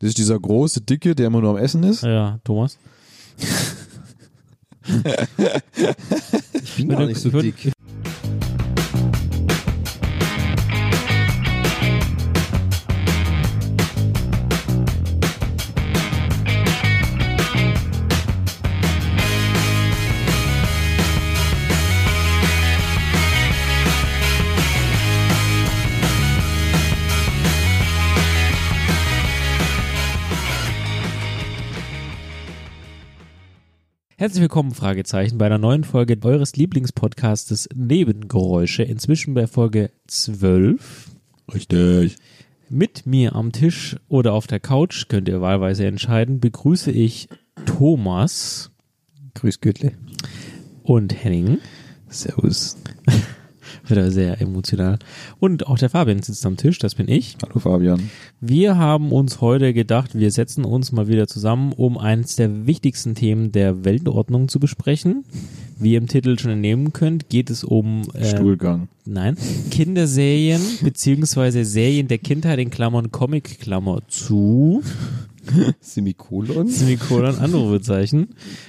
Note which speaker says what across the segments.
Speaker 1: Das ist dieser große, dicke, der immer nur am Essen ist.
Speaker 2: Ja, Thomas.
Speaker 3: Ich bin gar nicht so
Speaker 2: Würde-
Speaker 3: dick.
Speaker 2: Herzlich willkommen, Fragezeichen, bei einer neuen Folge eures Lieblingspodcastes Nebengeräusche, inzwischen bei Folge 12.
Speaker 1: Richtig.
Speaker 2: Mit mir am Tisch oder auf der Couch, könnt ihr wahlweise entscheiden, begrüße ich Thomas
Speaker 3: Grüß Göttle.
Speaker 2: und Henning.
Speaker 3: Servus.
Speaker 2: Wieder sehr emotional. Und auch der Fabian sitzt am Tisch, das bin ich.
Speaker 1: Hallo Fabian.
Speaker 2: Wir haben uns heute gedacht, wir setzen uns mal wieder zusammen, um eines der wichtigsten Themen der Weltordnung zu besprechen. Wie ihr im Titel schon entnehmen könnt, geht es um
Speaker 3: Ähm.
Speaker 2: äh,
Speaker 1: Stuhlgang.
Speaker 2: Nein. Kinderserien beziehungsweise Serien der Kindheit in Klammern Comic Klammer zu.
Speaker 3: Semikolon?
Speaker 2: Semikolon, Anrufezeichen.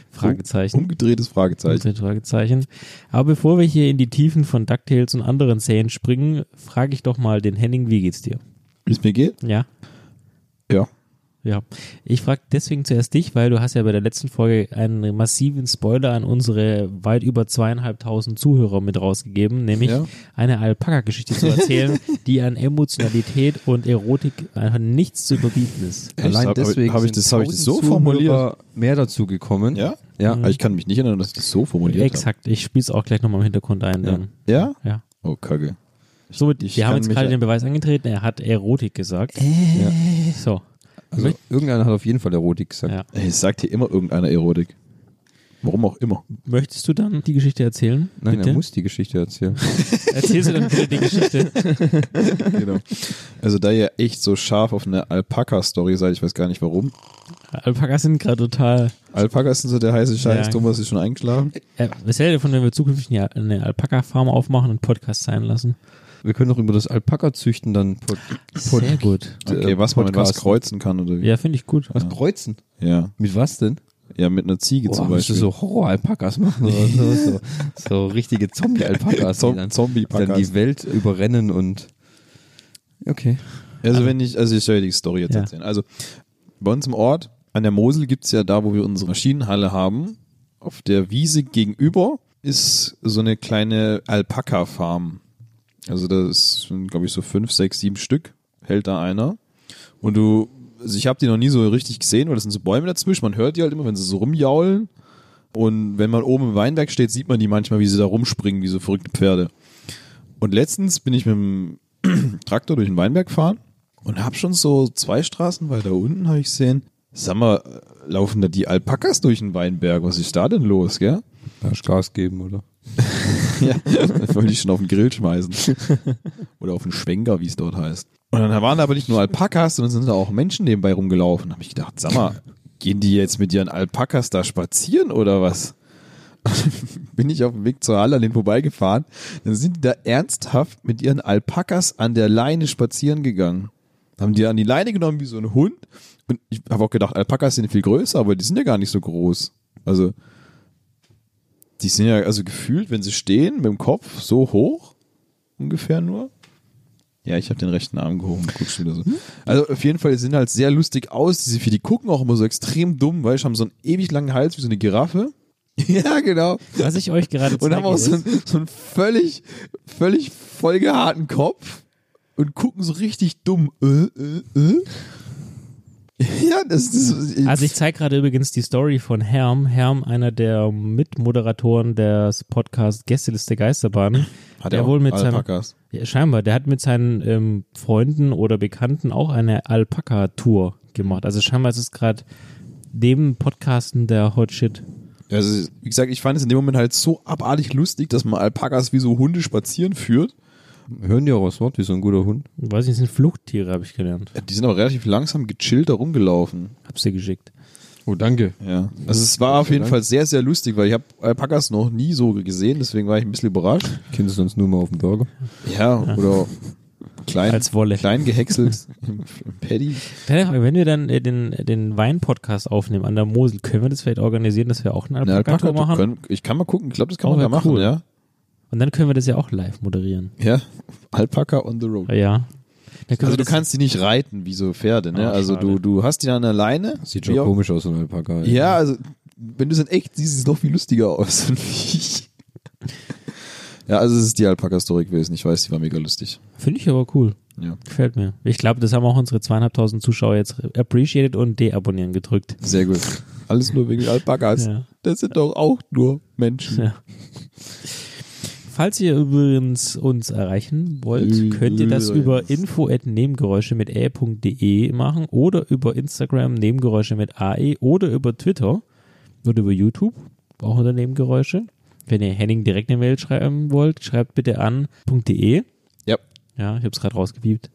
Speaker 2: Fragezeichen.
Speaker 1: Umgedrehtes Fragezeichen.
Speaker 2: Mit Fragezeichen. Aber bevor wir hier in die Tiefen von DuckTales und anderen Serien springen, frage ich doch mal den Henning, wie geht's dir?
Speaker 1: Wie es mir geht?
Speaker 2: Ja.
Speaker 1: Ja.
Speaker 2: Ja. Ich frage deswegen zuerst dich, weil du hast ja bei der letzten Folge einen massiven Spoiler an unsere weit über zweieinhalbtausend Zuhörer mit rausgegeben, nämlich
Speaker 1: Ja.
Speaker 2: eine Alpaka-Geschichte zu erzählen, die an Emotionalität und Erotik einfach nichts zu überbieten ist.
Speaker 1: Echt? Hab- hab- hab ich
Speaker 3: sind
Speaker 1: das- hab ich das so
Speaker 3: 1000
Speaker 1: formuliert?
Speaker 3: Zuhörer mehr dazu gekommen.
Speaker 1: Ja?
Speaker 3: Ja.
Speaker 1: Aber ich kann mich nicht erinnern, dass ich das so formuliert
Speaker 2: Exakt. Ich spiele es auch gleich nochmal im Hintergrund ein. Dann.
Speaker 1: habe. Ja?
Speaker 2: Ja.
Speaker 1: Oh, Kacke.
Speaker 2: Somit,
Speaker 1: ich
Speaker 2: wir haben
Speaker 1: kann
Speaker 2: jetzt
Speaker 1: mich
Speaker 2: gerade
Speaker 1: ja- Äh.
Speaker 2: den Beweis angetreten, er hat Erotik gesagt. So,
Speaker 3: Also irgendeiner hat auf jeden Fall Erotik gesagt.
Speaker 2: ja.
Speaker 1: Ey, es sagt hier immer irgendeiner Erotik. Warum auch immer.
Speaker 2: Möchtest du dann die Geschichte erzählen?
Speaker 3: Nein,
Speaker 2: bitte?
Speaker 3: er muss die Geschichte erzählen.
Speaker 2: Erzählst du dann bitte die Geschichte?
Speaker 1: genau. Also da ihr echt so scharf auf eine Alpaka-Story seid, ich weiß gar nicht warum.
Speaker 2: Alpakas sind gerade total.
Speaker 1: Alpakas sind so der heiße Scheiß.
Speaker 2: Ja.
Speaker 1: Thomas ist schon eingeschlafen.
Speaker 2: Äh, was hält ihr davon, wenn wir zukünftig eine- eine Alpaka-Farm aufmachen und einen Podcast sein lassen?
Speaker 3: Wir können doch über das Alpaka-Züchten dann pod
Speaker 2: Sehr gut.
Speaker 1: Okay, was man mit was
Speaker 3: Podcasten.
Speaker 1: kreuzen kann oder wie?
Speaker 2: Ja, finde ich gut.
Speaker 3: was kreuzen.
Speaker 1: Ja.
Speaker 3: Mit was denn?
Speaker 1: Ja, mit einer Ziege
Speaker 3: Boah,
Speaker 1: zum
Speaker 3: musst du
Speaker 1: Beispiel.
Speaker 3: so Horror-Alpakas machen oder so, so, so richtige Zombie-Alpakas, die
Speaker 1: Zom
Speaker 3: dann,
Speaker 1: Zombie-Pakas.
Speaker 3: dann die Welt überrennen und okay.
Speaker 1: Also wenn ich, also ich soll ja die Story jetzt
Speaker 2: Ja.
Speaker 1: erzählen. Also bei uns im Ort, an der Mosel gibt's ja da, wo wir unsere Schienenhalle haben, auf der Wiese gegenüber ist so eine kleine Alpaka-Farm. Also das sind, glaube ich, so fünf, sechs, sieben Stück, hält da einer. Und du, also ich habe die noch nie so richtig gesehen, weil das sind so Bäume dazwischen. Man hört die halt immer, wenn sie so rumjaulen. Und wenn man oben im Weinberg steht, sieht man die manchmal, wie sie da rumspringen, wie so verrückte Pferde. Und letztens bin ich mit dem Traktor durch den Weinberg fahren und hab schon so zwei Straßen weiter unten, habe ich gesehen, sag mal, äh, laufen da die Alpakas durch den Weinberg? Was ist da denn los, gell?
Speaker 3: Darfst Gas geben, oder?
Speaker 1: Ja, das wollte ich schon auf den Grill schmeißen. Oder auf den Schwenker, wie es dort heißt. Und dann waren da aber nicht nur Alpakas, sondern sind da auch Menschen nebenbei rumgelaufen. Da habe ich gedacht, sag mal, gehen die jetzt mit ihren Alpakas da spazieren oder was? Bin ich auf dem Weg zur Halle an denen vorbeigefahren. Dann sind die da ernsthaft mit ihren Alpakas an der Leine spazieren gegangen. Haben die an die Leine genommen wie so ein Hund. Und ich habe auch gedacht, Alpakas sind viel größer, aber die sind ja gar nicht so groß. Also, die sind ja also gefühlt, wenn sie stehen, mit dem Kopf so hoch, ungefähr nur. Ja, ich habe den rechten Arm gehoben, guckst du wieder so. Also auf jeden Fall die sehen halt sehr lustig aus, diese Vieh, die gucken auch immer so extrem dumm, weil ich haben so einen ewig langen Hals wie so eine Giraffe. ja, genau.
Speaker 2: Was ich euch gerade
Speaker 1: Und
Speaker 2: zeige,
Speaker 1: haben auch so
Speaker 2: ist,
Speaker 1: einen, so einen völlig, völlig vollgehaarten Kopf und gucken so richtig dumm. Äh, äh, äh. Ja, das ist.
Speaker 2: also ich zeige gerade übrigens die Story von Herm. Herm, einer der Mitmoderatoren des Podcasts Gästeliste Geisterbahn.
Speaker 1: hat
Speaker 2: der
Speaker 1: auch
Speaker 2: wohl mit seinem-
Speaker 1: Alpakas.
Speaker 2: Ja, scheinbar, der hat mit seinen ähm, Freunden oder Bekannten auch eine Alpaka-Tour gemacht. Also scheinbar ist es gerade dem Podcasten der Hot Shit.
Speaker 1: Also, wie gesagt, ich fand es in dem Moment halt so abartig lustig, dass man Alpakas wie so Hunde spazieren führt.
Speaker 3: Hören die auch das Wort wie so ein guter Hund?
Speaker 2: Weiß nicht, sind Fluchttiere, habe ich gelernt.
Speaker 1: Die sind aber relativ langsam gechillt da rumgelaufen.
Speaker 2: Hab's dir geschickt.
Speaker 3: Oh, danke.
Speaker 1: Ja. Also, es war auf jeden Fall sehr, sehr lustig, weil ich habe Alpakas noch nie so gesehen, deswegen war ich ein bisschen überrascht.
Speaker 3: Kennst du sonst nur mal auf dem Burger?
Speaker 1: Ja, oder Klein,
Speaker 2: Als Wolle.
Speaker 1: klein gehäckselt im, im Paddy.
Speaker 2: Kleine Frage, wenn wir dann äh, den, den Wein-Podcast aufnehmen an der Mosel, können wir das vielleicht organisieren, dass wir auch eine
Speaker 1: Na,
Speaker 2: Alpaka-Tour
Speaker 1: Alpaka-
Speaker 2: machen?
Speaker 1: können- ich kann mal gucken, ich glaube, das kann
Speaker 2: Oh,
Speaker 1: man
Speaker 2: wär
Speaker 1: ja machen,
Speaker 2: cool.
Speaker 1: ja.
Speaker 2: Und dann können wir das ja auch live moderieren. Ah,
Speaker 1: Ja, Alpaka on the road.
Speaker 2: Ja. Dann können
Speaker 1: Also
Speaker 2: wir
Speaker 1: du
Speaker 2: das-
Speaker 1: kannst die nicht reiten wie so Pferde, ne?
Speaker 2: Ah,
Speaker 1: also
Speaker 2: schade.
Speaker 1: du, du hast die dann alleine.
Speaker 3: Sieht
Speaker 1: Wie
Speaker 3: schon
Speaker 1: auch-
Speaker 3: komisch aus, so ein Alpaka.
Speaker 1: Ja, also wenn du es in echt siehst, sieht es noch viel lustiger aus. finde ich. ja, also es ist die Alpaka-Story gewesen. Ich weiß, die war mega lustig.
Speaker 2: Finde ich aber cool.
Speaker 1: Ja.
Speaker 2: Gefällt mir. Ich glaube, das haben auch unsere zweieinhalbtausend Zuschauer jetzt appreciated und deabonnieren gedrückt.
Speaker 1: Sehr gut. Alles nur wegen Alpakas.
Speaker 2: Ja.
Speaker 1: Das sind doch auch nur Menschen.
Speaker 2: Ja. Falls ihr übrigens uns erreichen wollt, könnt ihr das über info.nebengeräusche mit ä.de machen oder über Instagram Nebengeräusche mit ae oder über Twitter oder über YouTube, auch unter Nebengeräusche. Wenn ihr Henning direkt eine Mail schreiben wollt, schreibt bitte an .de.
Speaker 1: Ja.
Speaker 2: Ja, ich habe es gerade rausgepiept.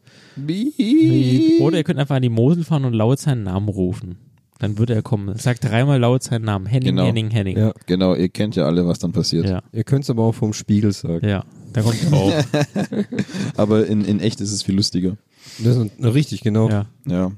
Speaker 1: Piep.
Speaker 2: Oder ihr könnt einfach an die Mosel fahren und laut seinen Namen rufen. Dann würde er kommen. Sagt dreimal laut seinen Namen. Henning,
Speaker 1: Genau.
Speaker 2: Henning, Henning.
Speaker 3: Ja.
Speaker 1: Genau, ihr kennt ja alle, was dann passiert.
Speaker 2: ja.
Speaker 3: Ihr könnt es aber auch vom Spiegel sagen.
Speaker 2: Ja, da kommt er auch.
Speaker 1: Aber in, in echt ist es viel lustiger.
Speaker 3: Das ist na, richtig, genau.
Speaker 2: ja.
Speaker 1: Ja.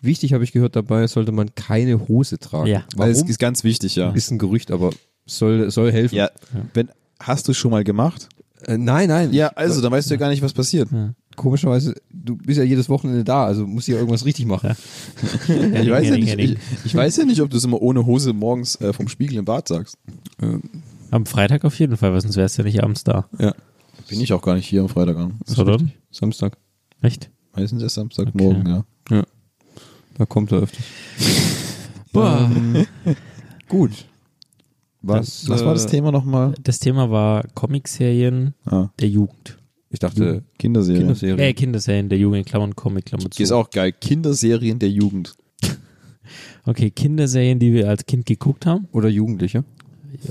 Speaker 3: Wichtig habe ich gehört dabei, sollte man keine Hose tragen.
Speaker 2: Ja.
Speaker 1: Weil
Speaker 3: Weil
Speaker 1: es
Speaker 3: Warum?
Speaker 1: ist ganz wichtig, ja.
Speaker 3: ist ein Gerücht, aber soll, soll helfen.
Speaker 1: Ja. Wenn, hast du es schon mal gemacht?
Speaker 3: Äh, nein, nein.
Speaker 1: Ja, also, dann weißt du ja gar nicht, was passiert.
Speaker 3: Komischerweise, du bist ja jedes Wochenende da, also musst du ja irgendwas richtig machen.
Speaker 1: Ich weiß, ja
Speaker 2: Henning,
Speaker 1: nicht, ich,
Speaker 2: Henning.
Speaker 1: ich weiß ja nicht, ob du es immer ohne Hose morgens äh, vom Spiegel im Bad sagst.
Speaker 3: Ähm,
Speaker 2: Am Freitag auf jeden Fall, weil sonst wärst du ja nicht abends da.
Speaker 3: Ja.
Speaker 1: Bin ich auch gar nicht hier am Freitag an.
Speaker 2: Oder?
Speaker 3: Samstag.
Speaker 2: Echt?
Speaker 1: Meistens erst Samstagmorgen,
Speaker 2: Okay.
Speaker 1: ja.
Speaker 3: Ja. Da kommt er öfter.
Speaker 2: Boah.
Speaker 3: Gut. Was,
Speaker 1: Was
Speaker 3: äh,
Speaker 1: war das Thema nochmal?
Speaker 2: Das Thema war Comicserien
Speaker 1: Ah,
Speaker 2: der Jugend.
Speaker 3: Ich dachte,
Speaker 1: Kinderserie.
Speaker 3: Kinderserie.
Speaker 2: Äh, Kinderserien der Jugend, Klammern, Comic, Klammern zu.
Speaker 1: Ist auch geil. Kinderserien der Jugend.
Speaker 2: Okay, Kinderserien, die wir als Kind geguckt haben.
Speaker 3: Oder Jugendliche.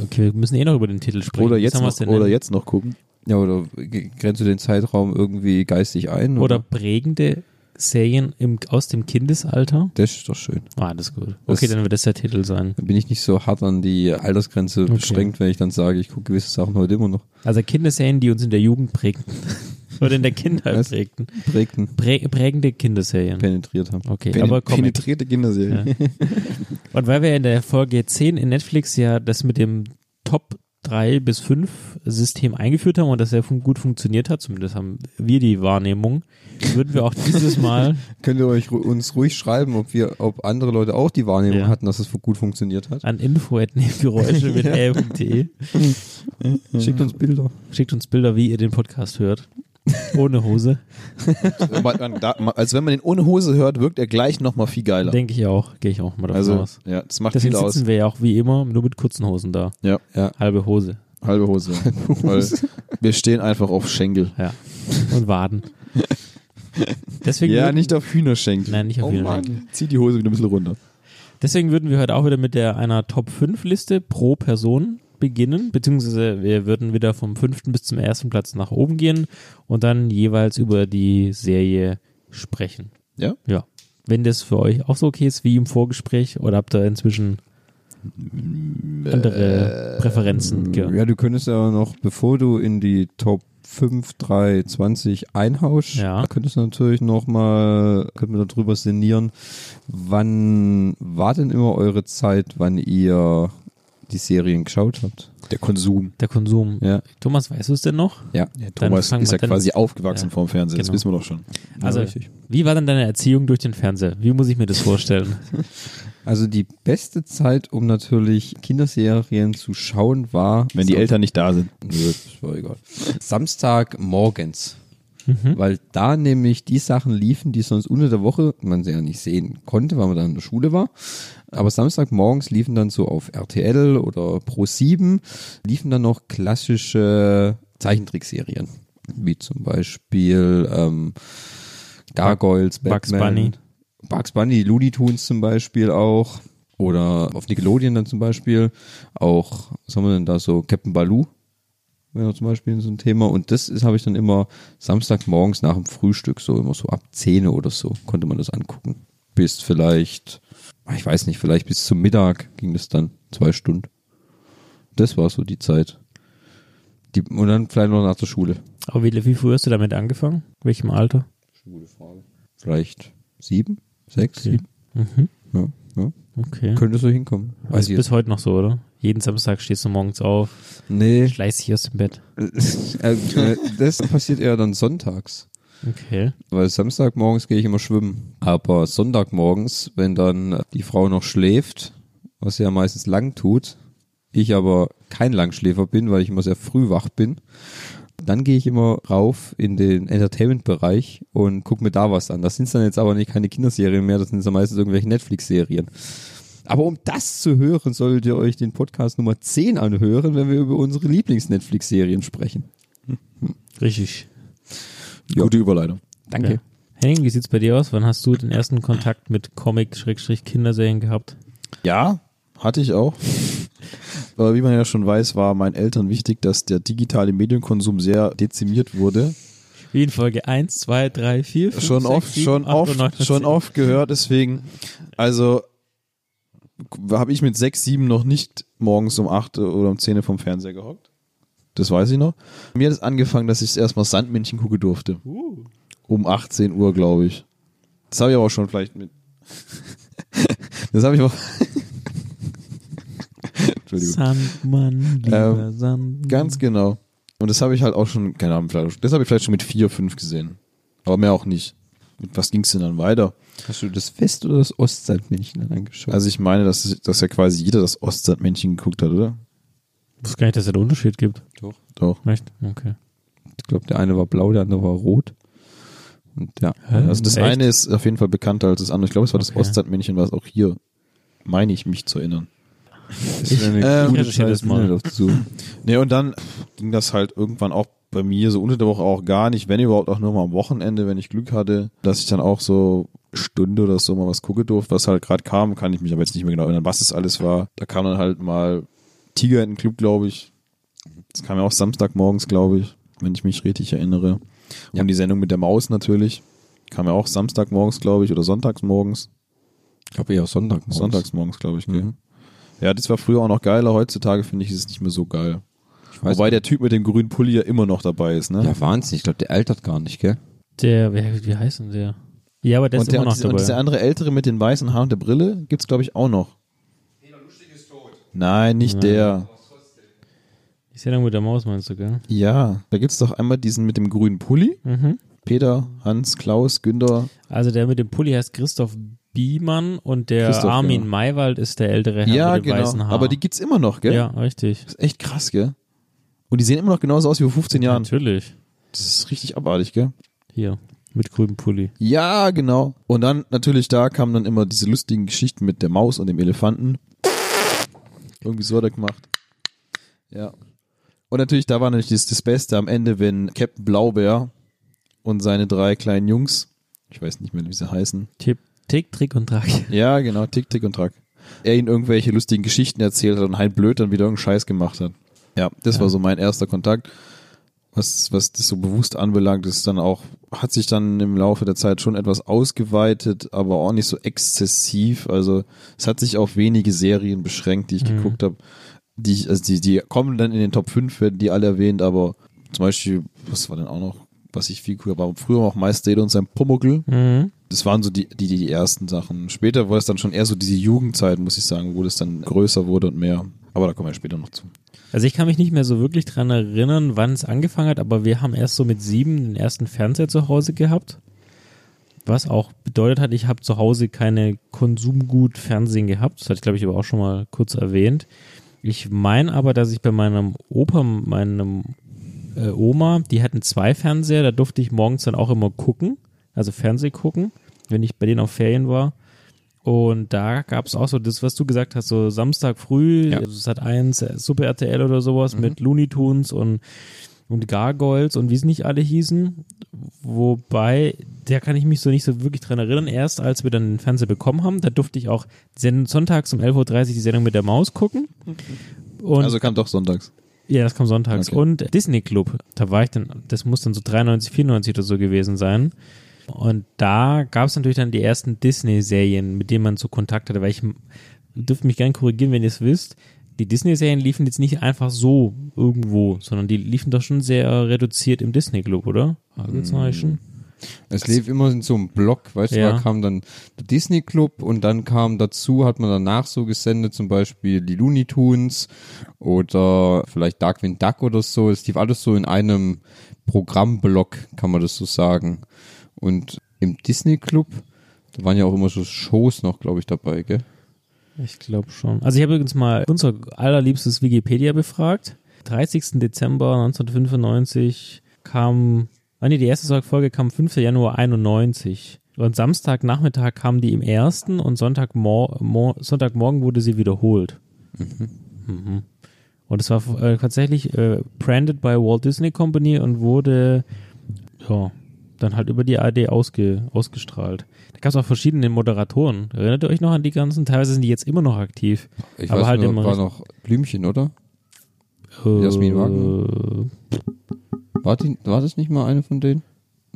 Speaker 2: Okay, wir müssen eh noch über den Titel sprechen.
Speaker 1: Oder
Speaker 2: Was
Speaker 1: jetzt,
Speaker 2: haben wir's
Speaker 1: noch,
Speaker 2: denn
Speaker 1: oder
Speaker 2: nennen?
Speaker 1: jetzt noch gucken.
Speaker 3: Ja, oder ge- grenzt du den Zeitraum irgendwie geistig ein?
Speaker 2: Oder
Speaker 1: ne?
Speaker 2: prägende Serien im, aus dem Kindesalter.
Speaker 3: Das ist doch schön.
Speaker 2: Ah, das ist gut.
Speaker 3: Das-
Speaker 2: Okay, dann wird das der Titel sein.
Speaker 3: Dann bin ich nicht so hart an die Altersgrenze beschränkt, wenn ich dann sage, ich gucke gewisse Sachen heute immer noch.
Speaker 2: Also Kinderserien, die uns in der Jugend prägten. Oder in der Kindheit
Speaker 3: Was?
Speaker 2: prägten.
Speaker 3: Prägten,
Speaker 2: Prä prägende Kinderserien.
Speaker 3: penetriert haben.
Speaker 2: Okay,
Speaker 1: Pene-
Speaker 2: aber Comic.
Speaker 1: penetrierte Kinderserie.
Speaker 2: Und weil wir in der Folge 10 in Netflix ja das mit dem Top 3 bis 5 System eingeführt haben und das sehr fun gut funktioniert hat, zumindest haben wir die Wahrnehmung, würden wir auch dieses Mal,
Speaker 3: Könnt ihr euch ru- uns ruhig schreiben, ob wir, ob andere Leute auch die Wahrnehmung
Speaker 2: Ja.
Speaker 3: hatten, dass es fu- gut funktioniert hat?
Speaker 2: an info.nebengeräusche mit l.de Mhm.
Speaker 3: Schickt uns Bilder.
Speaker 2: E. schickt uns Bilder, wie ihr den Podcast hört. Ohne Hose,
Speaker 1: Man- man- da- man- Also wenn man den ohne Hose hört, wirkt er gleich nochmal viel geiler.
Speaker 2: denke ich auch, gehe ich auch mal davon
Speaker 1: Also,
Speaker 2: aus.
Speaker 1: ja, das macht
Speaker 2: Deswegen
Speaker 1: viel aus.
Speaker 2: sitzen wir ja auch wie immer nur mit kurzen Hosen da.
Speaker 1: Ja,
Speaker 2: Halbe Hose,
Speaker 1: halbe Hose. Weil wir stehen einfach auf Schenkel.
Speaker 2: ja. Und Waden. Deswegen
Speaker 1: Ja,
Speaker 2: würden-
Speaker 1: nicht auf Hühnerschenkel.
Speaker 2: Nein, nicht auf
Speaker 1: oh
Speaker 2: Hühnerschenkel.
Speaker 1: Mann. Zieh die Hose wieder ein bisschen runter.
Speaker 2: Deswegen würden wir heute auch wieder mit der einer Top 5 Liste pro Person beginnen, beziehungsweise wir würden wieder vom fünften bis zum ersten Platz nach oben gehen und dann jeweils über die Serie sprechen.
Speaker 1: Ja?
Speaker 2: Ja. Wenn das für euch auch so okay ist wie im Vorgespräch oder habt ihr inzwischen andere Präferenzen? Ge
Speaker 3: Mm, äh, Ja, du könntest ja noch, bevor du in die Top 5, 3, 20 einhausch,
Speaker 2: Ja.
Speaker 3: könntest du natürlich nochmal, könnten wir darüber sinnieren, wann war denn immer eure Zeit, wann ihr die Serien geschaut habt?
Speaker 1: Der Konsum.
Speaker 2: Der Konsum.
Speaker 3: Ja.
Speaker 2: Thomas, weißt du es denn noch?
Speaker 3: Ja.
Speaker 1: Ja,
Speaker 2: Dann
Speaker 1: Thomas
Speaker 2: fangen
Speaker 1: ist
Speaker 2: wir
Speaker 1: ja
Speaker 2: dann-
Speaker 1: quasi aufgewachsen
Speaker 2: Ja.
Speaker 1: vorm Fernsehen. Das
Speaker 2: Genau.
Speaker 1: wissen wir doch schon.
Speaker 2: Also,
Speaker 3: richtig.
Speaker 2: wie war denn deine Erziehung durch den Fernseher? Wie muss ich mir das vorstellen?
Speaker 3: Also die beste Zeit, um natürlich Kinderserien zu schauen, war
Speaker 1: Wenn die Eltern nicht da sind.
Speaker 3: Nö, das war egal. Samstag morgens.
Speaker 2: Mhm.
Speaker 3: Weil da nämlich die Sachen liefen, die sonst unter der Woche man sie ja nicht sehen konnte, weil man dann in der Schule war. Aber Samstagmorgens liefen dann so auf RTL oder Pro7 liefen dann noch klassische Zeichentrickserien. Wie zum Beispiel ähm, Gargoyles,
Speaker 2: Bugs
Speaker 3: Batman,
Speaker 2: Bunny.
Speaker 3: Bugs Bunny, Looney Tunes zum Beispiel auch. Oder auf Nickelodeon dann zum Beispiel auch, was haben wir denn da so, Captain Baloo wäre noch zum Beispiel so ein Thema. Und das ist- habe ich dann immer Samstagmorgens nach dem Frühstück, so immer so ab 10 oder so, konnte man das angucken. Bis vielleicht, ah, ich weiß nicht, vielleicht bis zum Mittag ging das dann, zwei Stunden. Das war so die Zeit. Die, und dann vielleicht noch nach der Schule.
Speaker 2: Aber wie, wie früh hast du damit angefangen? Welchem Alter?
Speaker 3: Gute Frage. Vielleicht sieben, sechs,
Speaker 2: Okay.
Speaker 3: sieben.
Speaker 2: Mhm.
Speaker 3: Ja, ja.
Speaker 2: Okay.
Speaker 3: Könnte so hinkommen. Also
Speaker 2: Das ist
Speaker 3: ich
Speaker 2: bis heute noch so, oder? Jeden Samstag stehst du morgens auf,
Speaker 3: jetzt- Nee,
Speaker 2: schleißt dich aus dem Bett.
Speaker 3: äh, äh, das passiert eher dann sonntags.
Speaker 2: Okay.
Speaker 3: Weil Samstagmorgens gehe ich immer schwimmen. Aber Sonntagmorgens, wenn dann die Frau noch schläft, was sie ja meistens lang tut, ich aber kein Langschläfer bin, weil ich immer sehr früh wach bin, dann gehe ich immer rauf in den Entertainment-Bereich und gucke mir da was an. Das sind dann jetzt aber nicht keine Kinderserien mehr, das sind dann meistens irgendwelche Netflix-Serien. Aber um das zu hören, solltet ihr euch den Podcast Nummer 10 anhören, wenn wir über unsere Lieblings-Netflix-Serien sprechen.
Speaker 2: Richtig.
Speaker 3: Ja.
Speaker 1: Gute Überleitung.
Speaker 3: Danke.
Speaker 2: Ja. Henning, wie sieht's bei dir aus? Wann hast du den ersten Kontakt mit Comic-Kinderserien gehabt?
Speaker 1: Ja, hatte ich auch. Aber wie man ja schon weiß, war meinen Eltern wichtig, dass der digitale Medienkonsum sehr dezimiert wurde.
Speaker 2: Wie in Folge 1, 2, 3, 4, 5,
Speaker 1: schon oft, schon oft, schon oft gehört, deswegen, also habe ich mit sechs, sieben noch nicht morgens um acht oder um zehn vom Fernseher gehockt. Das weiß ich noch. Mir hat es angefangen, dass ich erstmal Sandmännchen gucken durfte. Um 18 Uhr, glaube ich. Das habe ich aber auch schon vielleicht mit. das habe ich auch. Entschuldigung.
Speaker 2: Sandmann, lieber
Speaker 1: Ähm,
Speaker 2: Sandmann.
Speaker 1: Ganz genau. Und das habe ich halt auch schon, keine Ahnung, vielleicht, das habe ich vielleicht schon mit vier, fünf gesehen. Aber mehr auch nicht. Mit was ging es denn dann weiter?
Speaker 3: Hast du das West- oder das Ostsandmännchen dann angeschaut?
Speaker 1: Also ich meine, dass, dass ja quasi jeder das Ostsandmännchen geguckt hat, oder?
Speaker 2: Ich wusste gar nicht, dass es da einen Unterschied gibt.
Speaker 1: Doch.
Speaker 2: Echt? Okay.
Speaker 3: Ich glaube, der eine war blau, der andere war rot. Und ja.
Speaker 1: Also das
Speaker 2: Echt?
Speaker 1: eine ist auf jeden Fall bekannter als das andere. Ich glaube, es war das
Speaker 2: Okay.
Speaker 1: Ostsandmännchen, was auch hier, meine ich, mich zu erinnern.
Speaker 3: Das ist eine ne,
Speaker 1: ähm,
Speaker 2: recherchiere das mal.
Speaker 3: Minute dazu.
Speaker 1: Nee, und dann ging das halt irgendwann auch bei mir so unter der Woche auch gar nicht, wenn überhaupt auch nur mal am Wochenende, wenn ich Glück hatte, dass ich dann auch so Stunde oder so mal was gucken durfte, was halt gerade kam, kann ich mich aber jetzt nicht mehr genau erinnern, was es alles war. Da kam dann halt mal Tiger in den Club, glaube ich. Das kam ja auch Samstagmorgens, glaube ich, wenn ich mich richtig erinnere.
Speaker 3: Ja.
Speaker 1: Und die Sendung mit der Maus natürlich. Kam ja auch Samstagmorgens, glaube ich, oder sonntagsmorgens.
Speaker 3: Ich glaube eher Sonntag.
Speaker 1: Sonntagsmorgens, glaube ich. gell?
Speaker 3: Mhm.
Speaker 1: Ja, das war früher auch noch geiler. Heutzutage finde ich, ist es nicht mehr so geil.
Speaker 3: Ich weiß
Speaker 1: Wobei der Typ mit dem grünen Pulli ja immer noch dabei ist, ne?
Speaker 3: ja, Wahnsinn. Ich glaube, der altert gar nicht, gell?
Speaker 2: Der, wie, wie heißt denn der? Ja, aber der
Speaker 1: und,
Speaker 2: ist
Speaker 1: der,
Speaker 2: immer noch
Speaker 1: und, und dieser
Speaker 2: dabei.
Speaker 1: andere Ältere mit den weißen Haaren und der Brille gibt's, glaube ich, auch noch. Nein, nicht der.
Speaker 2: Ich sehe dann mit der Maus, meinst du, gell?
Speaker 1: Ja, da gibt's doch einmal diesen mit dem grünen Pulli.
Speaker 2: Mhm.
Speaker 1: Peter, Hans, Klaus, Günther.
Speaker 2: Also der mit dem Pulli heißt Christoph Biemann und der
Speaker 1: Christoph,
Speaker 2: Armin
Speaker 1: ja.
Speaker 2: Maywald ist der ältere Herr
Speaker 1: ja,
Speaker 2: mit dem
Speaker 1: genau.
Speaker 2: weißen Haar.
Speaker 1: Aber die gibt's immer noch, gell?
Speaker 2: Ja, richtig.
Speaker 1: Das ist echt krass, gell? Und die sehen immer noch genauso aus wie vor 15 Jahren.
Speaker 2: Natürlich.
Speaker 1: Das ist richtig abartig, gell?
Speaker 2: Hier, mit grünem Pulli.
Speaker 1: Ja, genau. Und dann natürlich da kamen dann immer diese lustigen Geschichten mit der Maus und dem Elefanten. Irgendwie so hat er gemacht. Ja. Und natürlich, da war natürlich das, das Beste am Ende, wenn Captain Blaubeer und seine drei kleinen Jungs, ich weiß nicht mehr, wie sie heißen.
Speaker 2: Tipp, Tick, Trick und Track.
Speaker 1: Ja, genau, Tick, Tick und Track. Er ihnen irgendwelche lustigen Geschichten erzählt hat und halt blöd dann wieder irgendeinen Scheiß gemacht hat. Ja, das war so mein erster Kontakt. Was, was das so bewusst anbelangt, ist dann auch, hat sich dann im Laufe der Zeit schon etwas ausgeweitet, aber auch nicht so exzessiv. Also es hat sich auf wenige Serien beschränkt, die ich geguckt habe. Die, ich- also die, die kommen dann in den Top 5, werden die alle erwähnt, aber zum Beispiel, was war denn auch noch, was ich viel cooler war, früher auch Meister Ede und sein Pumuckl
Speaker 2: Mhm.
Speaker 1: das waren so die, die, die ersten Sachen. Später war es dann schon eher so diese Jugendzeit, muss ich sagen, wo das dann größer wurde und mehr. Aber da kommen wir später noch zu.
Speaker 2: Also ich kann mich nicht mehr so wirklich dran erinnern, wann es angefangen hat, aber wir haben erst so mit sieben den ersten Fernseher zu Hause gehabt. Was auch bedeutet hat, ich habe zu Hause keine Konsumgut-Fernsehen gehabt. Das hatte ich, glaube ich, aber auch schon mal kurz erwähnt. Ich meine aber, dass ich bei meinem Opa, meinem äh, Oma, die hatten zwei Fernseher, da durfte ich morgens dann auch immer gucken, also Fernseh gucken, wenn ich bei denen auf Ferien war. Und da gab es auch so das, was du gesagt hast, so Samstag früh,
Speaker 3: Ja.
Speaker 2: also Sat 1, Super RTL oder sowas mit Looney Tunes und, und Gargoyles und wie es nicht alle hießen. Wobei, da kann ich mich so nicht so wirklich dran erinnern. Erst als wir dann den Fernseher bekommen haben, da durfte ich auch sen- sonntags um 11.30 Uhr die Sendung mit der Maus gucken. Und
Speaker 1: also kam doch sonntags.
Speaker 2: ja, das kam sonntags.
Speaker 1: Okay.
Speaker 2: Und Disney Club, da war ich dann, das muss dann so 93, 94 oder so gewesen sein. Und da gab es natürlich dann die ersten Disney-Serien, mit denen man so Kontakt hatte, weil ich ihr dürft mich gerne korrigieren, wenn ihr es wisst. die Disney-Serien liefen jetzt nicht einfach so irgendwo, sondern die liefen doch schon sehr reduziert im Disney-Club, oder? Also Fragezeichen.
Speaker 3: Es lief immer in so einem Block, weißt
Speaker 2: Ja.
Speaker 3: du, da kam dann der Disney Club und dann kam dazu, hat man danach so gesendet, zum Beispiel die Looney Tunes oder vielleicht Darkwing Duck oder so. Es lief alles so in einem Programmblock, kann man das so sagen. Und im Disney Club, da waren ja auch immer so Shows noch, glaube ich, dabei, gell?
Speaker 2: Ich glaube schon. Also ich habe übrigens mal unser allerliebstes Wikipedia befragt. 30. Dezember 1995 kam, ah nee, die erste Folge kam 5. Januar 91. Und Samstagnachmittag kam die im ersten und Sonntagmor mor Sonntagmorgen wurde sie wiederholt. Mhm. Und es war äh, tatsächlich äh, branded by Walt Disney Company und wurde ja, dann halt über die ARD ausge, ausgestrahlt. Da gab es auch verschiedene Moderatoren. Erinnert ihr euch noch an die ganzen? Teilweise sind die jetzt immer noch aktiv.
Speaker 3: Ich
Speaker 2: aber
Speaker 3: weiß
Speaker 2: halt
Speaker 3: nur,
Speaker 2: immer.
Speaker 3: war noch Blümchen, oder?
Speaker 2: äh,
Speaker 3: Jasmin Wagner? War, die, war das nicht mal eine von denen?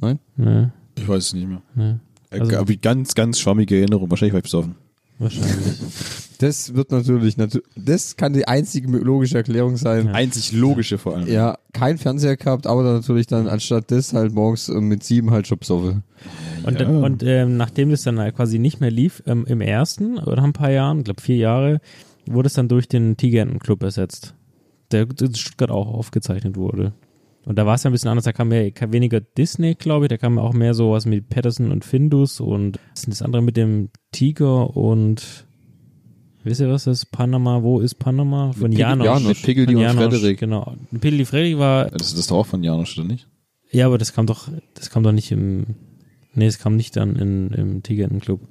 Speaker 3: Nein?
Speaker 2: Ne,
Speaker 1: Ich weiß es nicht mehr.
Speaker 2: ne,
Speaker 1: Äh,
Speaker 2: Also-
Speaker 1: Habe ich ganz, ganz schwammige Erinnerung. Wahrscheinlich war ich besoffen.
Speaker 2: wahrscheinlich.
Speaker 3: Das wird natürlich, natu- das kann die einzige logische Erklärung sein.
Speaker 1: Einzig logische vor allem.
Speaker 3: Ja, kein Fernseher gehabt, aber dann natürlich dann anstatt des halt morgens äh, mit sieben halt Schubsoffe.
Speaker 2: Und,
Speaker 1: Ja.
Speaker 2: und ähm, nachdem das dann halt quasi nicht mehr lief, ähm, im ersten oder ein paar Jahren, ich glaube vier Jahre, wurde es dann durch den Tigerentenclub ersetzt, der in Stuttgart auch aufgezeichnet wurde. Und da war es ja ein bisschen anders, da kam mehr, kam weniger Disney, glaube ich, da kam auch mehr sowas mit Patterson und Findus und was ist denn das andere mit dem Tiger und wisst ihr was das ist? Panama, wo ist Panama? Von
Speaker 3: Piggy-
Speaker 2: Janosch.
Speaker 3: Janosch,
Speaker 2: Von
Speaker 3: Piggy und
Speaker 2: Janosch,
Speaker 3: Frederik.
Speaker 2: Genau. Piggy Frederik war
Speaker 1: Das ist das doch auch von Janosch, oder nicht?
Speaker 2: ja, aber das kam doch, das kam doch nicht im, nee, es kam nicht dann in, im Tigerentenclub.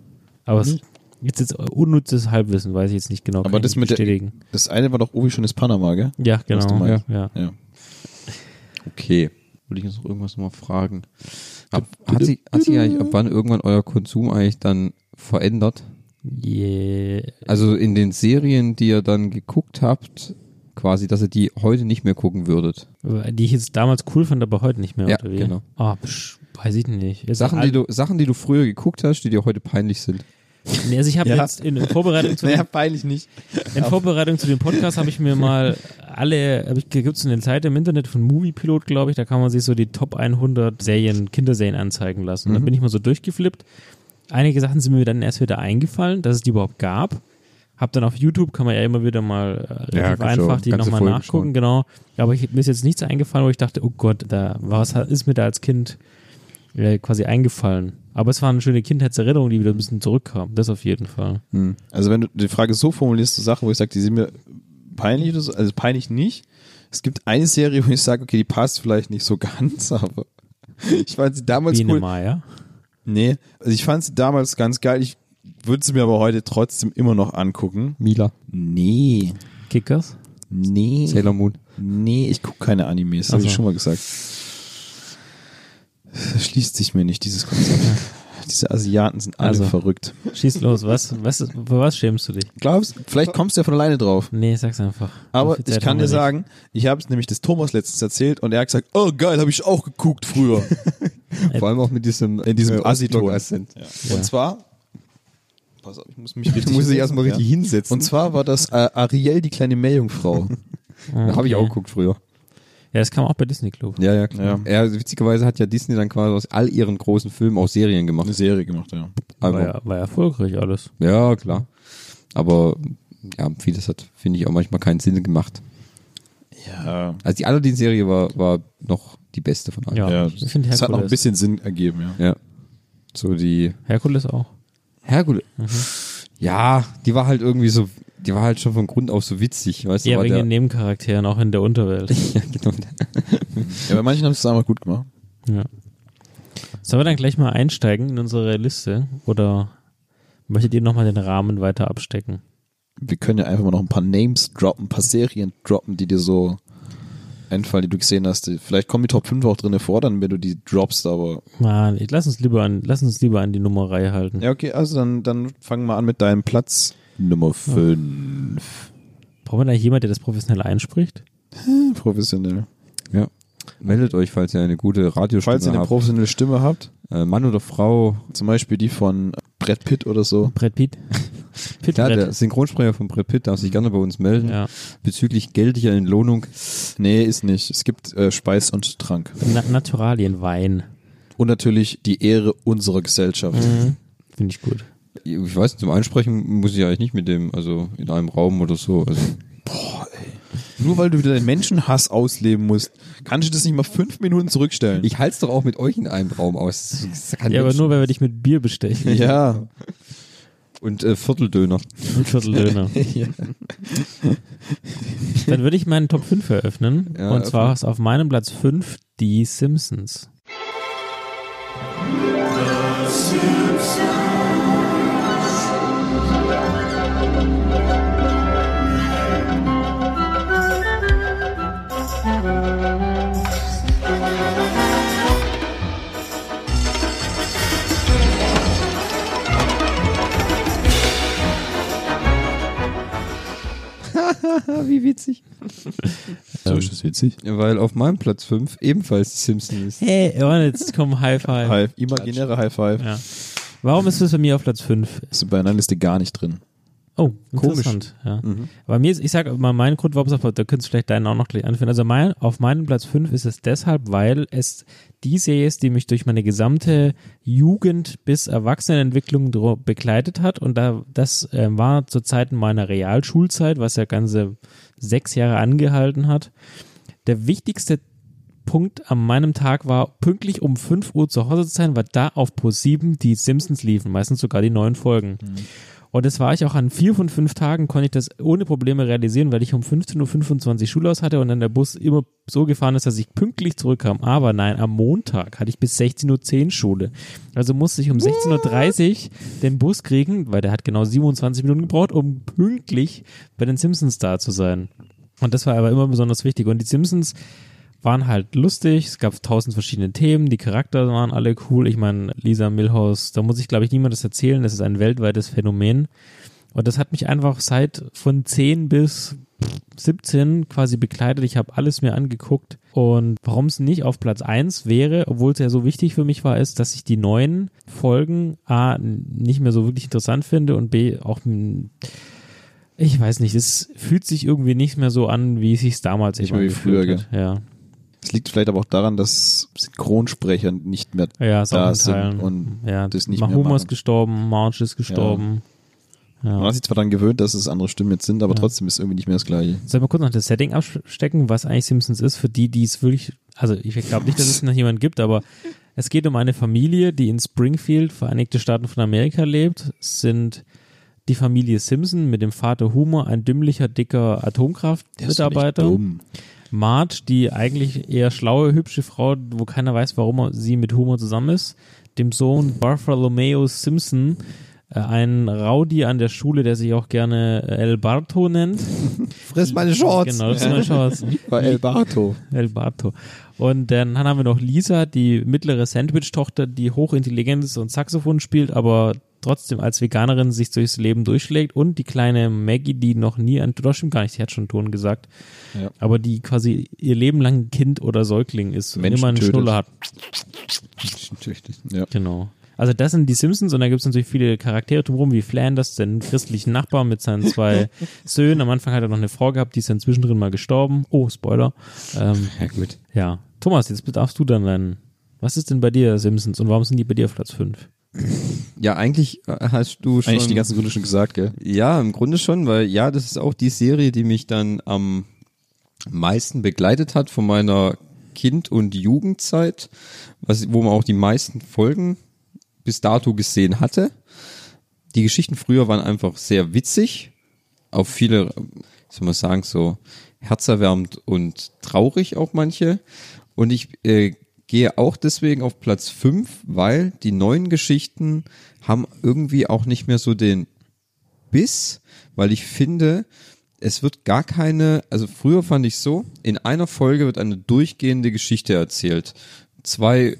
Speaker 2: Aber es, jetzt jetzt unnützes Halbwissen, weiß ich jetzt nicht genau.
Speaker 1: Aber
Speaker 2: kann
Speaker 1: das
Speaker 2: ich
Speaker 1: mit
Speaker 2: nicht
Speaker 1: der-
Speaker 2: bestätigen.
Speaker 1: Das eine war doch Obi schon ist Panama, gell?
Speaker 2: ja,
Speaker 1: was du
Speaker 2: genau, ja,
Speaker 1: meinst.
Speaker 2: ja.
Speaker 1: Ja.
Speaker 3: Okay. Will ich jetzt noch irgendwas nochmal fragen? Ab, hat, sich, hat sich eigentlich ab wann irgendwann euer Konsum eigentlich dann verändert?
Speaker 2: Yeah.
Speaker 3: Also in den Serien, die ihr dann geguckt habt, quasi, dass ihr die heute nicht mehr gucken würdet.
Speaker 2: Die ich jetzt damals cool fand, aber heute nicht mehr.
Speaker 3: Ja,
Speaker 2: oder wie?
Speaker 3: genau.
Speaker 2: Ah, psch, weiß ich nicht. Also, Jetzt
Speaker 3: Sachen, die du, Sachen, die du früher geguckt hast, die dir heute peinlich sind.
Speaker 2: Nee, also ich habe
Speaker 1: Ja.
Speaker 2: jetzt in Vorbereitung zu
Speaker 1: peinlich nicht.
Speaker 2: In Vorbereitung zu dem Podcast habe ich mir mal alle, hab ich- gibt's eine Seite im Internet von Moviepilot, glaube ich, da kann man sich so die Top 100 Serien, Kinderserien anzeigen lassen.
Speaker 3: Mhm.
Speaker 2: Und Da bin ich mal so durchgeflippt. Einige Sachen sind mir dann erst wieder eingefallen, dass es die überhaupt gab. Hab dann auf YouTube, kann man ja immer wieder mal äh,
Speaker 3: Ja,
Speaker 2: relativ
Speaker 3: kannst du
Speaker 2: einfach die
Speaker 3: ganze
Speaker 2: nochmal
Speaker 3: Folgen
Speaker 2: nachgucken,
Speaker 3: schauen.
Speaker 2: genau. Aber ich, mir ist jetzt nichts eingefallen, wo ich dachte, oh Gott, da, was ist mir da als Kind äh, quasi eingefallen? Aber es war eine schöne Kindheitserinnerung, die wieder ein bisschen zurückkam. Das auf jeden Fall.
Speaker 1: Also wenn du die Frage so formulierst, so Sachen, wo ich sage, die sind mir peinlich oder so, also peinlich nicht. Es gibt eine Serie, wo ich sage, okay, die passt vielleicht nicht so ganz, aber ich fand sie damals
Speaker 2: Biene
Speaker 1: cool.
Speaker 2: Meier.
Speaker 1: Nee, also ich fand sie damals ganz geil. Ich würde sie mir aber heute trotzdem immer noch angucken.
Speaker 3: Mila,
Speaker 1: Nee,
Speaker 2: Kickers.
Speaker 1: nee,
Speaker 3: Sailor Moon.
Speaker 1: nee, ich gucke keine Animes,
Speaker 2: Ach
Speaker 1: habe ich
Speaker 2: so.
Speaker 1: schon mal gesagt. Das schließt sich mir nicht, dieses Konzept. Diese Asiaten sind alle
Speaker 2: Also.
Speaker 1: verrückt.
Speaker 2: Schieß los, was, was, für was schämst du dich?
Speaker 1: Glaubst, vielleicht kommst du ja von alleine drauf.
Speaker 2: Nee, sag's einfach. So
Speaker 1: Aber
Speaker 2: viel
Speaker 1: ich
Speaker 2: Zeit haben
Speaker 1: kann
Speaker 2: wir
Speaker 1: dir
Speaker 2: nicht.
Speaker 1: sagen, ich habe es nämlich des Thomas letztens erzählt und er hat gesagt, oh geil, habe ich auch geguckt früher.
Speaker 2: Äh,
Speaker 3: Vor allem auch mit diesem,
Speaker 1: In diesem Assi-Ton.
Speaker 3: Assi-Ton.
Speaker 2: Ja.
Speaker 1: Und zwar, pass auf, ich muss mich richtig,
Speaker 3: Du musst dich erstmal richtig
Speaker 1: Ja.
Speaker 3: hinsetzen.
Speaker 1: Und zwar war das äh, Ariel, die kleine Meerjungfrau.
Speaker 2: Ah,
Speaker 3: Da Habe ich auch geguckt früher.
Speaker 2: Ja, das kam auch bei Disney Club.
Speaker 3: Ja, ja, klar.
Speaker 1: Ja.
Speaker 3: Ja. witzigerweise hat ja Disney dann quasi aus all ihren großen Filmen auch Serien
Speaker 1: Eine
Speaker 3: gemacht.
Speaker 1: Serie gemacht, ja.
Speaker 2: War
Speaker 3: Aber,
Speaker 2: ja, war ja erfolgreich alles.
Speaker 3: ja. klar. Aber ja, vieles hat, finde ich, auch manchmal keinen Sinn gemacht.
Speaker 1: Ja.
Speaker 3: Also die Aladdin-Serie war, war noch die beste von allen.
Speaker 2: Ja,
Speaker 1: ja
Speaker 2: ich finde
Speaker 1: das hat noch ein
Speaker 2: Herkules.
Speaker 1: bisschen Sinn ergeben, ja.
Speaker 3: ja. So die
Speaker 2: Herkules auch.
Speaker 3: Herkules.
Speaker 2: Mhm.
Speaker 3: Ja, die war halt irgendwie so, die war halt schon von Grund auf so witzig, weißt du?
Speaker 2: Ja,
Speaker 3: war
Speaker 2: wegen
Speaker 3: der,
Speaker 2: den Nebencharakteren, auch in der Unterwelt.
Speaker 3: ja, genau.
Speaker 1: ja bei manchen haben sie es einmal gut gemacht.
Speaker 2: ja. Sollen wir dann gleich mal einsteigen in unsere Liste? Oder möchtet ihr nochmal den Rahmen weiter abstecken?
Speaker 1: Wir können ja einfach mal noch ein paar Names droppen, ein paar Serien droppen, die dir so einfallen, die du gesehen hast. Vielleicht kommen die Top 5 auch drinne vor, dann wenn du die droppst, aber
Speaker 2: Mann, ich lass uns lieber an, lass uns lieber an die Nummerei halten.
Speaker 1: Ja, okay, also dann, dann fangen wir an mit deinem Platz Nummer 5.
Speaker 2: Brauchen wir da jemand, der das professionell einspricht?
Speaker 1: Professionell.
Speaker 3: ja. Meldet euch, falls ihr eine gute Radiostimme
Speaker 1: Falls ihr eine
Speaker 3: habt.
Speaker 1: professionelle Stimme habt,
Speaker 3: Äh, Mann oder Frau,
Speaker 1: zum Beispiel die von Brad Pitt oder so,
Speaker 2: Brett Pitt? Pit
Speaker 3: Klar,
Speaker 2: Brett.
Speaker 3: der Synchronsprecher von Brad Pitt darf sich gerne bei uns melden.
Speaker 2: Ja.
Speaker 3: Bezüglich geldlicher Entlohnung.
Speaker 1: Nee, ist nicht. Es gibt äh, Speis und Trank.
Speaker 2: Na, Naturalienwein.
Speaker 1: Und natürlich die Ehre unserer Gesellschaft.
Speaker 2: Finde ich gut.
Speaker 3: Ich weiß nicht, zum Einsprechen muss ich eigentlich nicht mit dem, also in einem Raum oder so. Also,
Speaker 1: Nur weil du wieder den Menschenhass ausleben musst, kannst du das nicht mal fünf Minuten zurückstellen.
Speaker 3: ich halte es doch auch mit euch in einem Raum aus. Das kann
Speaker 2: Ja, aber
Speaker 3: nicht-
Speaker 2: nur, weil wir dich mit Bier bestechen.
Speaker 1: ja.
Speaker 3: Und äh, Vierteldöner.
Speaker 2: Ein Vierteldöner. Dann würde ich meinen Top 5 eröffnen.
Speaker 3: Ja,
Speaker 2: und zwar
Speaker 3: öffne.
Speaker 2: ist auf meinem Platz 5 die Simpsons.
Speaker 3: Oh, wie witzig.
Speaker 1: So ist das witzig.
Speaker 3: Weil auf meinem Platz 5 ebenfalls die Simpsons ist.
Speaker 2: Hey, oh, jetzt komm, High Five.
Speaker 1: High, imaginäre High Five.
Speaker 2: Ja. Warum ist es bei mir auf Platz 5?
Speaker 1: Ist in meiner Liste gar nicht drin.
Speaker 2: Oh, interessant. Ja. Bei mir ist, ich sage mal, mein Grund, warum es auf, da könntest du vielleicht deinen auch noch gleich anführen. Also mein, auf meinem Platz 5 ist es deshalb, weil es die Serie ist, die mich durch meine gesamte Jugend bis Erwachsenenentwicklung dro- begleitet hat. Und da, das äh, war zu Zeiten meiner Realschulzeit, was ja ganze sechs Jahre angehalten hat. Der wichtigste Punkt an meinem Tag war, pünktlich um 5 Uhr zu Hause zu sein, weil da auf Pro 7 die Simpsons liefen, meistens sogar die neuen Folgen. Und das war ich auch an vier von fünf Tagen, konnte ich das ohne Probleme realisieren, weil ich um 15.25 Uhr Schule aus hatte und dann der Bus immer so gefahren ist, dass ich pünktlich zurückkam. Aber nein, am Montag hatte ich bis 16.10 Uhr Schule. Also musste ich um 16.30 Uhr den Bus kriegen, weil der hat genau 27 Minuten gebraucht, um pünktlich bei den Simpsons da zu sein. Und das war aber immer besonders wichtig. Und die Simpsons waren halt lustig, es gab tausend verschiedene Themen, die Charakter waren alle cool. Ich meine, Lisa Milhouse, da muss ich, glaube ich, niemand das erzählen, das ist ein weltweites Phänomen. Und das hat mich einfach seit von 10 bis 17 quasi begleitet. Ich habe alles mir angeguckt. Und warum es nicht auf Platz 1 wäre, obwohl es ja so wichtig für mich war, ist, dass ich die neuen Folgen A nicht mehr so wirklich interessant finde und B auch m, ich weiß nicht, es fühlt sich irgendwie nicht mehr so an, wie es sich damals
Speaker 1: Nicht
Speaker 2: eben
Speaker 1: mehr wie
Speaker 2: angefühlt
Speaker 1: früher,
Speaker 2: hat. Ja.
Speaker 1: Es liegt vielleicht aber auch daran, dass Synchronsprecher nicht mehr
Speaker 2: Ja, ist
Speaker 1: da
Speaker 2: auch in
Speaker 1: sind
Speaker 2: Teilen.
Speaker 1: und
Speaker 2: ja,
Speaker 1: das nicht mehr
Speaker 2: Mahoma ist
Speaker 1: machen.
Speaker 2: gestorben, Marge ist gestorben. Ja.
Speaker 1: Man hat sich zwar daran gewöhnt, dass es andere Stimmen jetzt sind, aber
Speaker 2: Ja.
Speaker 1: trotzdem ist irgendwie nicht mehr das Gleiche.
Speaker 2: Soll ich mal kurz noch das Setting abstecken, was eigentlich Simpsons ist, für die, die es wirklich, also ich glaube nicht, dass es noch jemanden gibt, aber es geht um eine Familie, die in Springfield, Vereinigte Staaten von Amerika lebt, Es sind die Familie Simpson mit dem Vater Homer, ein dümmlicher, dicker Atomkraftmitarbeiter.
Speaker 1: dumm.
Speaker 2: Marge, die eigentlich eher schlaue, hübsche Frau, wo keiner weiß, warum sie mit Homer zusammen ist, dem Sohn Bartholomew Simpson, äh, ein Rowdy an der Schule, der sich auch gerne äh, El Barto nennt.
Speaker 3: Friss meine
Speaker 2: Genau, das ist meine Shorts.
Speaker 1: Bei El Barto.
Speaker 2: El Barto. Und dann haben wir noch Lisa, die mittlere Sandwich-Tochter, die hochintelligent ist und Saxophon spielt, aber trotzdem als Veganerin sich durchs Leben durchschlägt. Und die kleine Maggie, die noch nie an, das stimmt gar nicht, die hat schon Ton gesagt,
Speaker 1: Ja.
Speaker 2: aber die quasi ihr Leben lang Kind oder Säugling ist und
Speaker 1: Menschen
Speaker 2: immer eine
Speaker 1: tötet.
Speaker 2: Schnulle hat.
Speaker 1: Ja.
Speaker 2: Genau. Also das sind die Simpsons und da gibt es natürlich viele Charaktere drumherum, wie Flanders, den christlichen Nachbarn mit seinen zwei Söhnen. Am Anfang hat er noch eine Frau gehabt, die ist dann zwischendrin mal gestorben. Oh, Spoiler. Ähm,
Speaker 3: Ja, gut.
Speaker 2: ja. Thomas, jetzt darfst du dann deinen. Was ist denn bei dir Simpsons und warum sind die bei dir auf Platz 5?
Speaker 3: Ja, eigentlich äh, hast du schon.
Speaker 1: Eigentlich die ganzen Gründe schon gesagt, gell?
Speaker 3: ja, im Grunde schon, weil ja, das ist auch die Serie, die mich dann am meisten begleitet hat von meiner Kind- und Jugendzeit, was, wo man auch die meisten Folgen bis dato gesehen hatte. Die Geschichten früher waren einfach sehr witzig, auf viele, wie soll man sagen, so herzerwärmend und traurig auch manche. Und ich äh, gehe auch deswegen auf Platz fünf, weil die neuen Geschichten haben irgendwie auch nicht mehr so den Biss, weil ich finde, es wird gar keine, also früher fand ich so, in einer Folge wird eine durchgehende Geschichte erzählt. Zwei,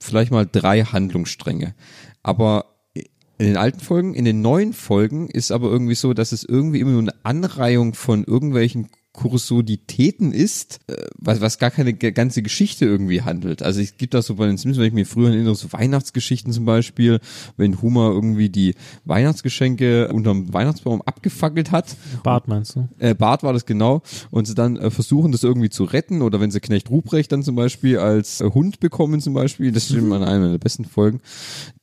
Speaker 3: vielleicht mal drei Handlungsstränge. Aber in den alten Folgen, in den neuen Folgen ist aber irgendwie so, dass es irgendwie immer nur eine Anreihung von irgendwelchen Kuriositäten ist, äh, was, was gar keine ge- ganze Geschichte irgendwie handelt. Also es gibt das so bei den Sims, wenn ich mir früher erinnere, so Weihnachtsgeschichten zum Beispiel, wenn Homer irgendwie die Weihnachtsgeschenke unterm Weihnachtsbaum abgefackelt hat
Speaker 2: Bart meinst du?
Speaker 3: äh, Bart war das genau, und sie dann äh, versuchen, das irgendwie zu retten, oder wenn sie Knecht Ruprecht dann zum Beispiel als äh, Hund bekommen zum Beispiel, das stimmt an einer der besten Folgen,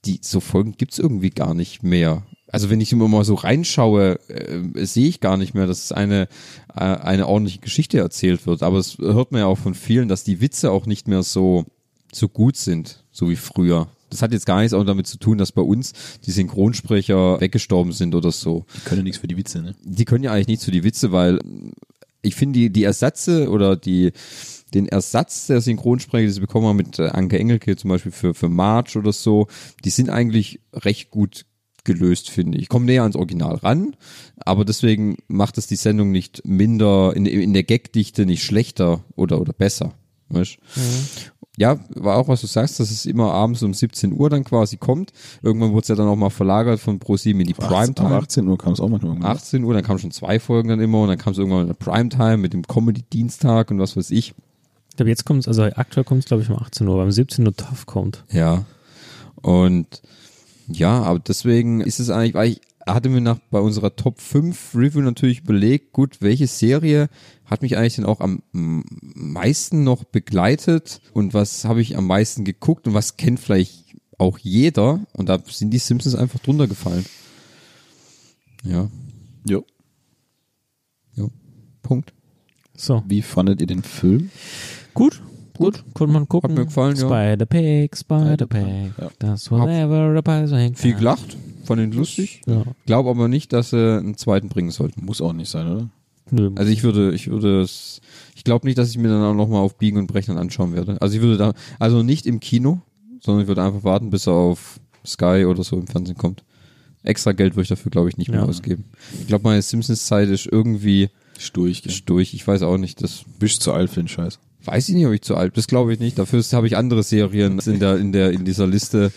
Speaker 3: die, so Folgen gibt's irgendwie gar nicht mehr. Also wenn ich immer mal so reinschaue, äh, sehe ich gar nicht mehr, dass es eine, äh, eine ordentliche Geschichte erzählt wird. Aber es hört man ja auch von vielen, dass die Witze auch nicht mehr so, so gut sind, so wie früher. Das hat jetzt gar nichts auch damit zu tun, dass bei uns die Synchronsprecher weggestorben sind oder so
Speaker 1: Die können ja nichts für die Witze, ne?
Speaker 3: die können ja eigentlich nichts für die Witze, weil mh, ich finde die, die Ersatze oder die den Ersatz der Synchronsprecher, die sie bekommen haben mit äh, Anke Engelke zum Beispiel für, für March oder so, die sind eigentlich recht gut gelöst, finde ich. Kommen näher ans Original ran, aber deswegen macht es die Sendung nicht minder, in, in der Gagdichte nicht schlechter oder, oder besser. Weißt? Ja, war auch was du sagst, dass es immer abends um 17 Uhr dann quasi kommt. Irgendwann wurde es ja dann auch mal verlagert von ProSieben in die
Speaker 1: Ab
Speaker 3: Primetime.
Speaker 1: 18 Uhr kam es auch manchmal. irgendwann.
Speaker 3: 18 Mhm. Uhr, dann kamen schon zwei Folgen dann immer und dann kam es irgendwann in der Primetime mit dem Comedy-Dienstag und was weiß ich.
Speaker 2: Ich glaube, jetzt kommt es, also aktuell kommt es, glaube ich, um 18 Uhr, weil um 17 Uhr Tough kommt.
Speaker 3: Ja. Und ja, aber deswegen ist es eigentlich, weil ich hatte mir nach bei unserer Top 5 Review natürlich überlegt, gut, welche Serie hat mich eigentlich denn auch am m- meisten noch begleitet und was habe ich am meisten geguckt und was kennt vielleicht auch jeder und da sind die Simpsons einfach drunter gefallen. Ja,
Speaker 1: Jo.
Speaker 3: ja. Punkt.
Speaker 2: So.
Speaker 1: Wie fandet ihr den Film?
Speaker 2: Gut. Gut, konnte man gucken.
Speaker 3: Hat mir gefallen, ja.
Speaker 2: Spider-Pig, Spider-Pig,
Speaker 1: Ja.
Speaker 2: das whatever a person
Speaker 3: Viel
Speaker 2: can.
Speaker 3: gelacht, fand ihn lustig.
Speaker 2: Ja.
Speaker 3: Glaube aber nicht, dass sie einen zweiten bringen sollten.
Speaker 1: Muss auch nicht sein, oder?
Speaker 2: Nö.
Speaker 3: Also ich würde, ich würde es, ich glaube nicht, dass ich mir dann auch nochmal auf Biegen und Brechen anschauen werde. Also ich würde da, also nicht im Kino, sondern ich würde einfach warten, bis er auf Sky oder so im Fernsehen kommt. Extra Geld würde ich dafür, glaube ich, nicht mehr
Speaker 2: Ja.
Speaker 3: ausgeben. Ich glaube, meine Simpsons-Zeit ist irgendwie
Speaker 1: Ist durch. gell?
Speaker 3: durch. Ich weiß auch nicht, das
Speaker 1: Bist zu alt für den Scheiß.
Speaker 3: weiß ich nicht, ob ich zu alt bin. Das glaube ich nicht. Dafür ist- habe ich andere Serien in der, in der, in dieser Liste,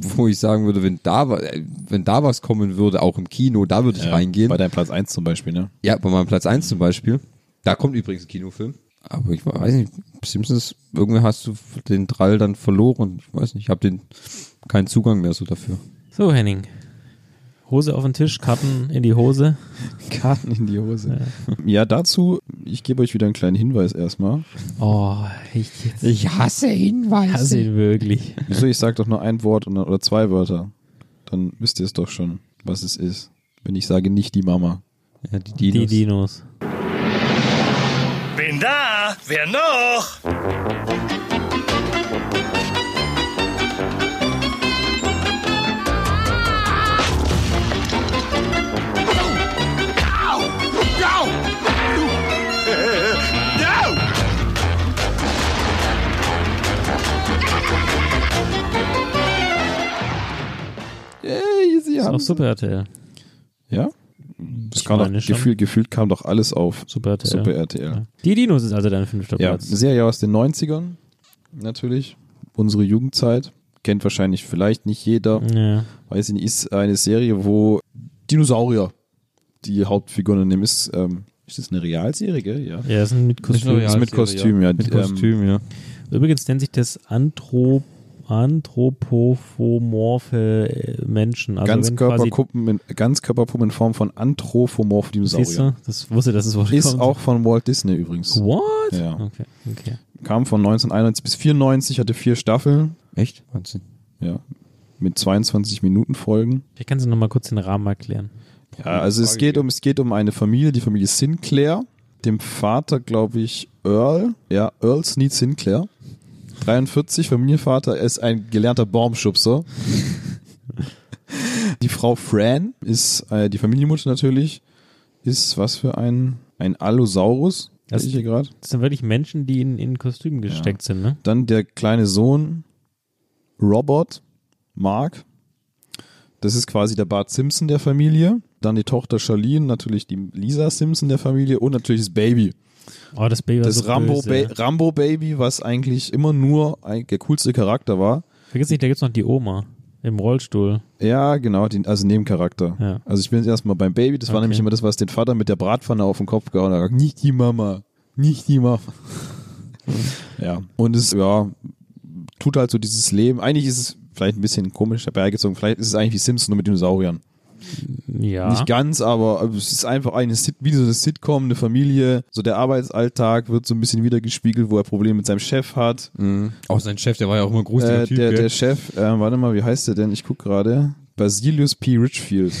Speaker 3: wo ich sagen würde, wenn da, wa- äh, wenn da was kommen würde, auch im Kino, da würde ich reingehen.
Speaker 1: Bei deinem Platz 1 zum Beispiel, ne?
Speaker 3: Ja, bei meinem Platz 1 zum Beispiel. Da kommt übrigens ein Kinofilm. Aber ich weiß nicht, Simpsons, irgendwer hast du den Drall dann verloren. Ich weiß nicht, ich habe den keinen Zugang mehr so dafür.
Speaker 2: So, Henning. Hose auf den Tisch, Karten in die Hose.
Speaker 1: Karten in die Hose. Ja, dazu, ich gebe euch wieder einen kleinen Hinweis erstmal.
Speaker 2: Oh, ich, ich
Speaker 3: hasse Hinweise.
Speaker 2: hasse ihn wirklich.
Speaker 1: Wieso, ich sag doch nur ein Wort und- oder zwei Wörter. Dann wisst ihr es doch schon, was es ist. Wenn ich sage, nicht die Mama.
Speaker 3: ja, die
Speaker 2: Die
Speaker 3: Dinos.
Speaker 2: Dinos.
Speaker 4: Bin da, wer noch?
Speaker 1: Ey, Äh, sie
Speaker 2: Ist auch
Speaker 1: haben's.
Speaker 2: Super RTL.
Speaker 1: Ja? Es kam
Speaker 2: meine
Speaker 1: doch,
Speaker 2: schon.
Speaker 1: gefühlt, gefühlt kam doch alles auf
Speaker 2: ne? Super RTL.
Speaker 1: Super RTL.
Speaker 2: Ja. Die Dinos ist also dein fünfter
Speaker 1: Ja, eine
Speaker 2: Platz.
Speaker 1: Serie aus den 90ern, natürlich. Unsere Jugendzeit. Kennt wahrscheinlich vielleicht nicht jeder.
Speaker 2: Ja.
Speaker 1: Weiß ich nicht, ist eine Serie, wo Dinosaurier die Hauptfiguren nehmen. Ist, ähm, ist das eine Realserie, gell? Ja.
Speaker 2: Ja, ist ein mit Kostüm.
Speaker 1: Ist mit Kostüm, ja.
Speaker 3: Mit
Speaker 1: Ähm,
Speaker 3: Kostüm, ja.
Speaker 2: Übrigens nennt sich das Anthrop anthropomorphe äh, Menschen. Also wenn quasi,
Speaker 1: Ganzkörperpuppen in, Ganzkörperpuppen in Form von anthropomorphen
Speaker 2: siehst
Speaker 1: Dinosaurier.
Speaker 2: du, das wusste, dass es Wort
Speaker 1: Ist
Speaker 2: kommt.
Speaker 1: auch von Walt Disney übrigens.
Speaker 2: What?
Speaker 1: Ja.
Speaker 2: Okay, okay.
Speaker 1: Kam von 1991 bis 94, hatte vier Staffeln.
Speaker 3: Echt? Wahnsinn.
Speaker 1: Ja. Mit 22 Minuten Folgen.
Speaker 2: Ich kann es nochmal kurz den Rahmen erklären.
Speaker 1: Ja, also es geht um es geht um eine Familie, die Familie Sinclair, dem Vater, glaube ich, Earl, ja, Earl Sneed Sinclair. 43, Familienvater, er ist ein gelernter Baumschubser. die Frau Fran ist äh, die Familienmutter natürlich ist was für ein ein Allosaurus,
Speaker 2: Das-
Speaker 1: das ich hier gerade.
Speaker 2: Das sind wirklich Menschen, die in, in Kostümen gesteckt sind, ne?
Speaker 1: Dann der kleine Sohn Robert, Mark. Das ist quasi der Bart Simpson der Familie. Dann die Tochter Charlene, natürlich die Lisa Simpson der Familie und natürlich das Baby.
Speaker 2: Oh, das Baby war
Speaker 1: Das
Speaker 2: so
Speaker 1: Rambo, ba
Speaker 2: böse.
Speaker 1: Rambo Baby, was eigentlich immer nur ein, der coolste Charakter war.
Speaker 2: Vergiss nicht, da gibt's noch die Oma. Im Rollstuhl.
Speaker 1: Ja, genau, den, also Nebencharakter.
Speaker 2: Ja.
Speaker 1: Also ich bin jetzt erstmal beim Baby, das war
Speaker 2: Okay.
Speaker 1: nämlich immer das, was den Vater mit der Bratpfanne auf den Kopf gehauen hat. Nicht die Mama, nicht die Mama. ja, und es, ja, tut halt so dieses Leben. Eigentlich ist es vielleicht ein bisschen komisch herbeigezogen, vielleicht ist es eigentlich wie Simpsons nur mit Dinosauriern.
Speaker 2: Ja.
Speaker 1: Nicht ganz, aber es ist einfach eine, Sit- wie so eine Sitcom, eine Familie. So der Arbeitsalltag wird so ein bisschen wiedergespiegelt, wo er Probleme mit seinem Chef hat.
Speaker 3: Auch sein Chef, der war ja auch immer ein
Speaker 1: Äh,
Speaker 3: gruseliger Typ.
Speaker 1: der,
Speaker 3: gell?
Speaker 1: der Chef, äh, warte mal, wie heißt der denn? Ich guck gerade. Basilius P. Richfield.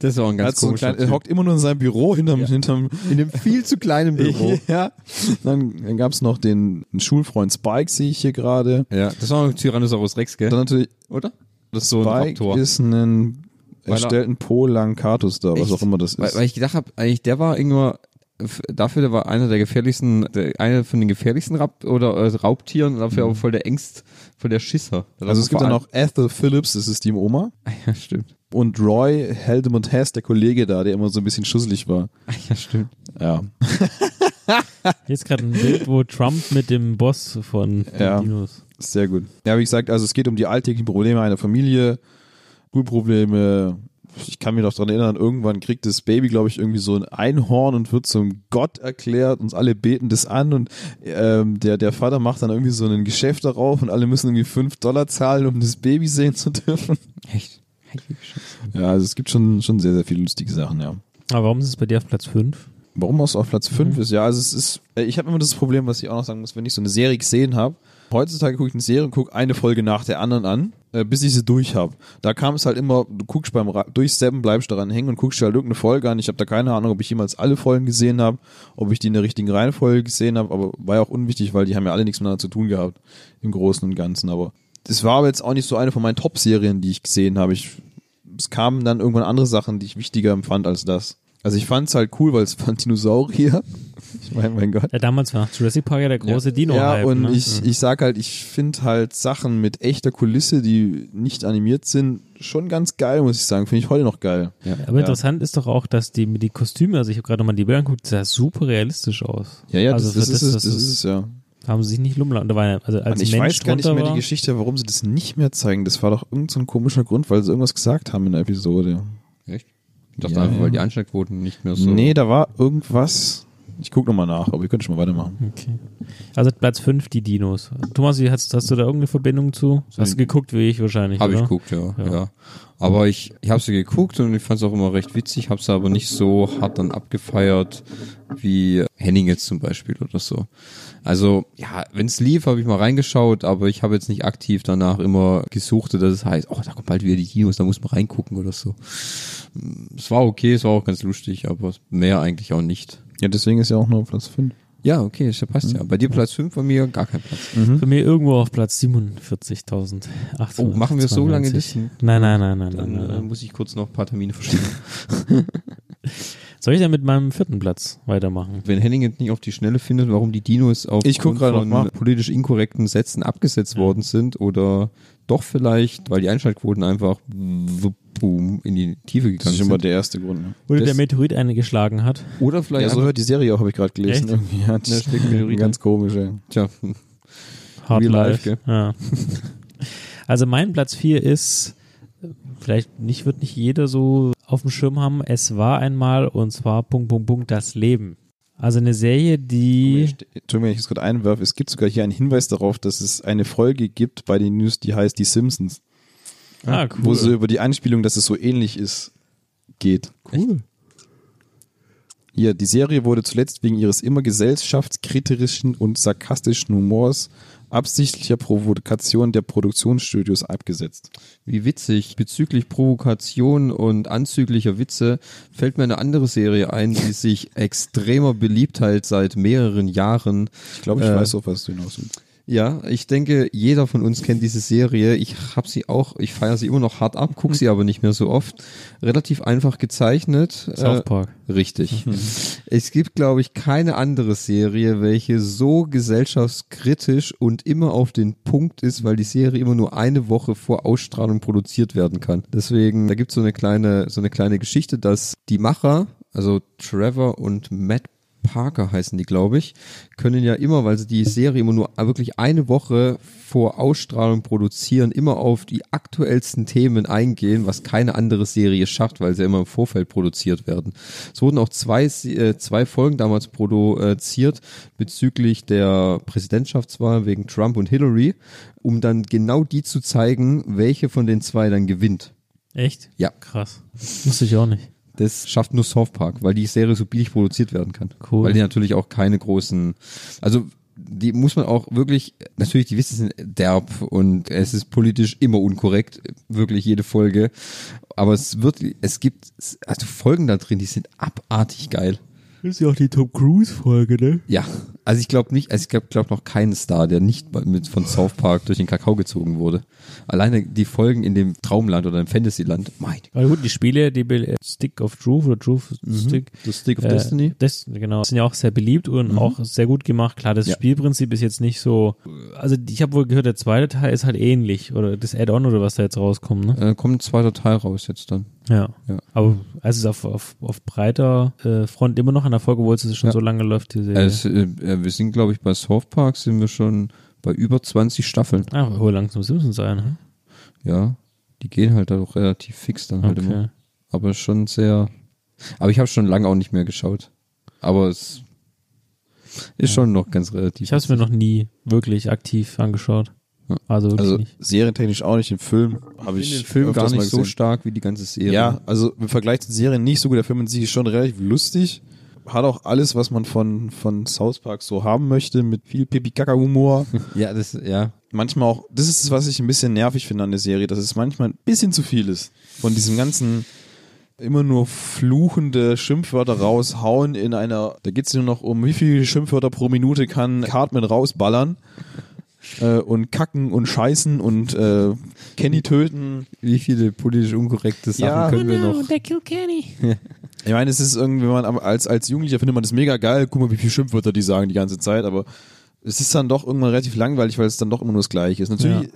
Speaker 3: das ist auch ein
Speaker 1: Er
Speaker 3: ganz
Speaker 1: hat so
Speaker 3: komischer
Speaker 1: klein, er
Speaker 3: Typ.
Speaker 1: hockt immer nur in seinem Büro hinterm, hinterm
Speaker 3: In einem viel zu kleinen Büro.
Speaker 1: ja. Dann, dann gab's noch den, den Schulfreund Spike, sehe ich hier gerade.
Speaker 3: ja, das war ein Tyrannosaurus Rex, gell?
Speaker 1: Dann natürlich,
Speaker 3: Oder? Das ist so ein
Speaker 1: Spike
Speaker 3: Raptor.
Speaker 1: ist ein
Speaker 3: Weil er-
Speaker 1: erstellten Polancatus da, was
Speaker 3: Echt?
Speaker 1: auch immer das ist.
Speaker 3: Weil, weil ich gedacht habe, eigentlich der war irgendwann f- dafür der war einer der gefährlichsten, der, einer von den gefährlichsten Rap oder äh, Raubtieren und dafür auch voll der Ängst, voll der Schisser. Der
Speaker 1: Mhm. also
Speaker 3: war
Speaker 1: es gibt
Speaker 3: vor
Speaker 1: dann
Speaker 3: allem-
Speaker 1: noch Ethel Phillips, das ist die Oma.
Speaker 3: Ah, Ja, stimmt.
Speaker 1: Und Roy Heldemont Hess, der Kollege da, der immer so ein bisschen schusselig war.
Speaker 3: Ah, Ja, stimmt.
Speaker 1: Ja.
Speaker 2: Jetzt gerade ein Bild, wo Trump mit dem Boss von den
Speaker 1: Ja.
Speaker 2: Dinos.
Speaker 1: Sehr gut. Ja, wie gesagt, also es geht um die alltäglichen Probleme einer Familie, Schulprobleme. Ich kann mich noch dran erinnern, irgendwann kriegt das Baby, glaube ich, irgendwie so ein Einhorn und wird zum Gott erklärt und alle beten das an und ähm, der, der Vater macht dann irgendwie so ein Geschäft darauf und alle müssen irgendwie 5 Dollar zahlen, um das Baby sehen zu dürfen.
Speaker 3: Echt. Heilige Scheiße.
Speaker 1: Ja, also es gibt schon, schon sehr, sehr viele lustige Sachen, ja.
Speaker 2: Aber warum ist es bei dir auf Platz 5?
Speaker 1: Warum es auf Platz 5 ist, ja, also es ist, äh, ich habe immer das Problem, was ich auch noch sagen muss, wenn ich so eine Serie gesehen habe, heutzutage gucke ich eine Serie und gucke eine Folge nach der anderen an, äh, bis ich sie durch habe. Da kam es halt immer, du guckst beim Ra Durchsteppen, bleibst daran hängen und guckst dir halt irgendeine Folge an. Ich habe da keine Ahnung, ob ich jemals alle Folgen gesehen habe, ob ich die in der richtigen Reihenfolge gesehen habe, aber war ja auch unwichtig, weil die haben ja alle nichts miteinander zu tun gehabt, im Großen und Ganzen, aber das war aber jetzt auch nicht so eine von meinen Top-Serien, die ich gesehen habe. Ich es kamen dann irgendwann andere Sachen, die ich wichtiger empfand als das. Also ich fand's halt cool, weil es waren Dinosaurier. Ich meine, mein Gott.
Speaker 2: Ja, damals war Jurassic Park ja der große dino
Speaker 1: Ja, und
Speaker 2: ne?
Speaker 1: ich, ich sag halt, ich finde halt Sachen mit echter Kulisse, die nicht animiert sind, schon ganz geil, muss ich sagen. Finde ich heute noch geil. Ja,
Speaker 2: Aber interessant ist doch auch, dass die, die Kostüme, also ich habe gerade nochmal die Bilder angeguckt, sah super realistisch aus.
Speaker 1: ja, ja
Speaker 2: also
Speaker 1: das, das,
Speaker 2: für
Speaker 1: ist es, das
Speaker 2: was
Speaker 1: ist es, ja.
Speaker 2: es- haben sie sich nicht lummeln. Da war ja- Also als
Speaker 1: Und ich
Speaker 2: Mensch
Speaker 1: weiß gar nicht
Speaker 2: drunter
Speaker 1: mehr
Speaker 2: war,
Speaker 1: die Geschichte, warum sie das nicht mehr zeigen. Das war doch irgendein so ein komischer Grund, weil sie irgendwas gesagt haben in der Episode.
Speaker 3: Echt? Ich dachte
Speaker 1: Ja,
Speaker 3: einfach,
Speaker 1: ja.
Speaker 3: weil die Einschlagquoten nicht mehr so.
Speaker 1: Nee, da war irgendwas. Ich guck nochmal nach, aber wir können schon mal weitermachen.
Speaker 2: Okay. Also Platz 5, die Dinos. Thomas, wie hast, hast du da irgendeine Verbindung zu? Hast du geguckt, wie ich wahrscheinlich,
Speaker 3: Habe ich
Speaker 2: oder?
Speaker 3: geguckt, ja,
Speaker 2: genau. Ja.
Speaker 3: ja. Aber ich, ich habe sie geguckt und ich fand es auch immer recht witzig, habe sie aber nicht so hart dann abgefeiert wie Henning jetzt zum Beispiel oder so. Also ja, wenn es lief, habe ich mal reingeschaut, aber ich habe jetzt nicht aktiv danach immer gesucht, dass es heißt, oh, da kommt bald wieder die Kinos, da muss man reingucken oder so. Es war okay, es war auch ganz lustig, aber mehr eigentlich auch nicht.
Speaker 1: Ja, deswegen ist ja auch nur Platz 5.
Speaker 3: Ja, okay, das passt
Speaker 1: Hm.
Speaker 3: ja. Bei dir Platz 5, bei mir gar kein Platz.
Speaker 2: Bei mir irgendwo auf Platz 47.000.
Speaker 3: Oh, machen wir so lange Listen?
Speaker 2: Nein, nein, nein, nein, nein,
Speaker 3: Dann
Speaker 2: nein,
Speaker 3: äh,
Speaker 2: nein.
Speaker 3: muss ich kurz noch ein paar Termine verschieben. äh,
Speaker 2: Soll ich dann mit meinem vierten Platz weitermachen?
Speaker 3: Wenn Henning jetzt nicht auf die Schnelle findet, warum die Dinos auf
Speaker 1: Ich guck
Speaker 3: Grund
Speaker 1: gerade
Speaker 3: von
Speaker 1: noch mal.
Speaker 3: politisch inkorrekten Sätzen abgesetzt worden sind oder doch vielleicht, weil die Einschaltquoten einfach wupp, boom, in die Tiefe
Speaker 1: Das
Speaker 3: gegangen
Speaker 1: ist immer
Speaker 3: sind.
Speaker 1: der erste Grund. Ne?
Speaker 2: Oder
Speaker 3: Das-
Speaker 2: der Meteorit eine geschlagen hat.
Speaker 3: Oder vielleicht
Speaker 1: Ja, so
Speaker 3: einfach,
Speaker 1: hört die Serie auch, habe ich gerade gelesen.
Speaker 2: Echt?
Speaker 1: Irgendwie hat
Speaker 3: Ja, steckt mir die Rita.
Speaker 1: ganz komisch. Ey.
Speaker 3: tja,
Speaker 2: Hard
Speaker 3: Real
Speaker 2: Life.
Speaker 3: life,
Speaker 2: ja. Also mein Platz 4 ist, äh, vielleicht nicht, wird nicht jeder so auf dem Schirm haben, es war einmal und zwar Punkt, Punkt, Punkt, das Leben. Also eine Serie, die
Speaker 1: Entschuldigung, wenn ich es gerade einwerfe. Es gibt sogar hier einen Hinweis darauf, dass es eine Folge gibt bei den News, die heißt Die Simpsons,
Speaker 2: ah,
Speaker 1: wo
Speaker 2: cool.
Speaker 1: sie über die Anspielung, dass es so ähnlich ist, geht.
Speaker 3: cool.
Speaker 1: Hier, die Serie wurde zuletzt wegen ihres immer gesellschaftskritischen und sarkastischen Humors absichtlicher Provokation der Produktionsstudios abgesetzt.
Speaker 3: Wie witzig. Bezüglich Provokation und anzüglicher Witze fällt mir eine andere Serie ein, die sich extremer Beliebtheit seit mehreren Jahren
Speaker 1: Ich glaube, ich
Speaker 3: Äh.
Speaker 1: weiß auch, was du hinaus willst.
Speaker 3: Ja, ich denke, jeder von uns kennt diese Serie. Ich hab sie auch, ich feiere sie immer noch hart ab,
Speaker 2: Mhm.
Speaker 3: guck sie aber nicht mehr so oft. Relativ einfach gezeichnet.
Speaker 2: South Park. Mhm.
Speaker 3: Äh, richtig. es gibt, glaube ich, keine andere Serie, welche so gesellschaftskritisch und immer auf den Punkt ist, weil die Serie immer nur eine Woche vor Ausstrahlung produziert werden kann. Deswegen, da gibt's so eine kleine, so eine kleine Geschichte, dass die Macher, also Trevor und Matt Parker heißen die, glaube ich, können ja immer, weil sie die Serie immer nur wirklich eine Woche vor Ausstrahlung produzieren, immer auf die aktuellsten Themen eingehen, was keine andere Serie schafft, weil sie immer im Vorfeld produziert werden. Es wurden auch zwei, Se- äh, zwei Folgen damals produziert bezüglich der Präsidentschaftswahl wegen Trump und Hillary, um dann genau die zu zeigen, welche von den zwei dann gewinnt.
Speaker 2: Echt?
Speaker 3: Ja.
Speaker 2: Krass. Wusste ich auch nicht.
Speaker 3: Das schafft nur South Park, weil die Serie so billig produziert werden kann.
Speaker 2: Cool.
Speaker 3: Weil die natürlich auch keine großen, also die muss man auch wirklich, natürlich, die Witze sind derb und es ist politisch immer unkorrekt, wirklich jede Folge. Aber es wird, es gibt also Folgen da drin, die sind abartig geil.
Speaker 2: Ist ja auch die Tom Cruise-Folge, ne?
Speaker 3: Ja, also ich glaube nicht, also ich glaube glaub noch keinen Star, der nicht mal mit von South Park durch den Kakao gezogen wurde. Alleine die Folgen in dem Traumland oder im Fantasyland, meine Güte.
Speaker 2: Also gut, die Spiele, die Be- äh, Stick of Truth oder Truth Stick.
Speaker 3: The Mhm. Stick of Destiny. Mhm.
Speaker 2: Das, genau, sind ja auch sehr beliebt und auch sehr gut gemacht. Klar, das
Speaker 3: Ja.
Speaker 2: Spielprinzip ist jetzt nicht so. Also, ich habe wohl gehört, der zweite Teil ist halt ähnlich. Oder das Add-on oder was da jetzt rauskommt, ne?
Speaker 3: Äh, kommt ein zweiter Teil raus jetzt dann.
Speaker 2: Ja.
Speaker 3: Ja.
Speaker 2: Aber also es ist auf, auf, auf breiter äh, Front immer noch an der Folge, obwohl es schon so lange läuft, die Serie.
Speaker 3: Also, äh, äh, wir sind, glaube ich, bei South Park sind wir schon bei über 20 Staffeln.
Speaker 2: ah, hol langsam Simpsons ein, hm?
Speaker 3: Ja, die gehen halt da doch relativ fix dann halt
Speaker 2: Okay.
Speaker 3: immer. Aber schon sehr. Aber ich habe schon lange auch nicht mehr geschaut. Aber es ist schon noch ganz relativ.
Speaker 2: Ich habe es mir noch nie wirklich aktiv angeschaut.
Speaker 3: Ja.
Speaker 2: Also wirklich
Speaker 1: Also
Speaker 2: nicht.
Speaker 1: serientechnisch auch nicht. Den Film habe ich
Speaker 3: Ich finde den Film
Speaker 1: öfters
Speaker 3: gar
Speaker 1: mal
Speaker 3: nicht so
Speaker 1: gesehen.
Speaker 3: stark wie die ganze Serie.
Speaker 1: Ja, also im Vergleich zu Serien nicht so gut. Der Film in sich ist schon relativ lustig. Hat auch alles, was man von, von South Park so haben möchte, mit viel Pipi-Kaka-Humor.
Speaker 3: ja, das, ja.
Speaker 1: manchmal auch, das ist es, was ich ein bisschen nervig finde an der Serie, dass es manchmal ein bisschen zu viel ist. Von diesem ganzen immer nur fluchende Schimpfwörter raushauen in einer, da geht's nur noch um, wie viele Schimpfwörter pro Minute kann Cartman rausballern äh, und kacken und scheißen und äh, Kenny töten.
Speaker 3: Wie viele politisch unkorrekte Sachen
Speaker 1: Ja.
Speaker 3: können wir noch?
Speaker 2: der Kilkenny.
Speaker 1: Ich meine, es ist irgendwie, wenn man am- als, als Jugendlicher findet man das mega geil, guck mal, wie viele Schimpfwörter die sagen die ganze Zeit, aber es ist dann doch irgendwann relativ langweilig, weil es dann doch immer nur das Gleiche ist. Natürlich,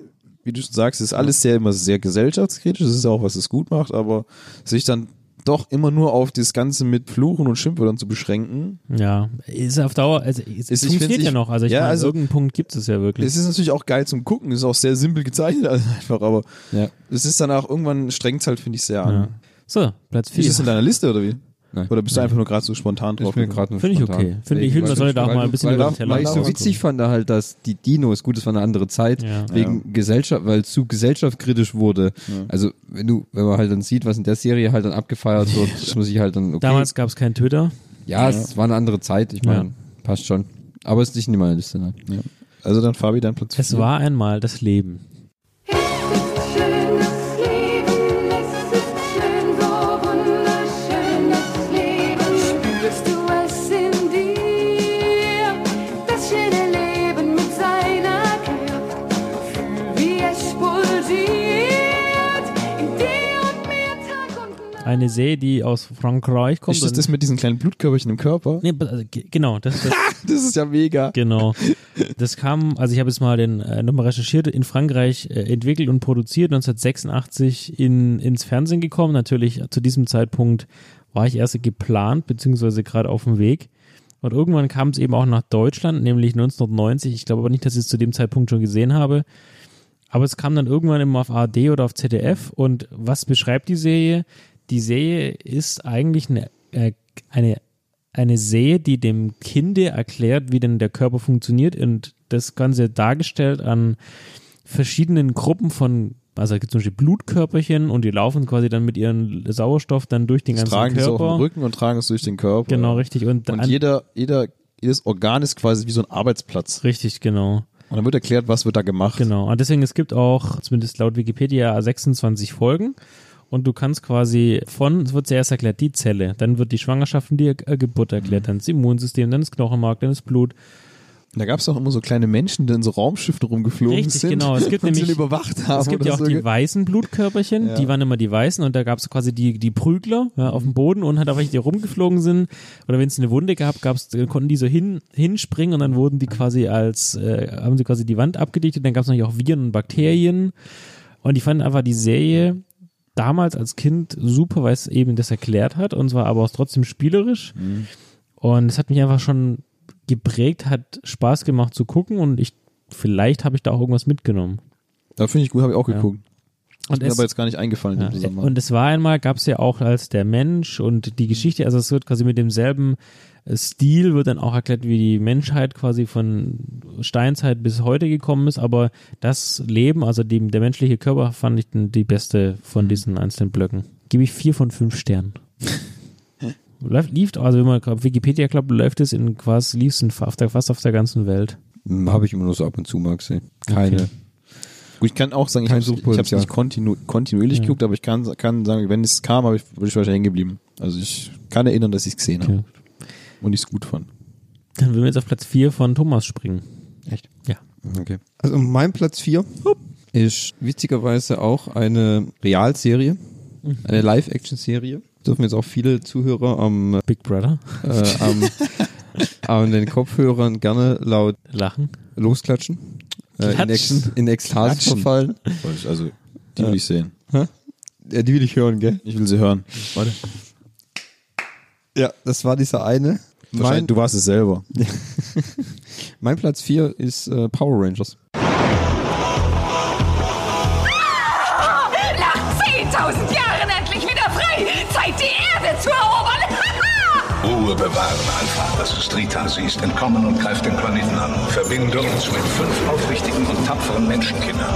Speaker 1: wie du schon sagst, ist alles sehr immer sehr gesellschaftskritisch, es ist auch, was es gut macht, aber sich dann doch immer nur auf das Ganze mit Fluchen und Schimpfwörtern zu beschränken.
Speaker 2: Ja, ist auf Dauer, also es
Speaker 1: Ist- ich
Speaker 2: funktioniert
Speaker 1: find's-
Speaker 2: ja
Speaker 1: ich-
Speaker 2: noch. Also ich
Speaker 1: ja,
Speaker 2: meine,
Speaker 1: also-
Speaker 2: irgendeinen Punkt gibt es ja
Speaker 3: Mhm.
Speaker 2: wirklich.
Speaker 1: Es ist natürlich auch geil zum Gucken, ist auch sehr simpel gezeichnet also einfach, aber
Speaker 3: Ja.
Speaker 1: es ist dann auch irgendwann strengt's halt, finde ich, sehr
Speaker 2: ja.
Speaker 1: an.
Speaker 2: So, Platz
Speaker 1: Ist es
Speaker 2: 4.
Speaker 1: in deiner Liste oder wie?
Speaker 3: Nein.
Speaker 1: Oder bist du einfach nur gerade so spontan drauf?
Speaker 3: Ist mir
Speaker 1: gekommen?
Speaker 3: gerade nur
Speaker 2: Finde ich
Speaker 3: spontan.
Speaker 2: okay. Finde ich,
Speaker 3: Wegen-
Speaker 2: man sollte da auch
Speaker 3: weil
Speaker 2: mal ein
Speaker 3: du-
Speaker 2: bisschen
Speaker 3: weil
Speaker 2: über
Speaker 3: da-
Speaker 2: den Teller
Speaker 3: Weil ich so
Speaker 2: hinausgucken.
Speaker 3: witzig fand, da halt, dass die Dinos, gut, das war eine andere Zeit,
Speaker 2: Ja.
Speaker 3: wegen Gesellschaft, weil zu gesellschaftskritisch wurde. Also, wenn du, wenn man halt dann sieht, was in der Serie halt dann abgefeiert wird, das muss ich halt dann, okay.
Speaker 2: Damals gab es keinen Twitter.
Speaker 3: ja, es war eine andere Zeit, ich meine,
Speaker 2: Ja.
Speaker 3: passt schon. Aber es ist nicht in meiner Liste, nein.
Speaker 1: Ja. Also dann Fabi, dein Platz
Speaker 2: Es
Speaker 1: vier.
Speaker 2: war einmal das Leben.
Speaker 5: Es ist schön, das Leben, es ist schön, so wunderschön das Leben. Spürst du es in dir? Das schöne Leben mit seiner Kraft. Fühl, wie es pulsiert. In dir und mir Tag und Nacht.
Speaker 2: Eine See, die aus Frankreich kommt.
Speaker 1: Ist das
Speaker 2: und-
Speaker 1: das mit diesen kleinen Blutkörperchen im Körper?
Speaker 2: nee, also, ge- genau, das, das,
Speaker 1: Das ist ja mega.
Speaker 2: Genau. Das kam, also ich habe jetzt mal den äh, nochmal recherchiert, in Frankreich äh, entwickelt und produziert, 1986 in, ins Fernsehen gekommen. Natürlich äh, zu diesem Zeitpunkt war ich erst geplant, beziehungsweise gerade auf dem Weg. Und irgendwann kam es eben auch nach Deutschland, nämlich 1990. Ich glaube aber nicht, dass ich es zu dem Zeitpunkt schon gesehen habe. Aber es kam dann irgendwann immer auf ARD oder auf ZDF. Und was beschreibt die Serie? Die Serie ist eigentlich eine, äh, eine, eine Serie, die dem Kinde erklärt, wie denn der Körper funktioniert und das Ganze dargestellt an verschiedenen Gruppen von, also es gibt zum Beispiel Blutkörperchen und die laufen quasi dann mit ihrem Sauerstoff dann durch den
Speaker 1: Das
Speaker 2: ganzen
Speaker 1: tragen es auf
Speaker 2: Körper.
Speaker 1: den Rücken und tragen es durch den Körper.
Speaker 2: Genau, richtig. Und,
Speaker 1: Und
Speaker 2: an-
Speaker 1: jeder, jeder, jedes Organ ist quasi wie so ein Arbeitsplatz.
Speaker 2: Richtig, genau.
Speaker 1: Und dann wird erklärt, was wird da gemacht.
Speaker 2: Genau. Und deswegen, es gibt auch, zumindest laut Wikipedia, 26 Folgen. Und du kannst quasi von, es wird zuerst erklärt, die Zelle, dann wird die Schwangerschaft und die äh, Geburt erklärt, dann das Immunsystem, dann das Knochenmark, dann das Blut.
Speaker 1: Und da gab es auch immer so kleine Menschen, die in so Raumschiffen rumgeflogen
Speaker 2: Richtig,
Speaker 1: sind.
Speaker 2: genau. Es gibt
Speaker 1: und
Speaker 2: nämlich-
Speaker 1: sie überwacht haben.
Speaker 2: Es gibt
Speaker 1: oder
Speaker 2: ja auch
Speaker 1: so.
Speaker 2: die weißen Blutkörperchen,
Speaker 1: Ja.
Speaker 2: die waren immer die weißen und da gab es quasi die, die Prügler ja, auf dem Boden und hat einfach die rumgeflogen sind. Oder wenn es eine Wunde gab, gab's, äh, konnten die so hin, hinspringen und dann wurden die quasi als, äh, haben sie quasi die Wand abgedichtet, dann gab es natürlich auch Viren und Bakterien. Und ich fand einfach die Serie
Speaker 1: Mhm.
Speaker 2: damals als Kind super, weil es eben das erklärt hat und zwar aber auch trotzdem spielerisch. Und es hat mich einfach schon geprägt, hat Spaß gemacht zu gucken und ich vielleicht habe ich da auch irgendwas mitgenommen.
Speaker 1: Da finde ich gut, habe ich auch geguckt. Ist
Speaker 2: Und
Speaker 1: mir
Speaker 2: es,
Speaker 1: aber jetzt gar nicht eingefallen
Speaker 2: ja,
Speaker 1: im Zusammenhang.
Speaker 2: und es war einmal, gab es ja auch als der Mensch und die Geschichte, also es wird quasi mit demselben äh, Stil, wird dann auch erklärt, wie die Menschheit quasi von Steinzeit bis heute gekommen ist, aber das Leben, also die, der menschliche Körper, fand ich den- die beste von diesen einzelnen Blöcken. Gebe ich vier von fünf Sternen. Läuft, lief, also wenn man auf Wikipedia klappt, läuft es in quasi, lief es in, fa- auf der, fast auf der ganzen Welt.
Speaker 3: Habe Hm, ich immer nur so ab und zu mal gesehen. Keine.
Speaker 2: Okay.
Speaker 1: Gut, ich kann auch sagen, ich
Speaker 3: Kein
Speaker 1: habe es
Speaker 3: Suchtpotenzial.
Speaker 1: nicht kontinu kontinuierlich geguckt, aber ich kann, kann sagen, wenn es kam, hab ich, bin ich wahrscheinlich hängen geblieben. Also ich kann erinnern, dass ich es gesehen habe
Speaker 2: Okay.
Speaker 1: und ich es gut fand.
Speaker 2: Dann würden wir jetzt auf Platz vier von Thomas springen.
Speaker 3: Echt?
Speaker 2: Ja.
Speaker 3: Okay. Also mein Platz 4 ist witzigerweise auch eine Realserie,
Speaker 2: Mhm.
Speaker 3: eine Live-Action-Serie. Dürfen jetzt auch viele Zuhörer am,
Speaker 2: Big Brother.
Speaker 3: äh, am an den Kopfhörern gerne laut
Speaker 2: Lachen.
Speaker 3: losklatschen, äh, in,
Speaker 2: Klatschen.
Speaker 3: Ex in Ekstase
Speaker 1: Klatschen.
Speaker 3: verfallen.
Speaker 1: Soll ich- Also die will ich sehen.
Speaker 3: Ja, die will ich hören, gell?
Speaker 1: Ich will sie hören. Warte.
Speaker 3: Ja, das war dieser eine.
Speaker 1: Mein,
Speaker 3: Mein,
Speaker 1: du warst es selber.
Speaker 3: mein Platz 4 ist äh, Power Rangers.
Speaker 6: Nach 10.000 Jahren endlich wieder frei! Zeit, die Erde zu erobern!
Speaker 7: Ruhe bewahren, Alpha. Das Streetasi ist entkommen und greift den Planeten an. Verbinde uns mit fünf aufrichtigen und tapferen Menschenkindern.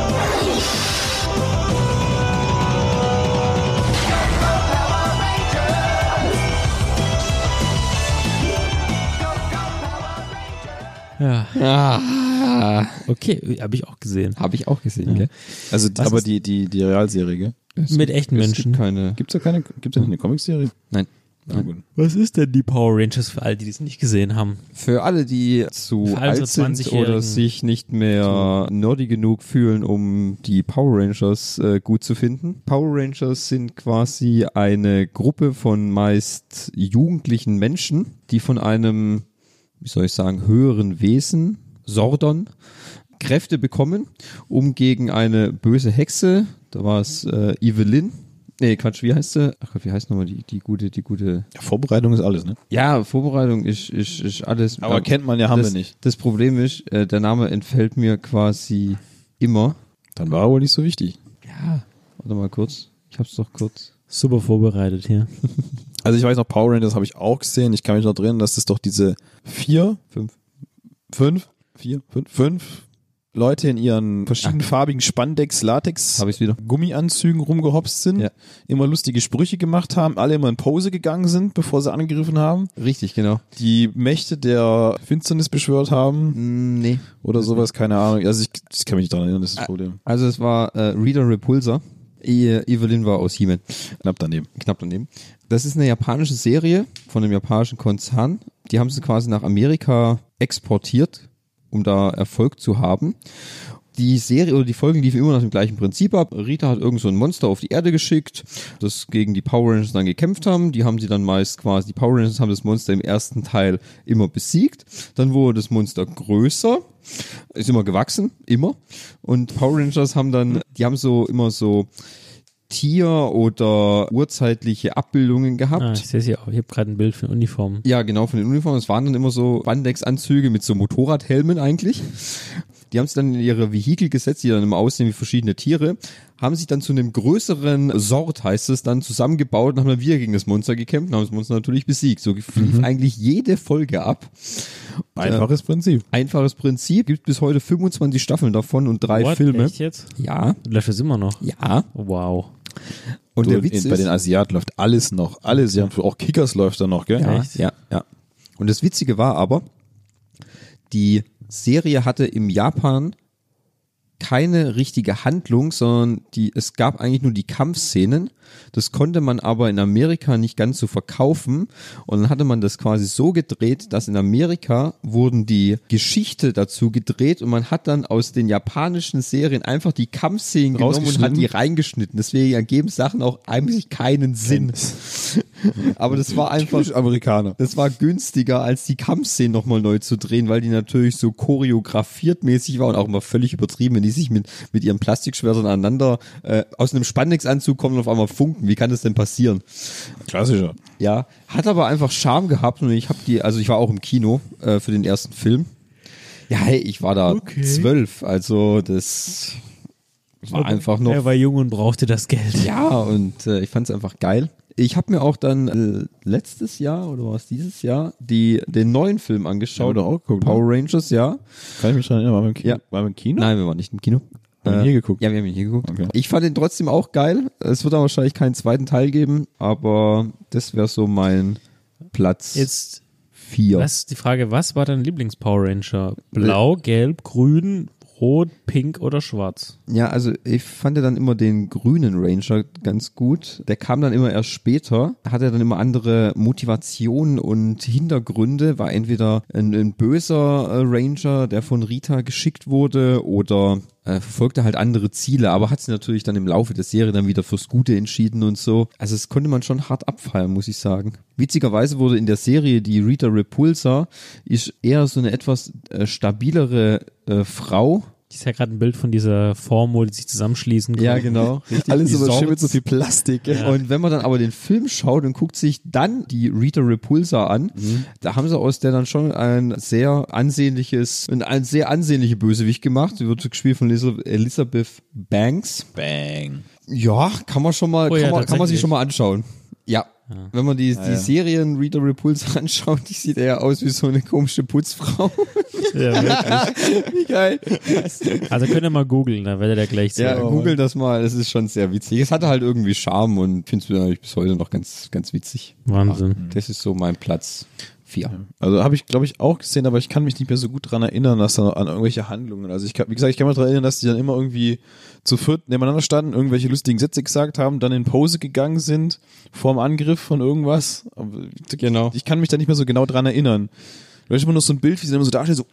Speaker 2: Ja.
Speaker 3: Ah,
Speaker 2: Okay, habe ich auch gesehen.
Speaker 3: habe ich auch gesehen, gell?
Speaker 1: Also die, aber die, die, die Realserie, gell?
Speaker 2: Mit echten
Speaker 3: Es gibt
Speaker 2: Menschen.
Speaker 3: keine.
Speaker 1: Gibt's da keine, gibt's da nicht eine Comicserie?
Speaker 3: Nein.
Speaker 1: Na gut.
Speaker 2: Was ist denn die Power Rangers für all die, die es nicht gesehen haben?
Speaker 3: Für alle, die zu
Speaker 2: Für alle
Speaker 3: alt
Speaker 2: so
Speaker 3: sind
Speaker 2: 20-Jährigen.
Speaker 3: oder sich nicht mehr nerdy genug fühlen, um die Power Rangers äh, gut zu finden. Power Rangers sind quasi eine Gruppe von meist jugendlichen Menschen, die von einem, wie soll ich sagen, höheren Wesen, Sordon, Kräfte bekommen, um gegen eine böse Hexe, da war es äh, Evelyn, nee, Quatsch, wie heißt sie? Ach Gott, wie heißt nochmal die, die gute, die gute
Speaker 1: Ja, Vorbereitung ist alles, ne?
Speaker 3: ja, Vorbereitung ist, ist, ist alles.
Speaker 1: Aber kennt man ja, haben
Speaker 3: das,
Speaker 1: wir nicht.
Speaker 3: Das Problem ist, äh, der Name entfällt mir quasi immer.
Speaker 1: Dann war er wohl nicht so wichtig.
Speaker 3: Ja. Warte mal kurz. Ich hab's doch kurz.
Speaker 2: Super vorbereitet hier.
Speaker 1: Also ich weiß noch, Power Rangers habe ich auch gesehen. Ich kann mich noch erinnern, dass das doch diese vier,
Speaker 3: Fünf.
Speaker 1: fünf, vier, fünf, fünf Leute in ihren verschiedenfarbigen Spandex, Latex,
Speaker 3: Hab ich's wieder.
Speaker 1: Gummianzügen rumgehopst sind,
Speaker 3: Ja.
Speaker 1: immer lustige Sprüche gemacht haben, alle immer in Pose gegangen sind, bevor sie angegriffen haben,
Speaker 3: Richtig, genau.
Speaker 1: die Mächte der Finsternis beschwört haben
Speaker 3: Mm, nee.
Speaker 1: oder sowas, keine Ahnung. Also ich, ich kann mich nicht daran erinnern, das ist das Problem.
Speaker 3: Also es war äh, Reader Repulsa. E Evelyn war aus He-Man.
Speaker 1: Knapp daneben.
Speaker 3: Knapp daneben. Das ist eine japanische Serie von einem japanischen Konzern. Die haben sie quasi nach Amerika exportiert, um da Erfolg zu haben. die Serie oder die Folgen liefen immer nach dem gleichen Prinzip ab. Rita hat irgend so ein Monster auf die Erde geschickt, das gegen die Power Rangers dann gekämpft haben. Die haben sie dann meist quasi, die Power Rangers haben das Monster im ersten Teil immer besiegt. Dann wurde das Monster größer, ist immer gewachsen, immer. Und Power Rangers haben dann, die haben so immer so Tier- oder urzeitliche Abbildungen gehabt.
Speaker 2: Ah, ich sehe es hier auch. Ich habe gerade ein Bild von Uniformen.
Speaker 3: Ja, genau, von den Uniformen. Es waren dann immer so Bandex-Anzüge mit so Motorradhelmen eigentlich. Die haben sich dann in ihre Vehikel gesetzt, die dann immer aussehen wie verschiedene Tiere, haben sich dann zu einem größeren Sort, heißt es, dann zusammengebaut und haben dann wieder gegen das Monster gekämpft und haben das Monster natürlich besiegt. So lief
Speaker 1: Mhm.
Speaker 3: eigentlich jede Folge ab.
Speaker 1: Einfaches Prinzip.
Speaker 3: Einfaches Prinzip, gibt bis heute 25 Staffeln davon und drei
Speaker 2: What?
Speaker 3: Filme.
Speaker 2: Echt jetzt?
Speaker 3: Ja,
Speaker 2: Läuft das immer noch?
Speaker 3: ja.
Speaker 2: Wow.
Speaker 3: Und
Speaker 1: Du,
Speaker 3: der Witz
Speaker 1: in, bei
Speaker 3: ist,
Speaker 1: den Asiaten läuft alles noch. Alles. Sie haben auch Kickers läuft da noch, gell?
Speaker 3: Ja,
Speaker 2: Echt?
Speaker 3: ja, ja. Und das Witzige war aber, die Serie hatte im Japan keine richtige Handlung, sondern die, es gab eigentlich nur die Kampfszenen. Das konnte man aber in Amerika nicht ganz so verkaufen. Und dann hatte man das quasi so gedreht, dass in Amerika wurden die Geschichte dazu gedreht und man hat dann aus den japanischen Serien einfach die Kampfszenen genommen und hat die reingeschnitten. Deswegen ergeben Sachen auch eigentlich keinen Sinn. Aber das war einfach,
Speaker 1: Amerikaner.
Speaker 3: das war günstiger, als die Kampfszenen nochmal neu zu drehen, weil die natürlich so choreografiert mäßig war und auch immer völlig übertrieben, wenn die sich mit, mit ihren Plastikschwertern aneinander äh, aus einem Spandex-Anzug kommen und auf einmal funken. Wie kann das denn passieren?
Speaker 1: Klassischer.
Speaker 3: Ja, hat aber einfach Charme gehabt und ich habe die, also ich war auch im Kino äh, für den ersten Film. Ja, hey, ich war da zwölf, also das war einfach noch
Speaker 2: Er war jung und brauchte das Geld.
Speaker 3: ja, und äh, ich fand es einfach geil. Ich habe mir auch dann äh, letztes Jahr oder war es dieses Jahr die, den neuen Film
Speaker 1: Haben
Speaker 3: angeschaut.
Speaker 1: wir doch auch geguckt,
Speaker 3: Power Rangers, ja.
Speaker 1: Kann ich mich daran erinnern, war im Kino?
Speaker 3: Ja.
Speaker 1: War im Kino?
Speaker 3: Nein, wir waren nicht im Kino.
Speaker 1: Haben wir
Speaker 3: Äh,
Speaker 1: hier geguckt?
Speaker 3: Ja, wir haben ihn hier geguckt.
Speaker 1: Okay.
Speaker 3: Ich fand ihn trotzdem auch geil. Es wird dann wahrscheinlich keinen zweiten Teil geben, aber das wäre so mein Platz
Speaker 2: Jetzt
Speaker 3: vier.
Speaker 2: was, die Frage, was war dein Lieblings-Power Ranger? Blau, gelb, grün, rot, pink oder schwarz?
Speaker 3: Ja, also ich fand ja dann immer den grünen Ranger ganz gut. Der kam dann immer erst später, hatte dann immer andere Motivationen und Hintergründe, war entweder ein, ein böser äh, Ranger, der von Rita geschickt wurde oder äh, verfolgte halt andere Ziele, aber hat sich natürlich dann im Laufe der Serie dann wieder fürs Gute entschieden und so. Also es konnte man schon hart abfallen, muss ich sagen. Witzigerweise wurde in der Serie die Rita Repulsa ist eher so eine etwas äh, stabilere äh, Frau
Speaker 2: Ich sehe gerade ein Bild von dieser Form, wo die sich zusammenschließen können.
Speaker 3: ja, genau. Richtig.
Speaker 1: Alles
Speaker 3: Die
Speaker 1: überschrieben mit
Speaker 3: Sorts.
Speaker 1: so viel Plastik.
Speaker 3: Und wenn man dann aber den Film schaut und guckt sich dann die Rita Repulsa an, da haben sie aus der dann schon ein sehr ansehnliches, ein, ein sehr ansehnliche Bösewicht gemacht. Sie wird gespielt von Lisa- Elizabeth Banks.
Speaker 1: Bang.
Speaker 3: Ja, kann man schon mal,
Speaker 2: Oh
Speaker 3: kann,
Speaker 2: ja,
Speaker 3: man, kann man
Speaker 2: tatsächlich.
Speaker 3: sich schon mal anschauen. Ja. Wenn man die, die Serien Rita Repulsa anschaut, die sieht eher aus wie so eine komische Putzfrau.
Speaker 2: Ja, wirklich.
Speaker 3: wie geil.
Speaker 2: also könnt ihr mal googeln, da werdet ihr gleich
Speaker 3: Ja, oh
Speaker 2: sehen.
Speaker 3: google das mal, das ist schon sehr witzig. Es hatte halt irgendwie Charme und find's mir eigentlich bis heute noch ganz, ganz witzig.
Speaker 2: Wahnsinn.
Speaker 3: Ach, das ist so mein Platz vier.
Speaker 1: Also habe ich, glaube ich, auch gesehen, aber ich kann mich nicht mehr so gut dran erinnern, dass da an irgendwelche Handlungen. Also ich kann, wie gesagt, ich kann mich daran erinnern, dass die dann immer irgendwie zu viert nebeneinander standen, irgendwelche lustigen Sätze gesagt haben, dann in Pose gegangen sind, vorm Angriff von irgendwas. Aber ich-
Speaker 3: Genau.
Speaker 1: Ich kann mich da nicht mehr so genau dran erinnern. Da ist immer nur so ein Bild, wie sie dann immer so dastehen, so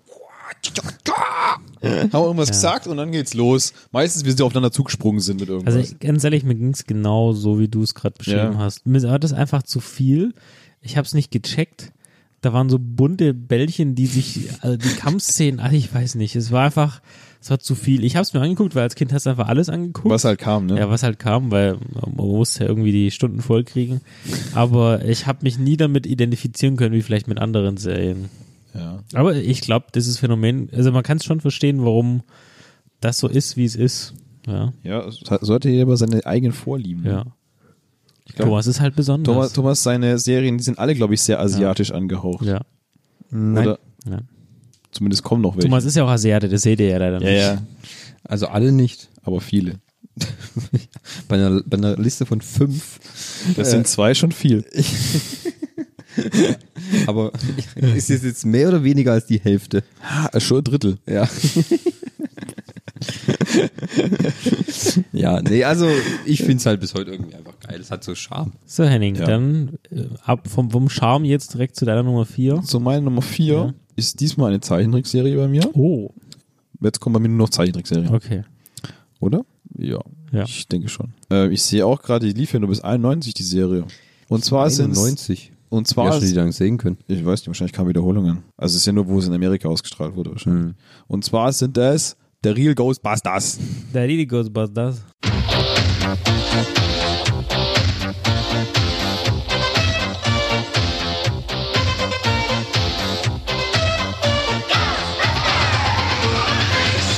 Speaker 1: haben irgendwas gesagt und dann geht's los. Meistens, wie sie aufeinander zugesprungen sind mit irgendwas.
Speaker 2: Also ich, ganz ehrlich, mir ging's genau so, wie du es gerade beschrieben
Speaker 1: Ja.
Speaker 2: hast. Mir war das einfach zu viel. Ich habe es nicht gecheckt. Da waren so bunte Bällchen, die sich, also die Kampfszenen, also ich weiß nicht. Es war einfach, es war zu viel. Ich habe es mir angeguckt, weil als Kind hast du einfach alles angeguckt.
Speaker 1: was halt kam, ne?
Speaker 2: Ja, was halt kam, weil man musste ja irgendwie die Stunden voll kriegen. Aber ich habe mich nie damit identifizieren können, wie vielleicht mit anderen Serien.
Speaker 1: Ja.
Speaker 2: Aber ich glaube, dieses Phänomen, also man kann es schon verstehen, warum das so ist, wie es ist. Ja,
Speaker 1: ja, es hat- sollte jeder aber seine eigenen Vorlieben.
Speaker 2: ja.
Speaker 1: Ich glaub,
Speaker 2: Thomas ist halt besonders.
Speaker 1: Thomas, Thomas, seine Serien, die sind alle, glaube ich, sehr asiatisch angehaucht.
Speaker 2: ja.
Speaker 3: Nein.
Speaker 1: Oder
Speaker 2: Nein.
Speaker 1: zumindest kommen noch welche.
Speaker 2: Thomas ist ja auch Asiate, das seht ihr ja leider
Speaker 1: ja,
Speaker 2: nicht.
Speaker 1: ja,
Speaker 3: Also alle nicht.
Speaker 1: aber viele.
Speaker 3: bei, einer, bei einer Liste von fünf.
Speaker 1: Das
Speaker 3: Äh.
Speaker 1: sind zwei schon viel.
Speaker 3: Aber ist das jetzt mehr oder weniger als die Hälfte?
Speaker 1: Ah, schon ein Drittel.
Speaker 3: Ja. ja, nee, also ich find's halt bis heute irgendwie einfach geil. Es hat so Charme.
Speaker 2: So, Henning,
Speaker 1: Ja.
Speaker 2: dann äh, ab vom, vom Charme jetzt direkt zu deiner Nummer 4.
Speaker 1: So, meine Nummer vier
Speaker 2: Ja.
Speaker 1: ist diesmal eine Zeichentrickserie bei mir.
Speaker 2: Oh,
Speaker 1: Jetzt kommen bei mir nur noch Zeichentrickserien,
Speaker 2: okay.
Speaker 1: oder? Ja,
Speaker 2: Ja.
Speaker 1: ich denke schon. Äh, ich sehe auch gerade, die lief ja nur bis 91, die Serie. Und zwar sind
Speaker 3: 91.
Speaker 1: Und
Speaker 3: Ja,
Speaker 1: zwar
Speaker 3: schon die
Speaker 1: ist,
Speaker 3: lang sehen können.
Speaker 1: ich weiß nicht, wahrscheinlich kamen Wiederholungen. Also es ist ja nur, wo es in Amerika ausgestrahlt wurde wahrscheinlich.
Speaker 3: Hm.
Speaker 1: Und zwar sind das The Real Ghostbusters.
Speaker 2: Der Lady Ghostbusters.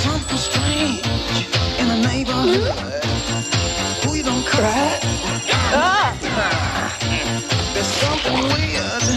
Speaker 8: Something strange in the neighborhood. Who you don't cry? There's something weird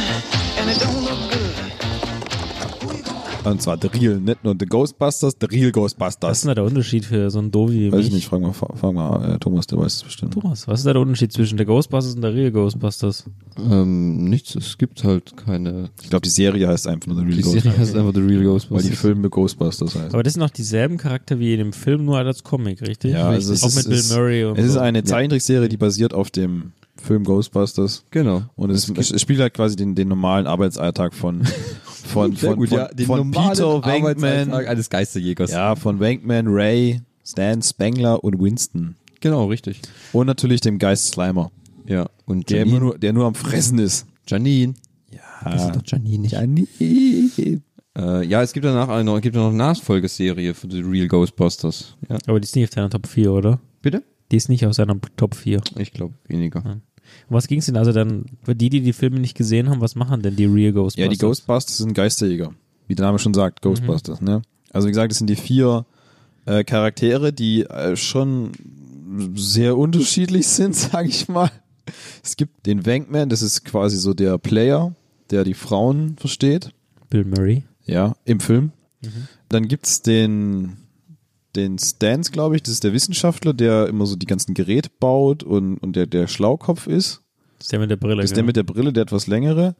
Speaker 8: and it don't look good. Who you gonna
Speaker 1: Und zwar The Real, nicht nur The Ghostbusters, The Real
Speaker 2: Was ist
Speaker 1: Ghostbusters.
Speaker 2: denn da der Unterschied für so einen Doof wie
Speaker 1: Weiß
Speaker 2: mich?
Speaker 1: ich nicht, frag mal, frag mal äh, Thomas, der weiß es bestimmt.
Speaker 2: Thomas, was ist da der Unterschied zwischen der Ghostbusters und der Real Ghostbusters?
Speaker 3: Ähm, nichts, es gibt halt keine.
Speaker 1: Ich glaube, die Serie heißt einfach nur The Real
Speaker 3: Die
Speaker 1: Ghostbusters,
Speaker 3: Serie heißt einfach The Real
Speaker 1: weil
Speaker 3: Ghostbusters.
Speaker 1: die Filme Ghostbusters heißen.
Speaker 2: Aber das sind auch dieselben Charakter wie in dem Film, nur halt als Comic, richtig?
Speaker 1: Ja, also
Speaker 2: richtig.
Speaker 1: es
Speaker 2: auch
Speaker 1: ist,
Speaker 2: mit Bill
Speaker 1: es-
Speaker 2: Murray und
Speaker 1: Es ist
Speaker 2: so.
Speaker 1: eine Zeichentrickserie, die basiert auf dem Film Ghostbusters.
Speaker 3: Genau.
Speaker 1: Und es, es, spielt halt quasi den, den normalen Arbeitsalltag von, von,
Speaker 3: Sehr
Speaker 1: von,
Speaker 3: gut,
Speaker 1: von,
Speaker 3: ja, den
Speaker 1: von
Speaker 3: normalen
Speaker 1: Peter
Speaker 3: Arbeitsalltag
Speaker 1: Wankman.
Speaker 3: eines Geisterjägers.
Speaker 1: Ja, von Wankman, Ray, Stan Spangler und Winston.
Speaker 3: Genau, richtig.
Speaker 1: Und natürlich dem Geist Slimer.
Speaker 3: Ja. Und
Speaker 1: Der, immer
Speaker 3: Janine.
Speaker 1: nur, der nur am Fressen ist.
Speaker 3: Janine.
Speaker 1: Ja.
Speaker 3: Das ist doch Janine, nicht Janine. Äh, ja, es gibt danach eine, es gibt noch eine Nachfolgeserie für die Real Ghostbusters. Ja.
Speaker 2: Aber die ist nicht auf deiner Top 4, oder?
Speaker 3: Bitte?
Speaker 2: Die ist nicht auf seiner Top 4.
Speaker 3: Ich glaube, weniger.
Speaker 2: Um was ging es denn also dann? Für die, die die Filme nicht gesehen haben, was machen denn die Real Ghostbusters?
Speaker 1: Ja, die Ghostbusters sind Geisterjäger. Wie der Name schon sagt, Ghostbusters. Ne? Also wie gesagt, es sind die vier äh, Charaktere, die äh, schon sehr unterschiedlich sind, sage ich mal. Es gibt den Wankman, das ist quasi so der Player, der die Frauen versteht.
Speaker 2: Bill Murray.
Speaker 1: Ja, im Film. Dann gibt's den, den Stans, glaube ich, das ist der Wissenschaftler, der immer so die ganzen Geräte baut und, und der, der Schlaukopf ist.
Speaker 2: Das ist der mit der Brille.
Speaker 1: Das ist der
Speaker 2: genau.
Speaker 1: mit der Brille, der etwas längere.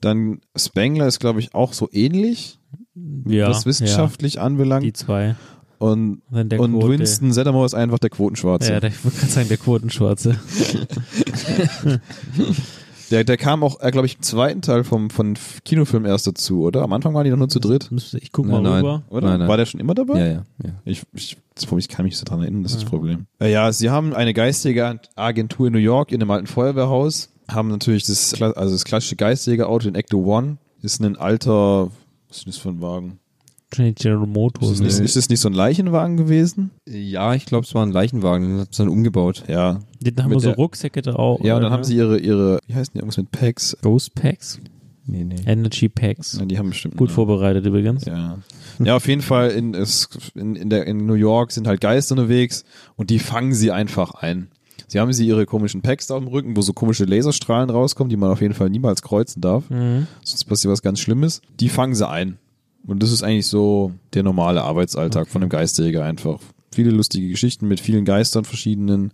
Speaker 1: Dann Spengler ist, glaube ich, auch so ähnlich,
Speaker 2: genau. ja,
Speaker 1: was wissenschaftlich
Speaker 2: Ja, die
Speaker 1: anbelangt.
Speaker 2: zwei.
Speaker 1: Und,
Speaker 2: Und dann der
Speaker 1: und
Speaker 2: Quote.
Speaker 1: Winston Zeddemore ist einfach der Quotenschwarze.
Speaker 2: Ja, der- ich wollte gerade sagen, der Quotenschwarze.
Speaker 1: der, der kam auch, äh, glaube ich, im zweiten Teil vom, vom F- Kinofilm erst dazu, oder? Am Anfang waren die doch nur zu dritt,
Speaker 2: Müsste- Ich guck mal
Speaker 3: Nein, nein.
Speaker 2: rüber.
Speaker 1: oder?
Speaker 3: Nein, nein.
Speaker 1: War der schon immer dabei?
Speaker 3: Ja, ja, ja.
Speaker 1: Ich, ich, das Problem, ich kann mich so dran erinnern, das ist das Problem. Äh, Ja, sie haben eine geistige Agentur in New York in einem alten Feuerwehrhaus, haben natürlich das, Kla- also das klassische Geistjägerauto, den Ecto One, ist ein alter, was ist denn das für ein Wagen?
Speaker 2: General
Speaker 1: Ist,
Speaker 2: Motors. ne?
Speaker 1: ist, ist das nicht so ein Leichenwagen gewesen?
Speaker 3: Ja, ich glaube, es war ein Leichenwagen, den hat es dann umgebaut.
Speaker 1: Ja.
Speaker 2: Die haben
Speaker 1: mit
Speaker 2: wir so
Speaker 1: der-
Speaker 2: Rucksäcke drauf.
Speaker 1: Ja, und dann
Speaker 2: oder?
Speaker 1: haben sie ihre, ihre, wie heißen die, irgendwas mit Packs?
Speaker 2: Ghost Packs,
Speaker 3: Nee, nee.
Speaker 2: Energy Packs.
Speaker 1: Nein, die haben bestimmt.
Speaker 2: Gut
Speaker 1: ne?
Speaker 2: vorbereitet übrigens.
Speaker 1: Ja. ja, auf jeden Fall in, es- in, in, der, in New York sind halt Geister unterwegs und die fangen sie einfach ein. Sie haben sie ihre komischen Packs da auf dem Rücken, wo so komische Laserstrahlen rauskommen, die man auf jeden Fall niemals kreuzen darf.
Speaker 2: Mhm.
Speaker 1: Sonst passiert was ganz Schlimmes. Die fangen sie ein. Und das ist eigentlich so der normale Arbeitsalltag von einem Geisterjäger einfach. Viele lustige Geschichten mit vielen Geistern verschiedenen.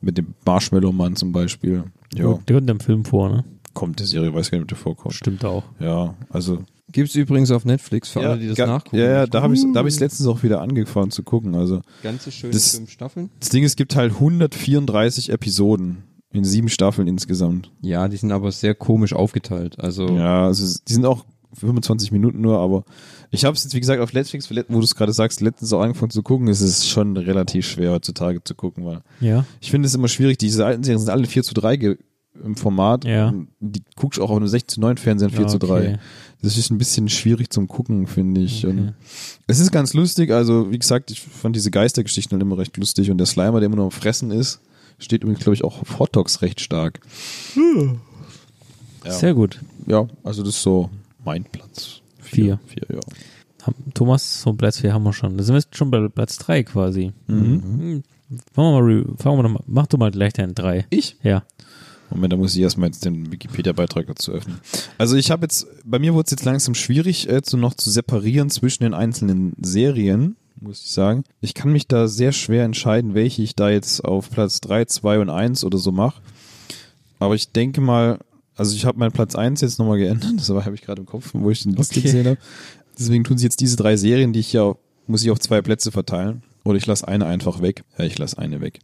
Speaker 1: Mit dem Marshmallow-Mann zum Beispiel. Ja,
Speaker 2: Gut, Der kommt im Film vor, ne?
Speaker 1: kommt die Serie, weiß gar nicht, ob der vorkommt.
Speaker 2: Stimmt auch.
Speaker 1: Ja, also
Speaker 3: Gibt es übrigens auf Netflix für
Speaker 1: ja,
Speaker 3: alle, die das
Speaker 1: ga-
Speaker 3: nachgucken.
Speaker 1: Ja, ja, da habe ich da hab ich's letztens auch wieder angefangen zu gucken. Also
Speaker 3: Ganze schöne
Speaker 1: Das-
Speaker 3: fünf Staffeln.
Speaker 1: das Ding, es gibt halt 134 Episoden in sieben Staffeln insgesamt.
Speaker 3: Ja, die sind aber sehr komisch aufgeteilt. Also,
Speaker 1: Ja, also die sind auch 25 Minuten nur, aber ich habe es jetzt, wie gesagt, auf Netflix, wo du es gerade sagst, letztens auch angefangen zu gucken. Es ist schon relativ schwer heutzutage zu gucken, weil
Speaker 2: Ja.
Speaker 1: ich finde es immer schwierig. Diese alten Serien sind alle 4 zu 3 ge im Format.
Speaker 2: Ja.
Speaker 1: Und Die guckst du auch auf einem 16 zu 9 Fernseher in 4
Speaker 2: Ja,
Speaker 1: zu 3.
Speaker 2: okay.
Speaker 1: Das ist ein bisschen schwierig zum Gucken, finde ich. Und es ist ganz lustig. Also, wie gesagt, ich fand diese Geistergeschichten halt immer recht lustig. Und der Slimer, der immer nur am Fressen ist, steht übrigens, glaube ich, auch auf Hot Dogs recht stark.
Speaker 2: Sehr gut.
Speaker 1: Ja, also das ist so mein Platz.
Speaker 2: Vier.
Speaker 1: Vier, ja.
Speaker 2: Ham- Thomas, so Platz 4 haben wir schon. Da sind wir jetzt schon bei Platz 3 quasi. Mhm. Fangen wir mal, re- fangen wir noch mal, mach du mal gleich deinen 3.
Speaker 1: Ich?
Speaker 2: Ja.
Speaker 1: Moment, da muss ich erstmal jetzt den Wikipedia-Beitrag dazu öffnen. Also ich habe jetzt, bei mir wurde es jetzt langsam schwierig, äh, zu noch zu separieren zwischen den einzelnen Serien, muss ich sagen. Ich kann mich da sehr schwer entscheiden, welche ich da jetzt auf Platz 3, 2 und 1 oder so mache. Aber ich denke mal, also ich habe meinen Platz 1 jetzt nochmal geändert, das habe ich gerade im Kopf, wo ich den Liste
Speaker 2: Okay.
Speaker 1: gesehen habe. Deswegen tun sie jetzt diese drei Serien, die ich ja, muss ich auf zwei Plätze verteilen. Oder ich lasse eine einfach weg. Ja, ich lasse eine weg.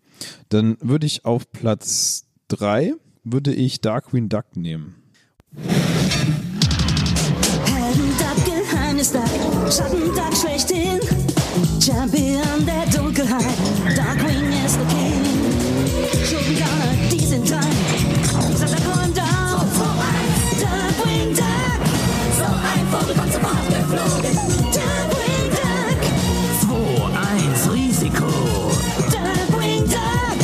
Speaker 1: Dann würde ich auf Platz 3 würde ich Darkwing Duck nehmen.
Speaker 9: Heldenduck, Geheimnisduck, Schattenduck schlechthin. Champion der Dunkelheit, Darkwing ist der King. Schurkengauner, die sind dran. Santa räumt auf. Darkwing Duck. So ein Vogel kommt sofort geflogen. Darkwing Duck.
Speaker 4: 2, 1, Risiko.
Speaker 9: Darkwing Duck.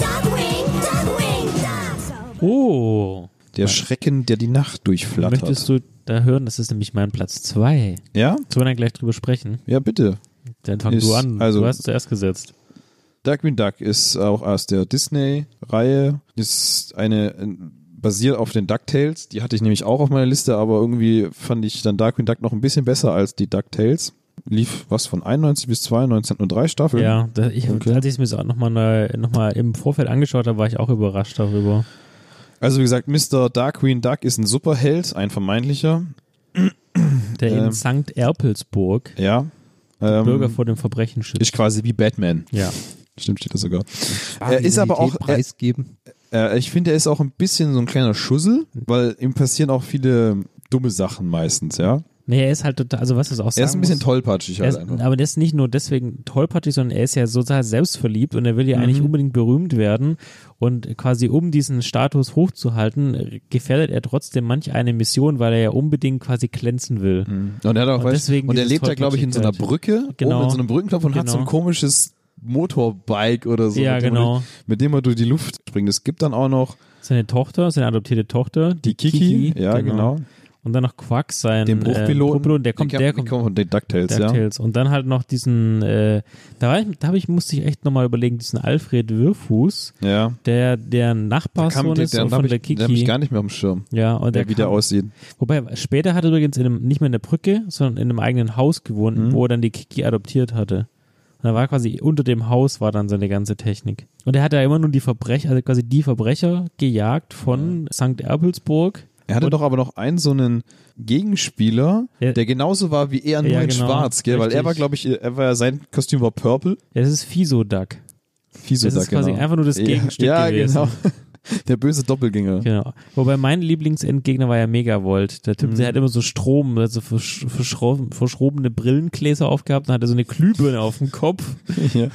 Speaker 9: Darkwing, Darkwing Duck.
Speaker 2: Oh.
Speaker 1: Der Schrecken, der die Nacht durchflattert.
Speaker 2: Möchtest du da hören? Das ist nämlich mein Platz 2.
Speaker 1: ja?
Speaker 2: Sollen wir dann gleich drüber sprechen?
Speaker 1: Ja, bitte.
Speaker 2: Dann fang
Speaker 1: Ist-
Speaker 2: du an.
Speaker 1: also-
Speaker 2: du hast zuerst gesetzt.
Speaker 1: Darkwing Duck ist auch aus der Disney-Reihe. Ist eine äh, basiert auf den DuckTales. Die hatte ich nämlich auch auf meiner Liste, aber irgendwie fand ich dann Darkwing Duck noch ein bisschen besser als die DuckTales. Lief was von 91 bis 92 nur drei Staffeln.
Speaker 2: Ja, da, ich, als ich es mir so nochmal noch mal im Vorfeld angeschaut habe, war ich auch überrascht darüber.
Speaker 1: Also wie gesagt, Mr. Darkwing Duck ist ein Superheld, ein vermeintlicher.
Speaker 2: Der
Speaker 1: Ähm.
Speaker 2: in St. Erpelsburg
Speaker 1: Ja. Ähm,
Speaker 2: Bürger vor dem Verbrechen schützt.
Speaker 1: ist quasi wie Batman.
Speaker 2: ja.
Speaker 1: Stimmt, steht das sogar. Er ist aber auch, er,
Speaker 3: preisgeben.
Speaker 1: Äh, ich finde, er ist auch ein bisschen so ein kleiner Schussel, weil ihm passieren auch viele dumme Sachen meistens, ja.
Speaker 2: Nee, er ist halt total, also was du auch sagen
Speaker 1: Er ist ein bisschen
Speaker 2: musst,
Speaker 1: tollpatschig
Speaker 2: er
Speaker 1: halt
Speaker 2: ist,
Speaker 1: einfach.
Speaker 2: aber das ist nicht nur deswegen tollpatschig, sondern er ist ja sozusagen selbstverliebt und er will ja
Speaker 1: Mhm.
Speaker 2: eigentlich unbedingt berühmt werden. Und quasi um diesen Status hochzuhalten, äh, gefährdet er trotzdem manch eine Mission, weil er ja unbedingt quasi glänzen will.
Speaker 1: Und er, hat auch,
Speaker 2: Und
Speaker 1: weißt,
Speaker 2: deswegen
Speaker 1: und er
Speaker 2: dieses
Speaker 1: lebt da, glaube ich, in so einer
Speaker 2: Tollpatschigkeit.
Speaker 1: Brücke,
Speaker 2: Genau.
Speaker 1: oben in so einem Brückenknopf und hat so ein
Speaker 2: Genau.
Speaker 1: komisches Motorbike oder so,
Speaker 2: Ja,
Speaker 1: mit, dem
Speaker 2: genau.
Speaker 1: man durch, mit dem er durch die Luft springt. Es gibt dann auch noch
Speaker 2: Seine Tochter, seine adoptierte Tochter,
Speaker 1: die
Speaker 2: die,
Speaker 1: Kiki, ja, genau.
Speaker 2: Und dann noch Quack, sein
Speaker 1: Den
Speaker 2: Äh,
Speaker 1: Bruchpiloten.
Speaker 2: Bruchpiloten, der kommt, der
Speaker 1: den
Speaker 2: kommt,
Speaker 1: von den DuckTales, ja.
Speaker 2: DuckTales. Und dann halt noch diesen, äh, da, war ich, da hab ich, musste ich echt nochmal überlegen, diesen Alfred Würfus,
Speaker 1: Ja.
Speaker 2: der der Nachbarsohn
Speaker 1: der,
Speaker 2: ist
Speaker 1: der,
Speaker 2: und
Speaker 1: hab
Speaker 2: von
Speaker 1: ich,
Speaker 2: der
Speaker 1: den hab ich
Speaker 2: Kiki.
Speaker 1: gar nicht mehr auf dem Schirm,
Speaker 2: Ja, und der,
Speaker 1: der, wie der
Speaker 2: kam-
Speaker 1: aussieht.
Speaker 2: Wobei, später hat er übrigens in einem, nicht mehr in der Brücke, sondern in einem eigenen Haus gewohnt,
Speaker 1: Mhm.
Speaker 2: wo er dann die Kiki adoptiert hatte. Und da war quasi unter dem Haus war dann seine ganze Technik. Und er hat ja immer nur die Verbrecher, also quasi die Verbrecher gejagt
Speaker 1: Mhm.
Speaker 2: von St. Erbelsburg.
Speaker 1: Er hatte
Speaker 2: Und-
Speaker 1: doch aber noch einen so einen Gegenspieler,
Speaker 2: Ja.
Speaker 1: der genauso war wie er, nur
Speaker 2: Ja,
Speaker 1: in
Speaker 2: genau,
Speaker 1: schwarz, gell? Weil er
Speaker 2: richtig.
Speaker 1: war, glaube ich, er war, sein Kostüm war purple.
Speaker 2: Es ist Fisoduck.
Speaker 1: Fieso
Speaker 2: Das ist quasi einfach nur das Gegenstück
Speaker 1: Ja,
Speaker 2: gewesen.
Speaker 1: genau. Der böse Doppelgänger.
Speaker 2: Genau. Wobei mein Lieblingsendgegner war ja Megavolt. Der
Speaker 1: Mhm.
Speaker 2: Typ, der hat immer so Strom, also versch verschroben, verschrobene Brillengläser aufgehabt und hatte so eine Glühbirne auf dem Kopf.
Speaker 1: Ja.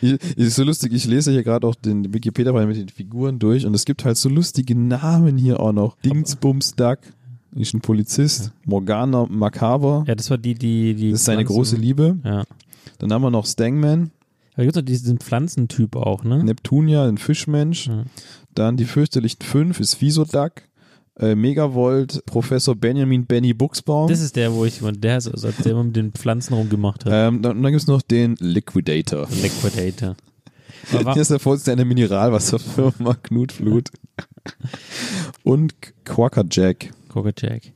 Speaker 1: Ich- Ist so lustig, ich lese hier gerade auch den Wikipedia bei mit den Figuren durch und es gibt halt so lustige Namen hier auch noch. Dingsbumsduck, ist ein Polizist. Morgana Macabre,
Speaker 2: Ja, das war die, die, die.
Speaker 1: das ist seine
Speaker 2: Pflanzen-
Speaker 1: große Liebe.
Speaker 2: Ja.
Speaker 1: Dann haben wir noch Stangman.
Speaker 2: Da gibt's doch diesen Pflanzentyp auch, ne?
Speaker 1: Neptunia, ein Fischmensch.
Speaker 2: Mhm.
Speaker 1: Dann die fürchterlichen fünf ist Visoduck. Äh, Megavolt, Professor Benjamin Benny Buchsbaum.
Speaker 2: Das ist der, wo ich, der, ist, also, der immer mit den Pflanzen rumgemacht hat.
Speaker 1: ähm, dann, und dann gibt's noch den Liquidator.
Speaker 2: Liquidator. Aber
Speaker 1: Der
Speaker 2: war,
Speaker 1: ist der Vorsitzende einer Mineralwasserfirma Knutflut. Und Quackerjack.
Speaker 2: Crockerjack.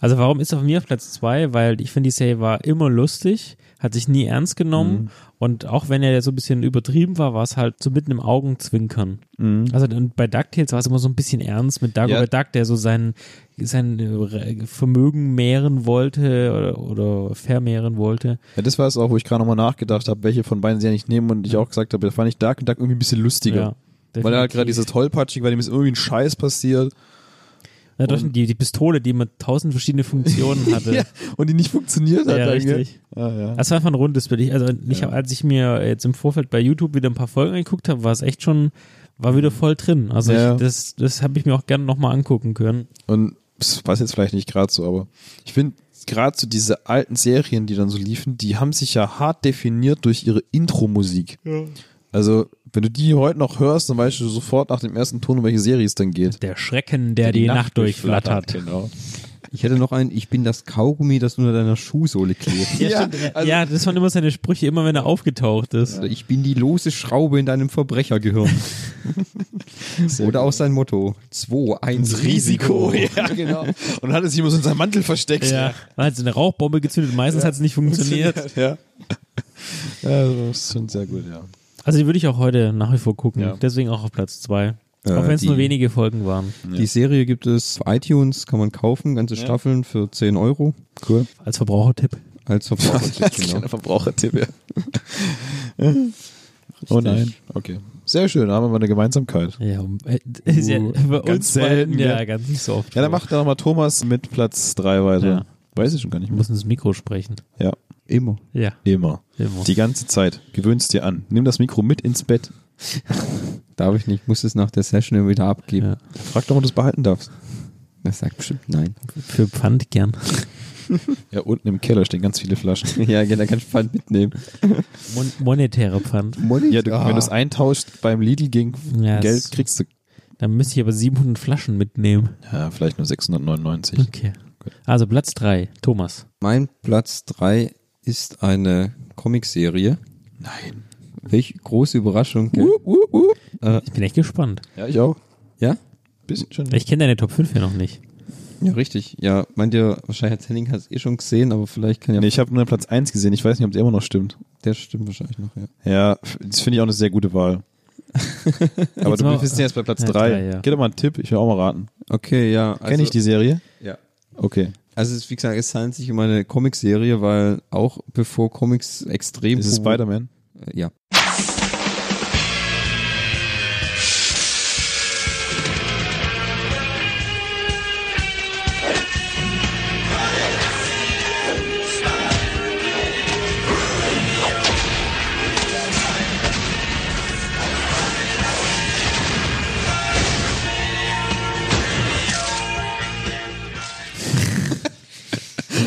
Speaker 2: Also warum ist er von mir auf Platz zwei? Weil ich finde, die Serie war immer lustig, hat sich nie ernst
Speaker 1: Mhm.
Speaker 2: genommen und auch wenn er so ein bisschen übertrieben war, war es halt so mitten im Augenzwinkern.
Speaker 1: Mhm.
Speaker 2: Also und bei DuckTales war es immer so ein bisschen ernst mit Dagobert Duck, der so sein, sein äh, Vermögen mehren wollte oder, oder vermehren wollte.
Speaker 1: Ja, das war es auch, wo ich gerade nochmal nachgedacht habe, welche von beiden sie eigentlich nehmen und ich auch gesagt habe, da fand ich Dark und Duck irgendwie ein bisschen lustiger. weil er halt gerade
Speaker 2: definitiv.
Speaker 1: dieses tollpatschig, weil ihm ist irgendwie ein Scheiß passiert
Speaker 2: Ja, doch, die, die Pistole, die immer tausend verschiedene Funktionen hatte.
Speaker 1: ja, und die nicht funktioniert hat.
Speaker 2: Ja,
Speaker 1: dann, gell?
Speaker 2: richtig.
Speaker 1: Ah, ja.
Speaker 2: Das war einfach ein rundes Bild. Ich, also ich hab, als ich mir jetzt im Vorfeld bei YouTube wieder ein paar Folgen angeguckt habe, war es echt schon, war wieder voll drin. Also
Speaker 1: Ja.
Speaker 2: ich, das, das habe ich mir auch gerne nochmal angucken können.
Speaker 1: Und das passt jetzt vielleicht nicht gerade so, aber ich finde gerade so diese alten Serien, die dann so liefen, die haben sich ja hart definiert durch ihre Intro-Musik. Also, wenn du die heute noch hörst, dann weißt du sofort nach dem ersten Ton, um welche Serie es dann geht.
Speaker 2: Der Schrecken, der, die, Nacht, durchflattert.
Speaker 1: Genau.
Speaker 3: Ich hätte noch einen, ich bin das Kaugummi, das unter deiner Schuhsohle klebt.
Speaker 2: Ja,
Speaker 1: Ja,
Speaker 2: stimmt.
Speaker 1: also-
Speaker 2: ja, das waren immer seine Sprüche, immer wenn er aufgetaucht ist.
Speaker 3: Oder Ich bin die lose Schraube in deinem Verbrechergehirn. Oder auch sein Motto. 2, 1, Risiko.
Speaker 1: ja, genau. Und hat es immer so in seinem Mantel versteckt.
Speaker 2: Ja, man hat so eine Rauchbombe gezündet, meistens hat es nicht funktioniert.
Speaker 1: Ja. ja, das ist schon sehr gut, ja.
Speaker 2: Also die würde ich auch heute nach wie vor gucken,
Speaker 1: Ja.
Speaker 2: deswegen auch auf Platz zwei.
Speaker 3: Äh,
Speaker 2: auch wenn es nur
Speaker 3: die-
Speaker 2: wenige Folgen waren.
Speaker 1: Hm.
Speaker 3: Die Serie gibt es auf iTunes, kann man kaufen, ganze Staffeln für 10 Euro. Cool.
Speaker 2: Als Verbrauchertipp.
Speaker 3: Als Verbrauchertipp,
Speaker 1: Genau.
Speaker 3: genau.
Speaker 1: Kleiner Verbrauchertipp, ja. oh nein. Okay. Sehr schön, da haben wir mal eine Gemeinsamkeit.
Speaker 2: Ja, um- äh, ist ja bei
Speaker 1: ganz
Speaker 2: uns beiden
Speaker 1: selten,
Speaker 2: ja
Speaker 1: gell?
Speaker 2: ganz nicht so oft.
Speaker 1: Ja, dann macht da nochmal Thomas mit Platz 3 weiter.
Speaker 2: Ja.
Speaker 1: Weiß ich schon gar nicht
Speaker 2: Wir
Speaker 1: mehr.
Speaker 2: müssen ins Mikro sprechen.
Speaker 1: Ja,
Speaker 3: Immer.
Speaker 2: Ja.
Speaker 1: immer.
Speaker 2: Immer.
Speaker 1: Die ganze Zeit. Gewöhnst dir an. Nimm das Mikro mit ins Bett.
Speaker 3: Darf ich nicht, muss es nach der Session immer wieder abgeben.
Speaker 2: Ja.
Speaker 1: Frag doch, ob du es behalten darfst.
Speaker 3: Das sagt bestimmt nein.
Speaker 2: Für Pfand gern.
Speaker 1: Ja, unten im Keller stehen ganz viele Flaschen.
Speaker 3: ja, genau, kannst du Pfand mitnehmen.
Speaker 2: Mon monetäre Pfand.
Speaker 1: ja, du, wenn du
Speaker 3: Ah.
Speaker 1: es eintauscht beim Lidl gegen
Speaker 2: Ja,
Speaker 1: Geld,
Speaker 2: das-
Speaker 1: kriegst du
Speaker 2: Dann müsste ich aber 700 Flaschen mitnehmen.
Speaker 1: ja, vielleicht nur 699.
Speaker 2: Okay. Also Platz 3, Thomas.
Speaker 3: Mein Platz 3 ist eine Comicserie.
Speaker 1: Nein.
Speaker 3: Welch große Überraschung. gell?
Speaker 2: Ich bin echt gespannt.
Speaker 1: Ja, ich auch.
Speaker 3: Ja?
Speaker 1: Bisschen schon.
Speaker 2: Ich kenne deine Top 5 ja noch nicht.
Speaker 3: Ja, richtig. Ja, meint ihr, wahrscheinlich hat Henning hat es eh schon gesehen, aber vielleicht kann ja.
Speaker 1: Nee, ich habe nur Platz 1 gesehen. Ich weiß nicht, ob der immer noch stimmt.
Speaker 3: Der stimmt wahrscheinlich noch, ja.
Speaker 1: Ja, f- das finde ich auch eine sehr gute Wahl. Aber du
Speaker 2: mal-
Speaker 1: bist jetzt bei Platz
Speaker 2: Ja,
Speaker 1: 3.
Speaker 2: drei, ja.
Speaker 1: Gib doch mal einen Tipp, ich will auch mal raten.
Speaker 3: Okay, ja. Also,
Speaker 1: Kenn ich die Serie?
Speaker 3: Ja.
Speaker 1: Okay.
Speaker 3: Also, es, wie gesagt, es handelt sich um eine Comicserie, weil auch bevor Comics extrem.
Speaker 1: Ist es
Speaker 3: popul-
Speaker 1: Spider-Man?
Speaker 3: Äh, Ja.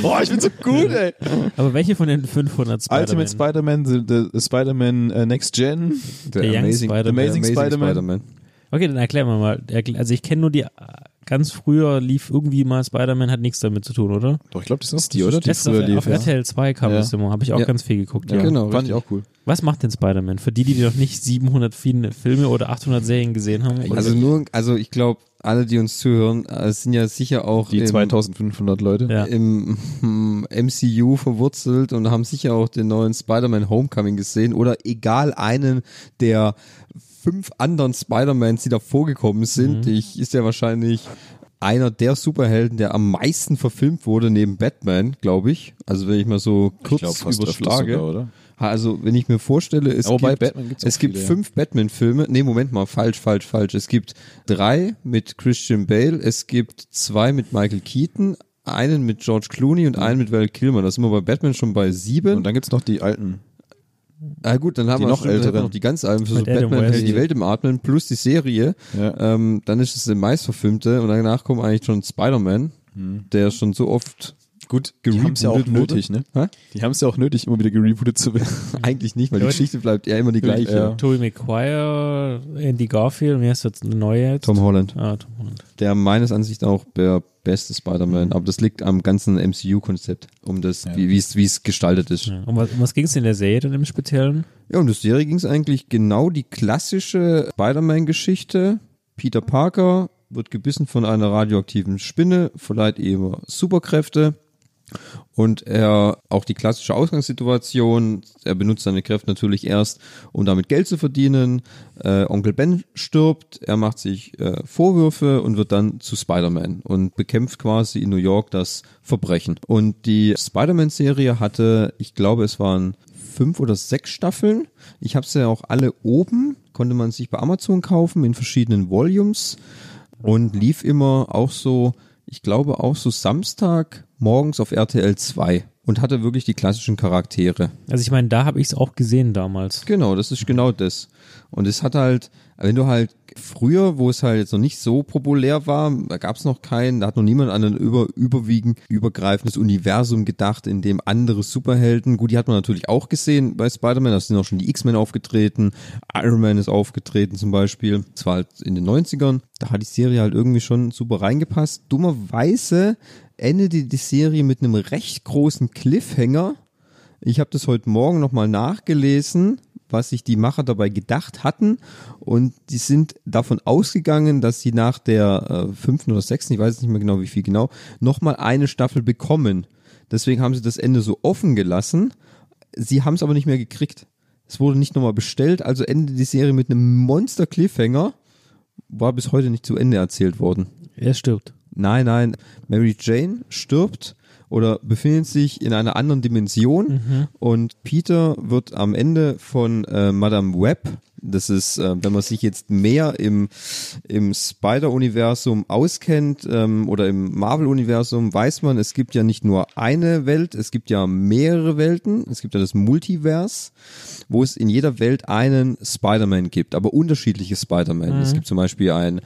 Speaker 1: Oh, ich bin so gut, ey.
Speaker 2: Aber welche von den 500 Spider-Man?
Speaker 1: Ultimate Spider-Man, The, the the Spider-Man äh, Next Gen.
Speaker 3: Der
Speaker 2: Young Spider-Man.
Speaker 1: Amazing Spider-Man.
Speaker 2: Okay, dann erklären wir mal. Erkl- Also ich kenne nur die, äh, ganz früher lief irgendwie mal Spider-Man, hat nichts damit zu tun, oder?
Speaker 1: Doch, ich glaube, das ist die, oder? Die
Speaker 2: Letztes
Speaker 1: früher
Speaker 2: auf,
Speaker 1: lief,
Speaker 2: auf
Speaker 1: ja.
Speaker 2: RTL 2 kam
Speaker 1: Ja.
Speaker 2: das immer, habe ich auch
Speaker 3: Ja.
Speaker 2: ganz viel geguckt.
Speaker 3: Ja,
Speaker 2: ja.
Speaker 3: genau.
Speaker 1: Fand
Speaker 3: richtig.
Speaker 1: ich auch cool.
Speaker 2: Was macht denn Spider-Man? Für die, die noch nicht 700 viele Filme oder 800 Serien gesehen haben. oder-
Speaker 3: Also nur, also ich glaube, alle, die uns zuhören, äh, sind ja sicher auch
Speaker 1: Die
Speaker 3: im,
Speaker 1: 2500 Leute.
Speaker 2: Ja.
Speaker 3: im hm, MCU verwurzelt und haben sicher auch den neuen Spider-Man Homecoming gesehen oder egal einen der fünf anderen Spider-Mans, die da vorgekommen sind. Ich ist ja wahrscheinlich einer der Superhelden, der am meisten verfilmt wurde neben Batman, glaube ich. Also wenn ich mal so kurz
Speaker 1: glaub, fast öfters
Speaker 3: überschlage.
Speaker 1: sogar, oder?
Speaker 3: Also wenn ich mir vorstelle, es
Speaker 1: Ja, wobei
Speaker 3: gibt,
Speaker 1: Batman gibt's auch
Speaker 3: es gibt
Speaker 1: viele, ja.
Speaker 3: fünf Batman-Filme. Nee, Moment mal, falsch, falsch, falsch. Es gibt drei mit Christian Bale, es gibt zwei mit Michael Keaton, einen mit George Clooney und einen mit Val Kilmer. Da sind wir bei Batman schon bei sieben.
Speaker 1: Und dann gibt's noch die alten.
Speaker 3: ah, gut, dann haben
Speaker 1: die
Speaker 3: wir
Speaker 1: noch
Speaker 3: schon- dann hätten wir
Speaker 1: älteren.
Speaker 3: noch die ganz alten, so
Speaker 2: Mit Adam
Speaker 3: Batman hält
Speaker 2: West.
Speaker 3: die Welt im Atmen plus die Serie.
Speaker 1: Ja.
Speaker 3: Ähm, dann ist es der meistverfilmte und danach kommt eigentlich schon Spider-Man, der schon so oft gut
Speaker 1: Mhm. Die haben's ja auch
Speaker 3: gerebootet wurde.
Speaker 1: nötig, ne?
Speaker 3: Hä?
Speaker 1: Die haben's ja auch nötig, immer wieder gerebootet zu werden.
Speaker 3: Eigentlich nicht, weil die
Speaker 2: Leute-
Speaker 3: Geschichte bleibt ja immer die gleiche.
Speaker 1: Ja.
Speaker 2: Tobey Maguire, Andy Garfield, mir ist jetzt eine neue jetzt.
Speaker 3: Tom Holland.
Speaker 2: Ah, Tom Holland.
Speaker 3: der meines Ansichts auch der beste Spider-Man, aber das liegt am ganzen MCU-Konzept, um das, wie wie es wie es gestaltet ist. Ja,
Speaker 2: Um was, um was ging es in der Serie dann im Speziellen?
Speaker 3: um das Serie ging es eigentlich genau die klassische Spider-Man-Geschichte. Peter Parker wird gebissen von einer radioaktiven Spinne, verleiht ihm Superkräfte. Und er, auch die klassische Ausgangssituation, er benutzt seine Kräfte natürlich erst, um damit Geld zu verdienen. Äh, Onkel Ben stirbt, er macht sich äh, Vorwürfe und wird dann zu Spider-Man und bekämpft quasi in New York das Verbrechen. Und die Spider-Man-Serie hatte, ich glaube, es waren fünf oder sechs Staffeln. Ich habe sie ja auch alle oben, konnte man sich bei Amazon kaufen in verschiedenen Volumes und lief immer auch so, ich glaube auch so Samstag morgens auf RTL 2 und hatte wirklich die klassischen Charaktere.
Speaker 2: Also ich meine, da habe ich es auch gesehen damals.
Speaker 3: Genau, das ist genau das. Und es hat halt, wenn du halt früher, wo es halt jetzt noch nicht so populär war, da gab es noch keinen, da hat noch niemand an ein über, überwiegend übergreifendes Universum gedacht, in dem andere Superhelden, gut, die hat man natürlich auch gesehen bei Spider-Man, da sind auch schon die X-Men aufgetreten, Iron Man ist aufgetreten zum Beispiel, das war halt in den 90ern, da hat die Serie halt irgendwie schon super reingepasst. Dummerweise endete die Serie mit einem recht großen Cliffhanger, ich habe das heute Morgen nochmal nachgelesen, was sich die Macher dabei gedacht hatten. Und die sind davon ausgegangen, dass sie nach der äh, fünften oder sechsten, ich weiß nicht mehr genau, wie viel genau, nochmal eine Staffel bekommen. Deswegen haben sie das Ende so offen gelassen. Sie haben es aber nicht mehr gekriegt. Es wurde nicht nochmal bestellt, also endet die Serie mit einem Monster-Cliffhanger. War bis heute nicht zu Ende erzählt worden.
Speaker 2: Er stirbt.
Speaker 3: Nein, nein, Mary Jane stirbt oder befindet sich in einer anderen Dimension und Peter wird am Ende von äh, Madame Webb, das ist, äh, wenn man sich jetzt mehr im, im Spider-Universum auskennt ähm, oder im Marvel-Universum, weiß man, es gibt ja nicht nur eine Welt, es gibt ja mehrere Welten, es gibt ja das Multivers wo es in jeder Welt einen Spider-Man gibt, aber unterschiedliche Spider-Man. Es gibt zum Beispiel ein,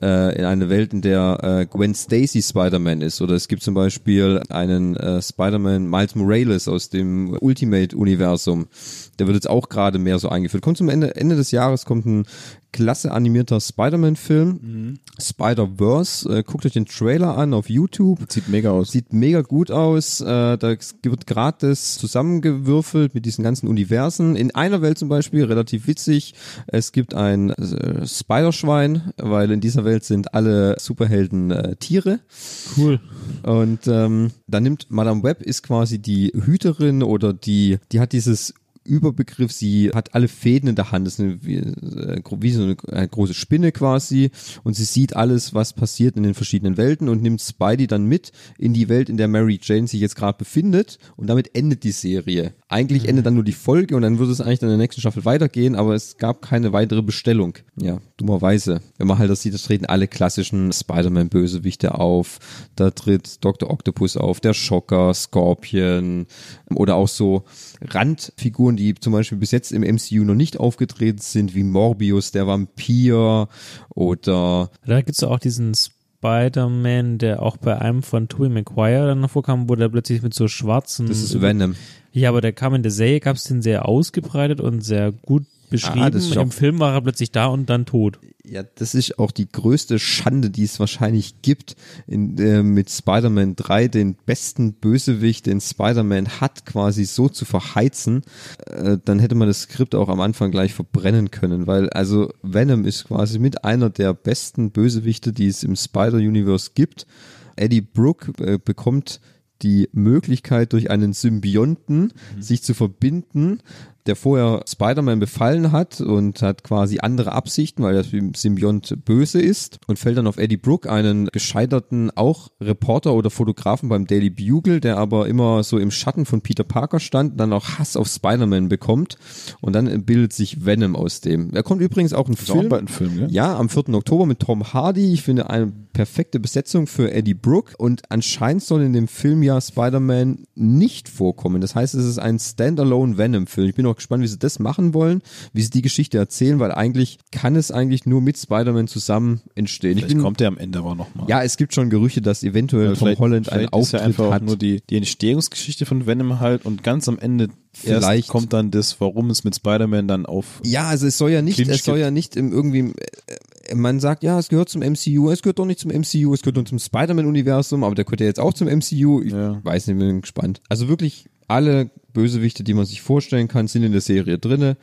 Speaker 3: äh, in eine Welt, in der äh, Gwen Stacy Spider-Man ist, oder es gibt zum Beispiel einen äh, Spider-Man Miles Morales aus dem Ultimate-Universum. Der wird jetzt auch gerade mehr so eingeführt. Kommt zum Ende, Ende des Jahres kommt ein klasse animierter Spider-Man-Film,
Speaker 1: Mhm.
Speaker 3: Spider-Verse. Äh, guckt euch den Trailer an auf YouTube.
Speaker 1: Sieht mega aus.
Speaker 3: Sieht mega gut aus. Äh, da wird gratis zusammengewürfelt mit diesen ganzen Universen. In einer Welt zum Beispiel, relativ witzig, es gibt ein äh, Spiderschwein, weil in dieser Welt sind alle Superhelden äh, Tiere.
Speaker 2: Cool.
Speaker 3: Und ähm, dann nimmt Madame Webb ist quasi die Hüterin oder die, die hat dieses Überbegriff, sie hat alle Fäden in der Hand, das ist eine, wie, äh, gro- wie so eine, eine große Spinne quasi und sie sieht alles, was passiert in den verschiedenen Welten und nimmt Spidey dann mit in die Welt, in der Mary Jane sich jetzt gerade befindet und damit endet die Serie. Eigentlich endet dann nur die Folge und dann würde es eigentlich dann in der nächsten Staffel weitergehen, aber es gab keine weitere Bestellung. Ja, dummerweise. Wenn man halt das sieht, das treten alle klassischen Spider-Man-Bösewichte auf. Da tritt Dr. Octopus auf, der Schocker, Scorpion oder auch so Randfiguren, die zum Beispiel bis jetzt im MCU noch nicht aufgetreten sind, wie Morbius, der Vampir oder
Speaker 2: Da gibt es auch diesen Spider-Man, der auch bei einem von Tobey Maguire dann noch vorkam, wo der plötzlich mit so schwarzen.
Speaker 3: Das ist Venom.
Speaker 2: ja, aber der kam in der Serie, gab es den sehr ausgebreitet und sehr gut beschrieben.
Speaker 3: Ah, das ist
Speaker 2: Im
Speaker 3: auch-
Speaker 2: Film war er plötzlich da und dann tot.
Speaker 3: Ja, das ist auch die größte Schande, die es wahrscheinlich gibt, in, äh, mit Spider-Man 3 den besten Bösewicht, den Spider-Man hat, quasi so zu verheizen. Äh, dann hätte man das Skript auch am Anfang gleich verbrennen können, weil also Venom ist quasi mit einer der besten Bösewichte, die es im Spider-Universe gibt. Eddie Brooke äh, bekommt die Möglichkeit, durch einen Symbionten sich zu verbinden, der vorher Spider-Man befallen hat und hat quasi andere Absichten, weil der Symbiont böse ist und fällt dann auf Eddie Brooke, einen gescheiterten auch Reporter oder Fotografen beim Daily Bugle, der aber immer so im Schatten von Peter Parker stand, dann auch Hass auf Spider-Man bekommt und dann bildet sich Venom aus dem. Da kommt übrigens auch ein
Speaker 1: auch
Speaker 3: Film,
Speaker 1: bald ein Film, gell?
Speaker 3: ja, am 4. Oktober mit Tom Hardy. Ich finde eine perfekte Besetzung für Eddie Brooke. Und anscheinend soll in dem Film ja Spider-Man nicht vorkommen. Das heißt, es ist ein Standalone Venom-Film. Ich bin auch gespannt, wie sie das machen wollen, wie sie die Geschichte erzählen, weil eigentlich kann es eigentlich nur mit Spider-Man zusammen entstehen. Ich
Speaker 1: Vielleicht
Speaker 3: bin,
Speaker 1: kommt der am Ende aber nochmal.
Speaker 3: ja, es gibt schon Gerüchte, dass eventuell Tom Holland einen
Speaker 1: Äh, ist ja
Speaker 3: Auftritt
Speaker 1: einfach auch
Speaker 3: hat.
Speaker 1: nur die, die Entstehungsgeschichte von Venom halt und ganz am Ende erst
Speaker 3: Vielleicht.
Speaker 1: kommt dann das, warum es mit Spider-Man dann auf
Speaker 3: Ja, also es soll ja nicht,
Speaker 1: Clinch
Speaker 3: es soll
Speaker 1: gibt.
Speaker 3: ja nicht im irgendwie, im- äh, man sagt, ja, es gehört zum MCU, es gehört doch nicht zum MCU, es gehört nur zum Spider-Man-Universum, aber der gehört ja jetzt auch zum MCU. Ich
Speaker 1: Ja.
Speaker 3: weiß nicht, bin gespannt. Also wirklich alle Bösewichte, die man sich vorstellen kann, sind in der Serie drinne.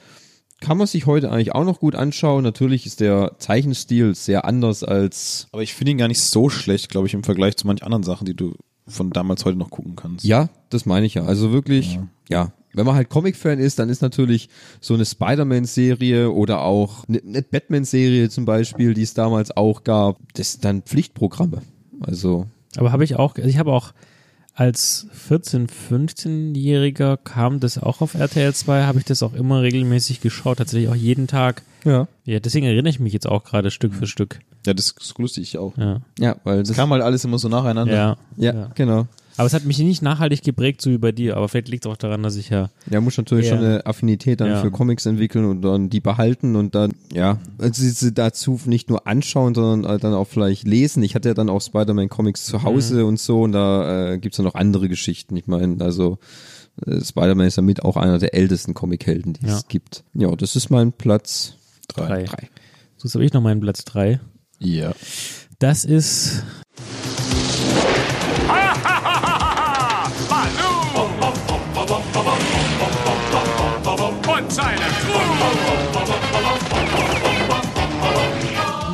Speaker 3: Kann man sich heute eigentlich auch noch gut anschauen. Natürlich ist der Zeichenstil sehr anders als
Speaker 1: Aber ich finde ihn gar nicht so schlecht, glaube ich, im Vergleich zu manch anderen Sachen, die du von damals heute noch gucken kannst.
Speaker 3: Ja, das meine ich ja. Also wirklich, ja. Wenn man halt Comic-Fan ist, dann ist natürlich so eine Spider-Man-Serie oder auch eine, eine Batman-Serie zum Beispiel, die es damals auch gab, das sind dann Pflichtprogramme. Also,
Speaker 2: Aber habe ich auch, also ich habe auch als 14-, 15-Jähriger kam das auch auf RTL 2, habe ich das auch immer regelmäßig geschaut, tatsächlich auch jeden Tag.
Speaker 3: ja.
Speaker 2: Ja, deswegen erinnere ich mich jetzt auch gerade Stück für Stück.
Speaker 1: Ja, das ist lustig auch.
Speaker 2: Ja.
Speaker 3: Ja, weil das,
Speaker 1: Das kam halt alles immer so nacheinander.
Speaker 2: Ja.
Speaker 3: ja, genau.
Speaker 2: Aber es hat mich nicht nachhaltig geprägt, so wie bei dir. Aber vielleicht liegt es auch daran, dass ich ja.
Speaker 3: Ja, muss natürlich
Speaker 2: Ja.
Speaker 3: schon eine Affinität dann
Speaker 2: Ja.
Speaker 3: für Comics entwickeln und dann die behalten und dann, ja, also sie dazu nicht nur anschauen, sondern äh, dann auch vielleicht lesen. Ich hatte ja dann auch Spider-Man-Comics zu Hause
Speaker 2: Mhm.
Speaker 3: und so und da äh, gibt's ja noch andere Geschichten. Ich meine, also äh, Spider-Man ist damit auch einer der ältesten Comichelden, die
Speaker 2: Ja.
Speaker 3: es gibt. Ja, das ist mein Platz
Speaker 2: Drei.
Speaker 3: drei. drei.
Speaker 2: So jetzt habe ich noch meinen Platz 3.
Speaker 1: Ja.
Speaker 2: Das ist.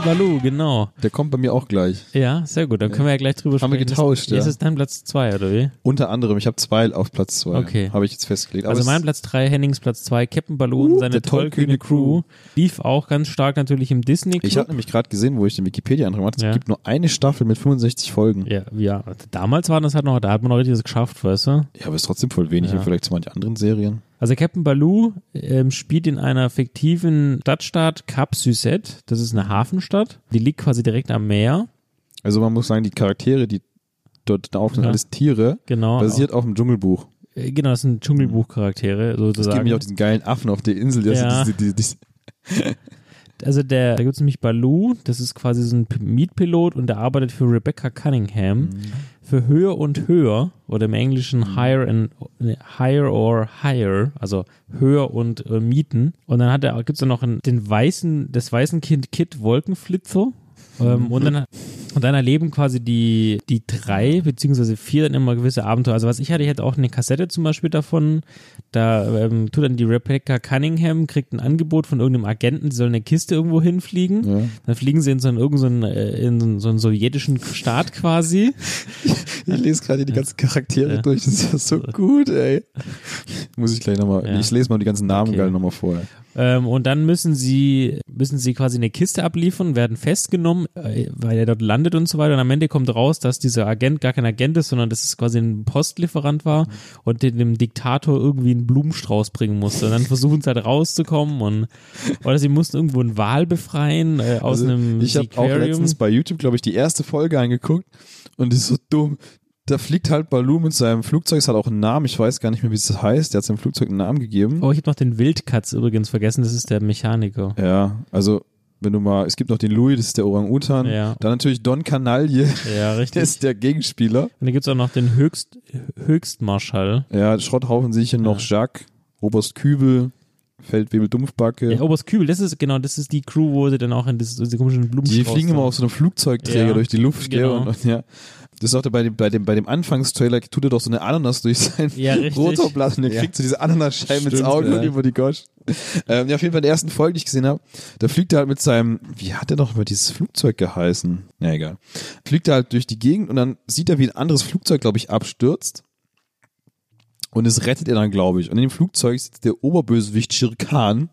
Speaker 2: Balu, genau.
Speaker 1: Der kommt bei mir auch gleich.
Speaker 2: Ja, sehr gut. Dann können wir ja gleich drüber
Speaker 1: Haben
Speaker 2: sprechen.
Speaker 1: wir getauscht,
Speaker 2: ist,
Speaker 1: ja.
Speaker 2: Ist es dein Platz 2, oder wie?
Speaker 1: Unter anderem, ich habe zwei auf Platz zwei.
Speaker 2: Okay.
Speaker 1: Habe ich jetzt festgelegt. Aber
Speaker 2: also
Speaker 1: es- Uh,
Speaker 2: mein Platz 3, Hennings Platz 2, Captain Baloo und seine
Speaker 1: der tollkühne
Speaker 2: tollkühne Crew. Lief auch ganz stark natürlich im Disney
Speaker 1: ich ne- habe
Speaker 2: Club.
Speaker 1: nämlich gerade gesehen, wo ich den Wikipedia-Eintrag hatte, es
Speaker 2: Ja.
Speaker 1: gibt nur eine Staffel mit 65 Folgen.
Speaker 2: Ja, ja, damals war das halt noch, da hat man noch richtig was geschafft, weißt du?
Speaker 1: Ja, aber ist trotzdem voll wenig im Vergleich zu manch anderen Serien.
Speaker 2: Also Captain Baloo ähm, spielt in einer fiktiven Stadtstaat Cap Suzette. Das ist eine Hafenstadt. Die liegt quasi direkt am Meer.
Speaker 1: Also man muss sagen, die Charaktere, die dort da aufnehmen,
Speaker 2: Ja.
Speaker 1: alles Tiere,
Speaker 2: Genau.
Speaker 1: basiert auf dem Dschungelbuch.
Speaker 2: Äh, Genau, das sind Dschungelbuchcharaktere
Speaker 1: Es gibt
Speaker 2: sozusagen.
Speaker 1: nämlich auch diesen geilen Affen auf der Insel, der
Speaker 2: Ja.
Speaker 1: so diese, diese, diese,
Speaker 2: also der, da gibt es nämlich Baloo, das ist quasi so ein P- Mietpilot und der arbeitet für Rebecca Cunningham für höher und höher oder im Englischen higher and nee, higher or higher, also höher und äh, mieten. Und dann hat er gibt's dann noch einen, den weißen das weißen Kind Kid Wolkenflitzer. Ähm, und, dann, und dann erleben quasi die, die drei beziehungsweise vier dann immer gewisse Abenteuer. Also was ich hatte, ich hatte auch eine Kassette zum Beispiel davon. Da ähm, tut dann die Rebecca Cunningham, kriegt ein Angebot von irgendeinem Agenten, sie soll eine Kiste irgendwo hinfliegen. Dann fliegen sie in so einen, irgend so einen, äh, in so einen, so einen sowjetischen Staat quasi.
Speaker 1: Ich lese gerade die ganzen Charaktere durch, das ist ja so gut, ey. Muss ich gleich nochmal,
Speaker 2: Ja.
Speaker 1: ich lese mal die ganzen Namen
Speaker 2: Okay.
Speaker 1: geil nochmal vorher.
Speaker 2: Ähm, und dann müssen sie, müssen sie quasi eine Kiste abliefern, werden festgenommen, äh, weil er dort landet und so weiter. Und am Ende kommt raus, dass dieser Agent gar kein Agent ist, sondern dass es quasi ein Postlieferant war und den, dem Diktator irgendwie einen Blumenstrauß bringen musste. Und dann versuchen sie halt rauszukommen und oder sie mussten irgendwo einen Wal befreien äh, aus
Speaker 1: Also,
Speaker 2: einem
Speaker 1: ich habe auch
Speaker 2: Aquarium.
Speaker 1: letztens bei YouTube, glaube ich, die erste Folge angeguckt und die ist so dumm. Da fliegt halt Baloo mit seinem Flugzeug, es hat auch einen Namen, ich weiß gar nicht mehr, wie es heißt. Der hat seinem Flugzeug einen Namen gegeben.
Speaker 2: Oh, ich habe noch den Wildkatz übrigens vergessen, das ist der Mechaniker.
Speaker 1: Ja, also Wenn du mal, es gibt noch den Louis, das ist der Orang-Utan.
Speaker 2: Ja.
Speaker 1: Dann natürlich Don Canaille,
Speaker 2: Ja, richtig.
Speaker 1: der ist der Gegenspieler.
Speaker 2: Und dann gibt es auch noch den Höchst, Höchstmarschall.
Speaker 1: Ja, Schrotthaufen sehe ich hier noch Jacques, Oberst Kübel, Feldwebel Dumpfbacke.
Speaker 2: Ja, Oberst Kübel, das ist genau, das ist die Crew, wo sie dann auch in diese, diese komischen Blumen
Speaker 1: Die fliegen immer auf so einem Flugzeugträger
Speaker 2: Ja,
Speaker 1: durch die Luft, gell?
Speaker 2: genau.
Speaker 1: Und, und, ja. Das ist auch bei dem, bei dem, bei dem Anfangstrailer, tut er doch so eine Ananas durch sein
Speaker 2: Ja, richtig.
Speaker 1: Rotorblatt und er kriegt so diese Ananasscheiben ins
Speaker 2: Stimmt,
Speaker 1: Auge
Speaker 2: ja.
Speaker 1: und über die Gosch. Ähm, ja, auf jeden Fall in der ersten Folge, die ich gesehen habe, da fliegt er halt mit seinem, wie hat er noch mal dieses Flugzeug geheißen? Na egal. Fliegt er halt durch die Gegend und dann sieht er, wie ein anderes Flugzeug, glaube ich, abstürzt. Und es rettet er dann, glaube ich. Und in dem Flugzeug sitzt der Oberbösewicht Shirkan.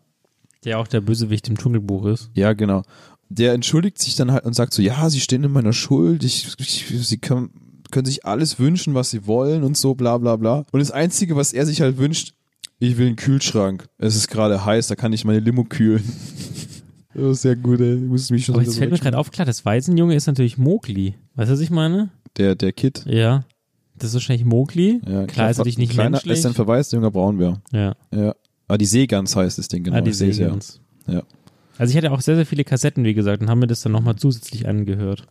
Speaker 2: Der auch der Bösewicht im Dschungelbuch ist.
Speaker 1: Ja, genau. Der entschuldigt sich dann halt und sagt so, ja, sie stehen in meiner Schuld, ich, ich, sie können, können sich alles wünschen, was sie wollen und so, bla bla bla. Und das Einzige, was er sich halt wünscht, ich will einen Kühlschrank. Es ist gerade heiß, da kann ich meine Limo kühlen. Das ist sehr gut, ey. Du musst mich schon
Speaker 2: Aber
Speaker 1: wieder
Speaker 2: jetzt fällt mir gerade auf, klar, das Waisenjunge ist natürlich Mowgli. Weißt du, was ich meine?
Speaker 1: Der, der Kid.
Speaker 2: Ja. Das ist wahrscheinlich Mowgli.
Speaker 1: Ja,
Speaker 2: klar ist er dich nicht
Speaker 1: kleiner,
Speaker 2: menschlich.
Speaker 1: ist ein verwaist junger Braunbär.
Speaker 2: ja.
Speaker 1: Ja. Ah, die Seegans heißt das Ding, genau.
Speaker 2: ah, die
Speaker 1: ich seh's
Speaker 2: sehen
Speaker 1: ja.
Speaker 2: uns.
Speaker 1: Ja.
Speaker 2: Also ich hatte auch sehr, sehr viele Kassetten, wie gesagt, und haben mir das dann nochmal zusätzlich angehört.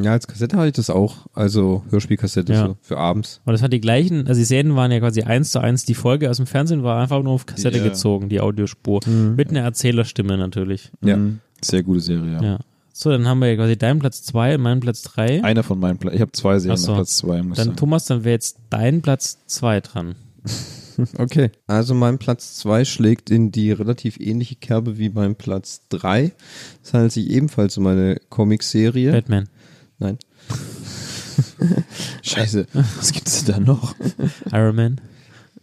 Speaker 3: Ja, als Kassette hatte ich das auch. Also Hörspielkassette
Speaker 2: Ja.
Speaker 3: so für abends.
Speaker 2: Und das hat die gleichen, also die Serien waren ja quasi eins zu eins, die Folge aus dem Fernsehen war einfach nur auf Kassette
Speaker 1: Ja.
Speaker 2: gezogen, die Audiospur. Mit einer Erzählerstimme natürlich.
Speaker 3: Ja.
Speaker 1: Mhm. Sehr gute Serie, ja.
Speaker 2: Ja. So, dann haben wir ja quasi deinen Platz 2, meinen Platz 3.
Speaker 1: Einer von meinen Pla Ich habe zwei Serien,
Speaker 2: Ach so.
Speaker 1: auf Platz zwei, muss ich
Speaker 2: Dann
Speaker 1: sagen.
Speaker 2: Thomas, dann wäre jetzt dein Platz 2 dran.
Speaker 3: Okay. Also mein Platz 2 schlägt in die relativ ähnliche Kerbe wie mein Platz 3. Es handelt sich ebenfalls um eine Comicserie.
Speaker 2: Batman.
Speaker 3: Nein.
Speaker 1: Scheiße, was gibt's denn da noch?
Speaker 2: Iron Man.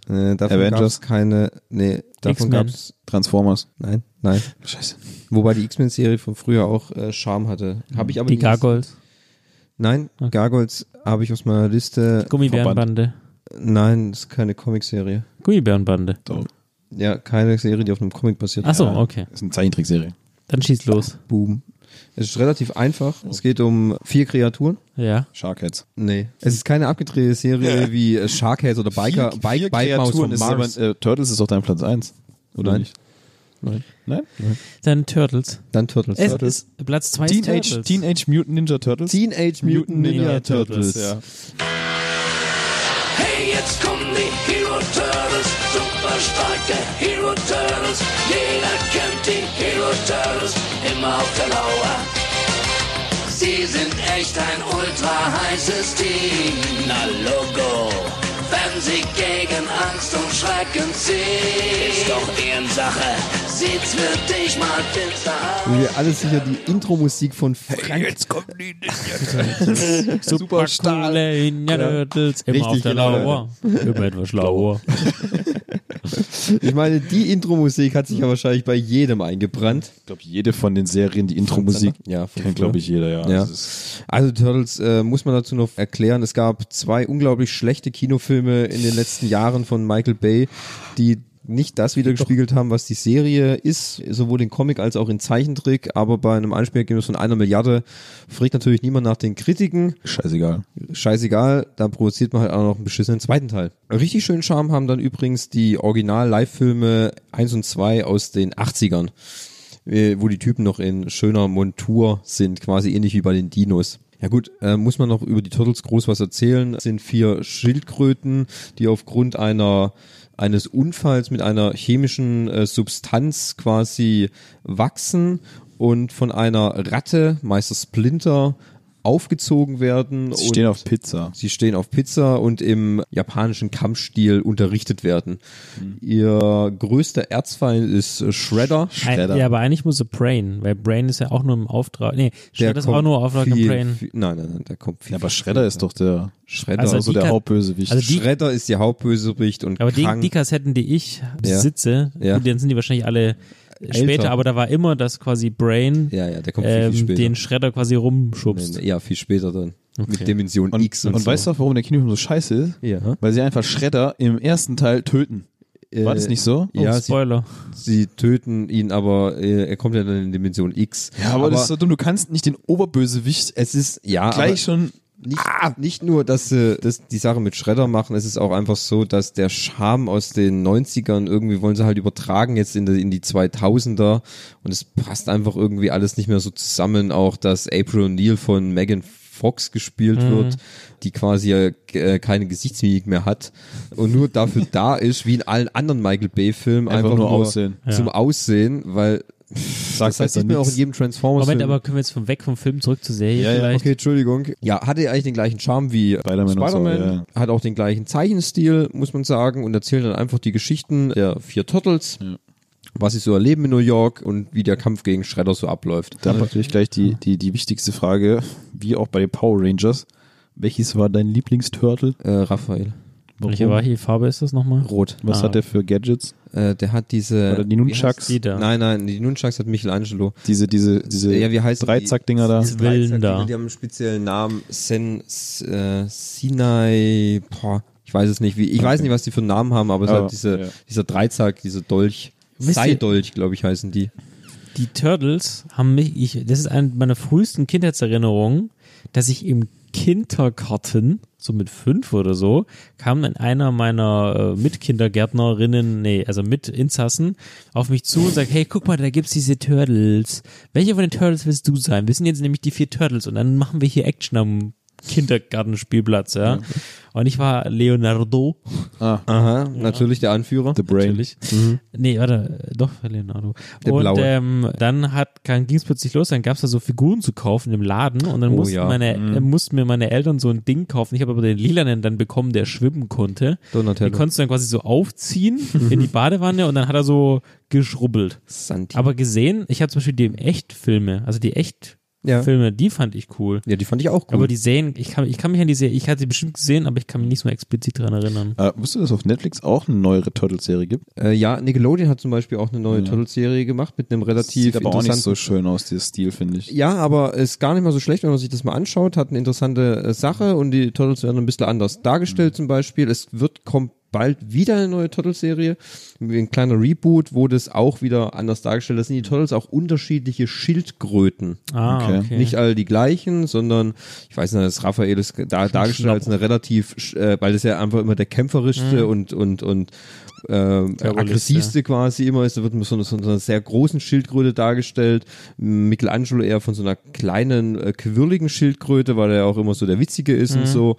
Speaker 3: Äh, davon
Speaker 1: Avengers.
Speaker 3: gab es keine. Nee, davon
Speaker 2: X-Men.
Speaker 3: gab es.
Speaker 1: Transformers.
Speaker 3: Nein, nein.
Speaker 1: Scheiße.
Speaker 3: Wobei die X-Men-Serie von früher auch äh, Charme hatte. Habe ich aber
Speaker 2: Die
Speaker 3: nie-
Speaker 2: Gargoyles.
Speaker 3: Nein,
Speaker 2: Okay.
Speaker 3: Gargoyles habe ich aus meiner Liste.
Speaker 2: Gummibärenbande.
Speaker 3: Nein, ist keine Comicserie.
Speaker 2: Gummibärenbande.
Speaker 3: Ja, keine Serie, die auf einem Comic basiert.
Speaker 2: Achso, okay.
Speaker 1: Das ist eine Zeichentrickserie.
Speaker 2: Dann schieß los.
Speaker 3: Boom. Es ist relativ einfach. Es geht um vier Kreaturen.
Speaker 2: Ja.
Speaker 1: Sharkheads.
Speaker 3: Nee. Es ist keine abgedrehte Serie wie äh, Sharkheads oder Biker, Bike, Bike Mouse von
Speaker 1: ist
Speaker 3: Mars.
Speaker 1: aber, äh, Turtles ist doch dein Platz 1. Oder
Speaker 3: Nein.
Speaker 1: nicht?
Speaker 3: Nein.
Speaker 1: Nein?
Speaker 2: Dann Turtles.
Speaker 3: Dann Turtles.
Speaker 2: Es ist Platz 2
Speaker 1: Teenage,
Speaker 2: Turtles.
Speaker 1: Teenage Mutant Ninja Turtles?
Speaker 3: Teenage Mutant Ninja Turtles.
Speaker 1: Ja.
Speaker 4: Hey, jetzt kommen die Hero Turtles, super starke Hero Turtles. Jeder kennt die Hero Turtles, immer auf der Lauer. Sie sind echt ein ultra heißes Team, na Logo. Wenn sie gegen Angst und Schrecken ziehen, ist doch Ehrensache. Sieht's für dich mal finster aus.
Speaker 3: Wo wir alle sicher die Intro-Musik von Frank
Speaker 4: Jetzt kommen die Ninja
Speaker 1: Super stark.
Speaker 2: Coole Ninja Turtles. Immer
Speaker 3: Richtig,
Speaker 2: auf der
Speaker 3: genau.
Speaker 2: Lauer. Immer etwas schlauer.
Speaker 3: Ich meine, die Intro-Musik hat sich ja wahrscheinlich bei jedem eingebrannt.
Speaker 1: Ich glaube, jede von den Serien, die Intro-Musik
Speaker 3: Ja, von
Speaker 1: kennt, glaube ich, jeder. ne? Ja.
Speaker 3: Ja.
Speaker 1: Das ist-
Speaker 3: Also Turtles äh, muss man dazu noch erklären. Es gab zwei unglaublich schlechte Kinofilme in den letzten Jahren von Michael Bay, die nicht das wiedergespiegelt haben, was die Serie ist, sowohl in Comic als auch in Zeichentrick, aber bei einem Einspielergebnis von einer Milliarde fragt natürlich niemand nach den Kritiken
Speaker 1: Scheißegal.
Speaker 3: scheißegal, da produziert man halt auch noch einen beschissenen zweiten Teil. Richtig schönen Charme haben dann übrigens die Original-Live-Filme 1 und 2 aus den 80ern, äh, wo die Typen noch in schöner Montur sind, quasi ähnlich wie bei den Dinos. Ja gut, äh, muss man noch über die Turtles groß was erzählen. Es sind vier Schildkröten, die aufgrund einer eines Unfalls mit einer chemischen äh, Substanz quasi wachsen und von einer Ratte, meistens Splinter, aufgezogen werden.
Speaker 1: Sie
Speaker 3: und
Speaker 1: stehen auf Pizza.
Speaker 2: Äh,
Speaker 3: Sie stehen auf Pizza und im japanischen Kampfstil unterrichtet werden.
Speaker 1: Mhm.
Speaker 3: Ihr größter Erzfeind ist äh, Shredder.
Speaker 2: Ein, ja, aber eigentlich muss er Brain, weil Brain ist ja auch nur im Auftrag. Nee, Shredder ist auch nur Auftrag von
Speaker 3: viel,
Speaker 2: Brain.
Speaker 3: Viel, nein, nein, nein, da kommt viel.
Speaker 1: Ja, aber Shredder ist doch der,
Speaker 3: Shredder,
Speaker 2: Also
Speaker 1: also so
Speaker 3: also
Speaker 2: die
Speaker 1: der
Speaker 2: kann-
Speaker 1: Hauptbösewicht.
Speaker 2: also die-
Speaker 3: Shredder ist ihr Hauptbösewicht und
Speaker 2: Aber die,
Speaker 3: krank.
Speaker 2: die Kassetten, die ich besitze,
Speaker 3: Ja.
Speaker 2: gut, dann sind die wahrscheinlich alle später, aber da war immer das quasi Brain,
Speaker 3: ja, ja, der kommt viel,
Speaker 2: ähm,
Speaker 3: viel später.
Speaker 2: den Shredder quasi rumschubst.
Speaker 3: Nein, ja, viel später dann. Mit Dimension
Speaker 1: und
Speaker 3: X und,
Speaker 1: und
Speaker 3: so.
Speaker 1: weißt du, warum der Kinofilm so scheiße ist?
Speaker 3: Ja.
Speaker 1: Weil sie einfach Shredder im ersten Teil töten. War das nicht so?
Speaker 2: Oh,
Speaker 3: Ja, sie,
Speaker 2: Spoiler.
Speaker 3: Äh, sie töten ihn, aber äh, er kommt ja dann in Dimension X.
Speaker 1: Ja, aber, das ist so dumm. Du kannst nicht den Oberbösewicht
Speaker 3: es ist ja
Speaker 1: gleich
Speaker 3: aber,
Speaker 1: schon
Speaker 3: Nicht, nicht nur, dass sie dass die Sache mit Schredder machen, es ist auch einfach so, dass der Charme aus den 90ern irgendwie wollen sie halt übertragen jetzt in die, in die 2000er und es passt einfach irgendwie alles nicht mehr so zusammen. Auch, dass April O'Neil von Megan Fox gespielt wird, die quasi äh, keine Gesichtsmimik mehr hat und nur dafür da ist, wie in allen anderen Michael Bay-Filmen,
Speaker 1: Einfach
Speaker 3: einfach,
Speaker 1: nur
Speaker 3: nur,
Speaker 1: aussehen.
Speaker 3: zum
Speaker 2: Ja.
Speaker 3: Aussehen, weil
Speaker 1: Sagt
Speaker 3: das sieht man auch in jedem Transformers.
Speaker 2: Moment, aber können wir jetzt von weg vom Film zurück zur Serie
Speaker 1: Ja, ja,
Speaker 2: vielleicht?
Speaker 3: Okay, Entschuldigung. Ja, hatte eigentlich den gleichen Charme wie
Speaker 1: Spider-Man und
Speaker 3: Spider-Man.
Speaker 1: so, ja.
Speaker 3: Hat auch den gleichen Zeichenstil, muss man sagen, und erzählt dann einfach die Geschichten der vier Turtles, was sie so erleben in New York und wie der Kampf gegen Shredder so abläuft.
Speaker 1: Dann natürlich gleich die, die, die wichtigste Frage, wie auch bei den Power Rangers. Welches war dein Lieblingsturtle?
Speaker 3: Äh, Raphael.
Speaker 2: Welche welche Farbe ist das nochmal?
Speaker 3: Rot.
Speaker 1: Was
Speaker 2: Ah.
Speaker 1: hat der für Gadgets?
Speaker 3: Äh, der hat diese.
Speaker 1: Oder die
Speaker 3: wie
Speaker 1: Nunchucks?
Speaker 3: heißt-
Speaker 2: Die da.
Speaker 3: Nein, nein, die Nunchucks hat Michelangelo.
Speaker 1: Diese, diese, diese
Speaker 3: Ja, wie heißen die?
Speaker 1: Dreizack-Dinger da.
Speaker 2: Diese Willen da.
Speaker 3: Die haben einen speziellen Namen. Sen, S- äh, Sinai. Boah, ich weiß es nicht. Wie, ich weiß nicht, was die für einen Namen haben, aber es
Speaker 1: Aber,
Speaker 3: hat diese,
Speaker 1: ja.
Speaker 3: dieser Dreizack, diese Dolch.
Speaker 2: Wisst ihr-
Speaker 3: Seidolch, glaube ich, heißen die.
Speaker 2: Die Turtles haben mich, ich, das ist eine meiner frühesten Kindheitserinnerungen, dass ich im Kindergarten, so mit fünf oder so, kam dann einer meiner äh, Mitkindergärtnerinnen, nee, also Mitinsassen, auf mich zu und sagt, hey, guck mal, da gibt's diese Turtles. Welche von den Turtles willst du sein? Wir sind jetzt nämlich die vier Turtles und dann machen wir hier Action am Kindergartenspielplatz, ja. Und ich war Leonardo.
Speaker 3: Aha, natürlich der Anführer.
Speaker 1: The Brain.
Speaker 2: Natürlich. Nee, warte, äh, doch, Leonardo.
Speaker 3: Der
Speaker 2: und
Speaker 3: blaue.
Speaker 2: Ähm, dann hat ging es plötzlich los, dann gab es da so Figuren zu kaufen im Laden und dann
Speaker 3: Oh,
Speaker 2: mussten,
Speaker 3: ja.
Speaker 2: meine, äh, mussten mir meine Eltern so ein Ding kaufen. Ich habe aber den lilanen dann bekommen, der schwimmen konnte.
Speaker 3: Donatello.
Speaker 2: Die konntest du dann quasi so aufziehen in die Badewanne und dann hat er so geschrubbelt.
Speaker 3: Santi.
Speaker 2: Aber gesehen, ich habe zum Beispiel die Echtfilme, also die
Speaker 3: Ja.
Speaker 2: Echtfilme, die fand ich cool.
Speaker 3: ja, die fand ich auch gut.
Speaker 2: Aber die Serien, ich kann, ich kann mich an die Serien, ich hatte sie bestimmt gesehen, aber ich kann mich nicht so explizit dran erinnern.
Speaker 1: Äh, wusstest du, dass es auf Netflix auch eine neuere Turtles-Serie gibt?
Speaker 3: äh, ja, Nickelodeon hat zum Beispiel auch eine neue Turtles-Serie gemacht mit einem relativ
Speaker 1: Sieht aber auch nicht
Speaker 3: interessanten.
Speaker 1: so schön aus, dieses Stil, finde ich.
Speaker 3: ja, aber ist gar nicht mal so schlecht, wenn man sich das mal anschaut. Hat eine interessante äh, Sache und die Turtles werden ein bisschen anders dargestellt zum Beispiel. Es wird kommt bald wieder eine neue Turtles-Serie. Ein kleiner Reboot, wo das auch wieder anders dargestellt ist. Sind die Turtles auch unterschiedliche Schildkröten?
Speaker 2: Ah,
Speaker 1: Okay.
Speaker 2: okay.
Speaker 3: Nicht all die gleichen, sondern ich weiß nicht, das Raphael ist da, dargestellt als eine relativ, sch- äh, weil das ja einfach immer der kämpferischste und und und ähm,
Speaker 2: Terrorist,
Speaker 3: aggressivste quasi immer ist. Da wird mit so, einer- so einer sehr großen Schildkröte dargestellt. Michelangelo eher von so einer kleinen, äh, quirligen Schildkröte, weil er ja auch immer so der Witzige ist und so.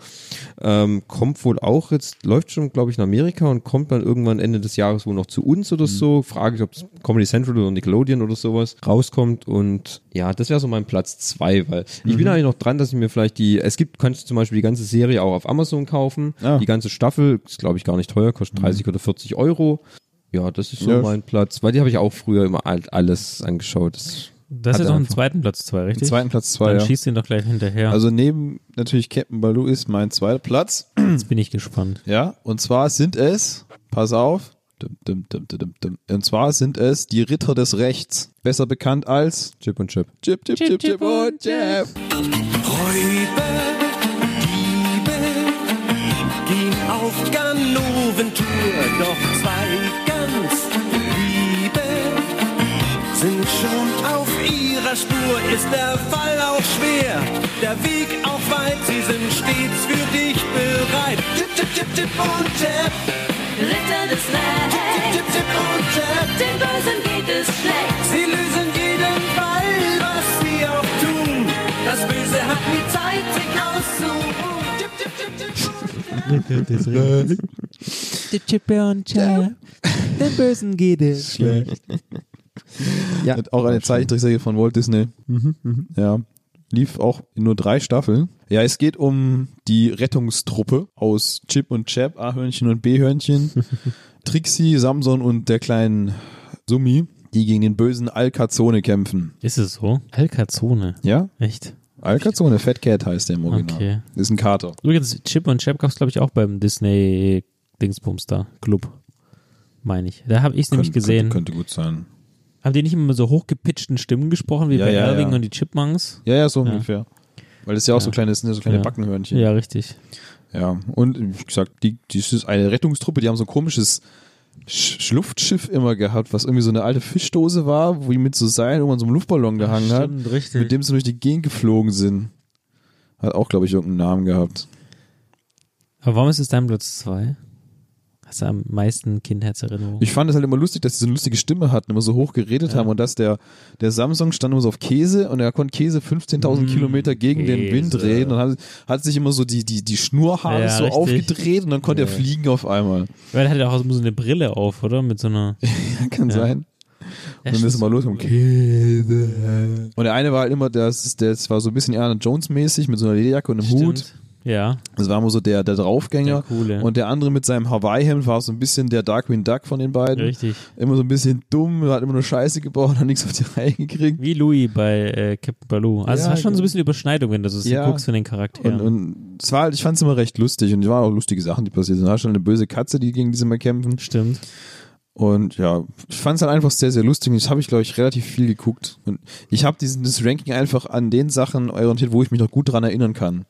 Speaker 3: Ähm, kommt wohl auch jetzt, läuft schon, glaube ich, in Amerika und kommt dann irgendwann Ende des Jahres wohl noch zu uns
Speaker 1: Mhm.
Speaker 3: oder so. Frage ich, ob es Comedy Central oder Nickelodeon oder sowas rauskommt. Und ja, das wäre so mein Platz zwei, weil ich
Speaker 1: Mhm.
Speaker 3: bin eigentlich noch dran, dass ich mir vielleicht die, es gibt, kannst du zum Beispiel die ganze Serie auch auf Amazon kaufen.
Speaker 1: Ah. Mhm.
Speaker 3: Die ganze Staffel ist, glaube ich, gar nicht teuer, kostet 30 oder 40 Euro. Ja, das ist so
Speaker 1: Ja.
Speaker 3: mein Platz, weil die habe ich auch früher immer alt- alles angeschaut. Das
Speaker 2: Das
Speaker 3: Hat
Speaker 2: ist jetzt
Speaker 3: er
Speaker 2: noch einen
Speaker 3: einfach.
Speaker 2: zweiten Platz zwei, richtig?
Speaker 1: Im zweiten Platz zwei,
Speaker 2: Dann
Speaker 1: ja.
Speaker 2: schießt ihn doch gleich hinterher. Also,
Speaker 1: Also neben natürlich Captain Baloo ist mein zweiter Platz.
Speaker 2: Jetzt bin ich gespannt.
Speaker 1: Ja, und zwar sind es, pass auf, dum, dum, dum, dum, dum, dum. und zwar sind es die Ritter des Rechts, besser bekannt als
Speaker 3: Chip und Chip.
Speaker 1: Chip, Chip, Chip, Chip, und Chip.
Speaker 10: Räuber, Diebe, gehen auf Ganoventour, doch zwei ganz Liebe sind schon auf ihrer Spur. Ist der Fall auch schwer, der Weg auch weit, sie sind stets für dich bereit. Tipp, tipp, tipp, tipp und tap,
Speaker 9: Ritter des
Speaker 10: tipp,
Speaker 9: Rechts,
Speaker 10: tipp, tipp und tap.
Speaker 9: den Bösen geht es schlecht.
Speaker 10: Sie lösen jeden Fall, was sie auch tun. Das Böse hat nie Zeit, sich auszuruhen. Tipp, tipp, tipp, tipp, tipp.
Speaker 2: Den Bösen geht es.
Speaker 3: Ja, Mhm,
Speaker 1: Hat auch eine Zeichentrickserie von Walt Disney. Ja. Lief auch in nur drei Staffeln. Ja, es geht um die Rettungstruppe aus Chip und Chap, A-Hörnchen und B-Hörnchen, Trixie, Samson und der kleinen Summi, die gegen den bösen Alcazone kämpfen.
Speaker 2: Ist es so? Alcazone.
Speaker 1: Ja?
Speaker 2: Echt?
Speaker 1: Alcazone, Fat Cat heißt der im Original.
Speaker 2: Okay.
Speaker 1: Ist ein Kater.
Speaker 2: Übrigens, Chip und Chap gab es, glaube ich, auch beim Disney-Dingsbums da. Club. Meine ich. Da habe ich nämlich gesehen.
Speaker 1: Könnte, könnte gut sein.
Speaker 2: Haben die nicht immer mit so hochgepitchten Stimmen gesprochen, wie
Speaker 1: Ja,
Speaker 2: bei
Speaker 1: ja,
Speaker 2: Irving
Speaker 1: ja.
Speaker 2: und die Chipmunks?
Speaker 1: Ja, ja, so ungefähr. Weil das ist ja auch so kleine, das sind ja so kleine
Speaker 2: Ja.
Speaker 1: Backenhörnchen.
Speaker 2: Ja, richtig.
Speaker 1: Ja, und wie gesagt, die, die das ist eine Rettungstruppe, die haben so ein komisches Sch Sch- Luftschiff immer gehabt, was irgendwie so eine alte Fischdose war, wo die mit so Seilen irgendwann so einem Luftballon gehangen hat,
Speaker 2: Stimmt, richtig.
Speaker 1: mit dem sie durch die Gegend geflogen sind. Hat auch, glaube ich, irgendeinen Namen gehabt.
Speaker 2: Aber warum ist es dein Platz 2? Hast du am meisten Kindheitserinnerungen?
Speaker 1: Ich fand es halt immer lustig, dass die so eine lustige Stimme hatten, immer so hoch geredet haben und dass der, der Samsung stand immer so auf Käse und er konnte Käse 15.000 Kilometer gegen den
Speaker 2: Mm, Käse.
Speaker 1: Wind reden und hat, hat sich immer so die, die, die Schnurhaare
Speaker 2: Ja,
Speaker 1: so
Speaker 2: richtig.
Speaker 1: aufgedreht und dann konnte er fliegen auf einmal.
Speaker 2: Weil er hat ja auch so eine Brille auf, oder? Mit so einer.
Speaker 1: Kann sein. Und dann
Speaker 2: stimmt.
Speaker 1: ist es mal los. mit dem Käse. Und der eine war halt immer, das, das war so ein bisschen Anna Jones-mäßig mit so einer Lederjacke und einem Hut.
Speaker 2: Stimmt. Ja.
Speaker 1: Das war immer so der, der Draufgänger.
Speaker 2: Der Coole.
Speaker 1: Und der andere mit seinem Hawaii-Hemd war so ein bisschen der Darkwing Duck von den beiden.
Speaker 2: Richtig.
Speaker 1: Immer so ein bisschen dumm, hat immer nur Scheiße gebaut, hat nichts auf die Reihe gekriegt.
Speaker 2: Wie Louis bei äh, Captain Baloo. Also es
Speaker 1: Ja,
Speaker 2: war schon so
Speaker 1: genau.
Speaker 2: ein bisschen Überschneidung, wenn du so
Speaker 1: Ja.
Speaker 2: guckst von den Charakteren.
Speaker 1: Und, und es war halt, ich fand es immer recht lustig und es waren auch lustige Sachen, die passiert sind. Da war schon eine böse Katze, die gegen diese mal kämpfen.
Speaker 2: Stimmt.
Speaker 1: Und ja, ich fand es halt einfach sehr, sehr lustig. Und Das habe ich, glaube ich, relativ viel geguckt. Und ich habe dieses Ranking einfach an den Sachen orientiert, wo ich mich noch gut dran erinnern kann.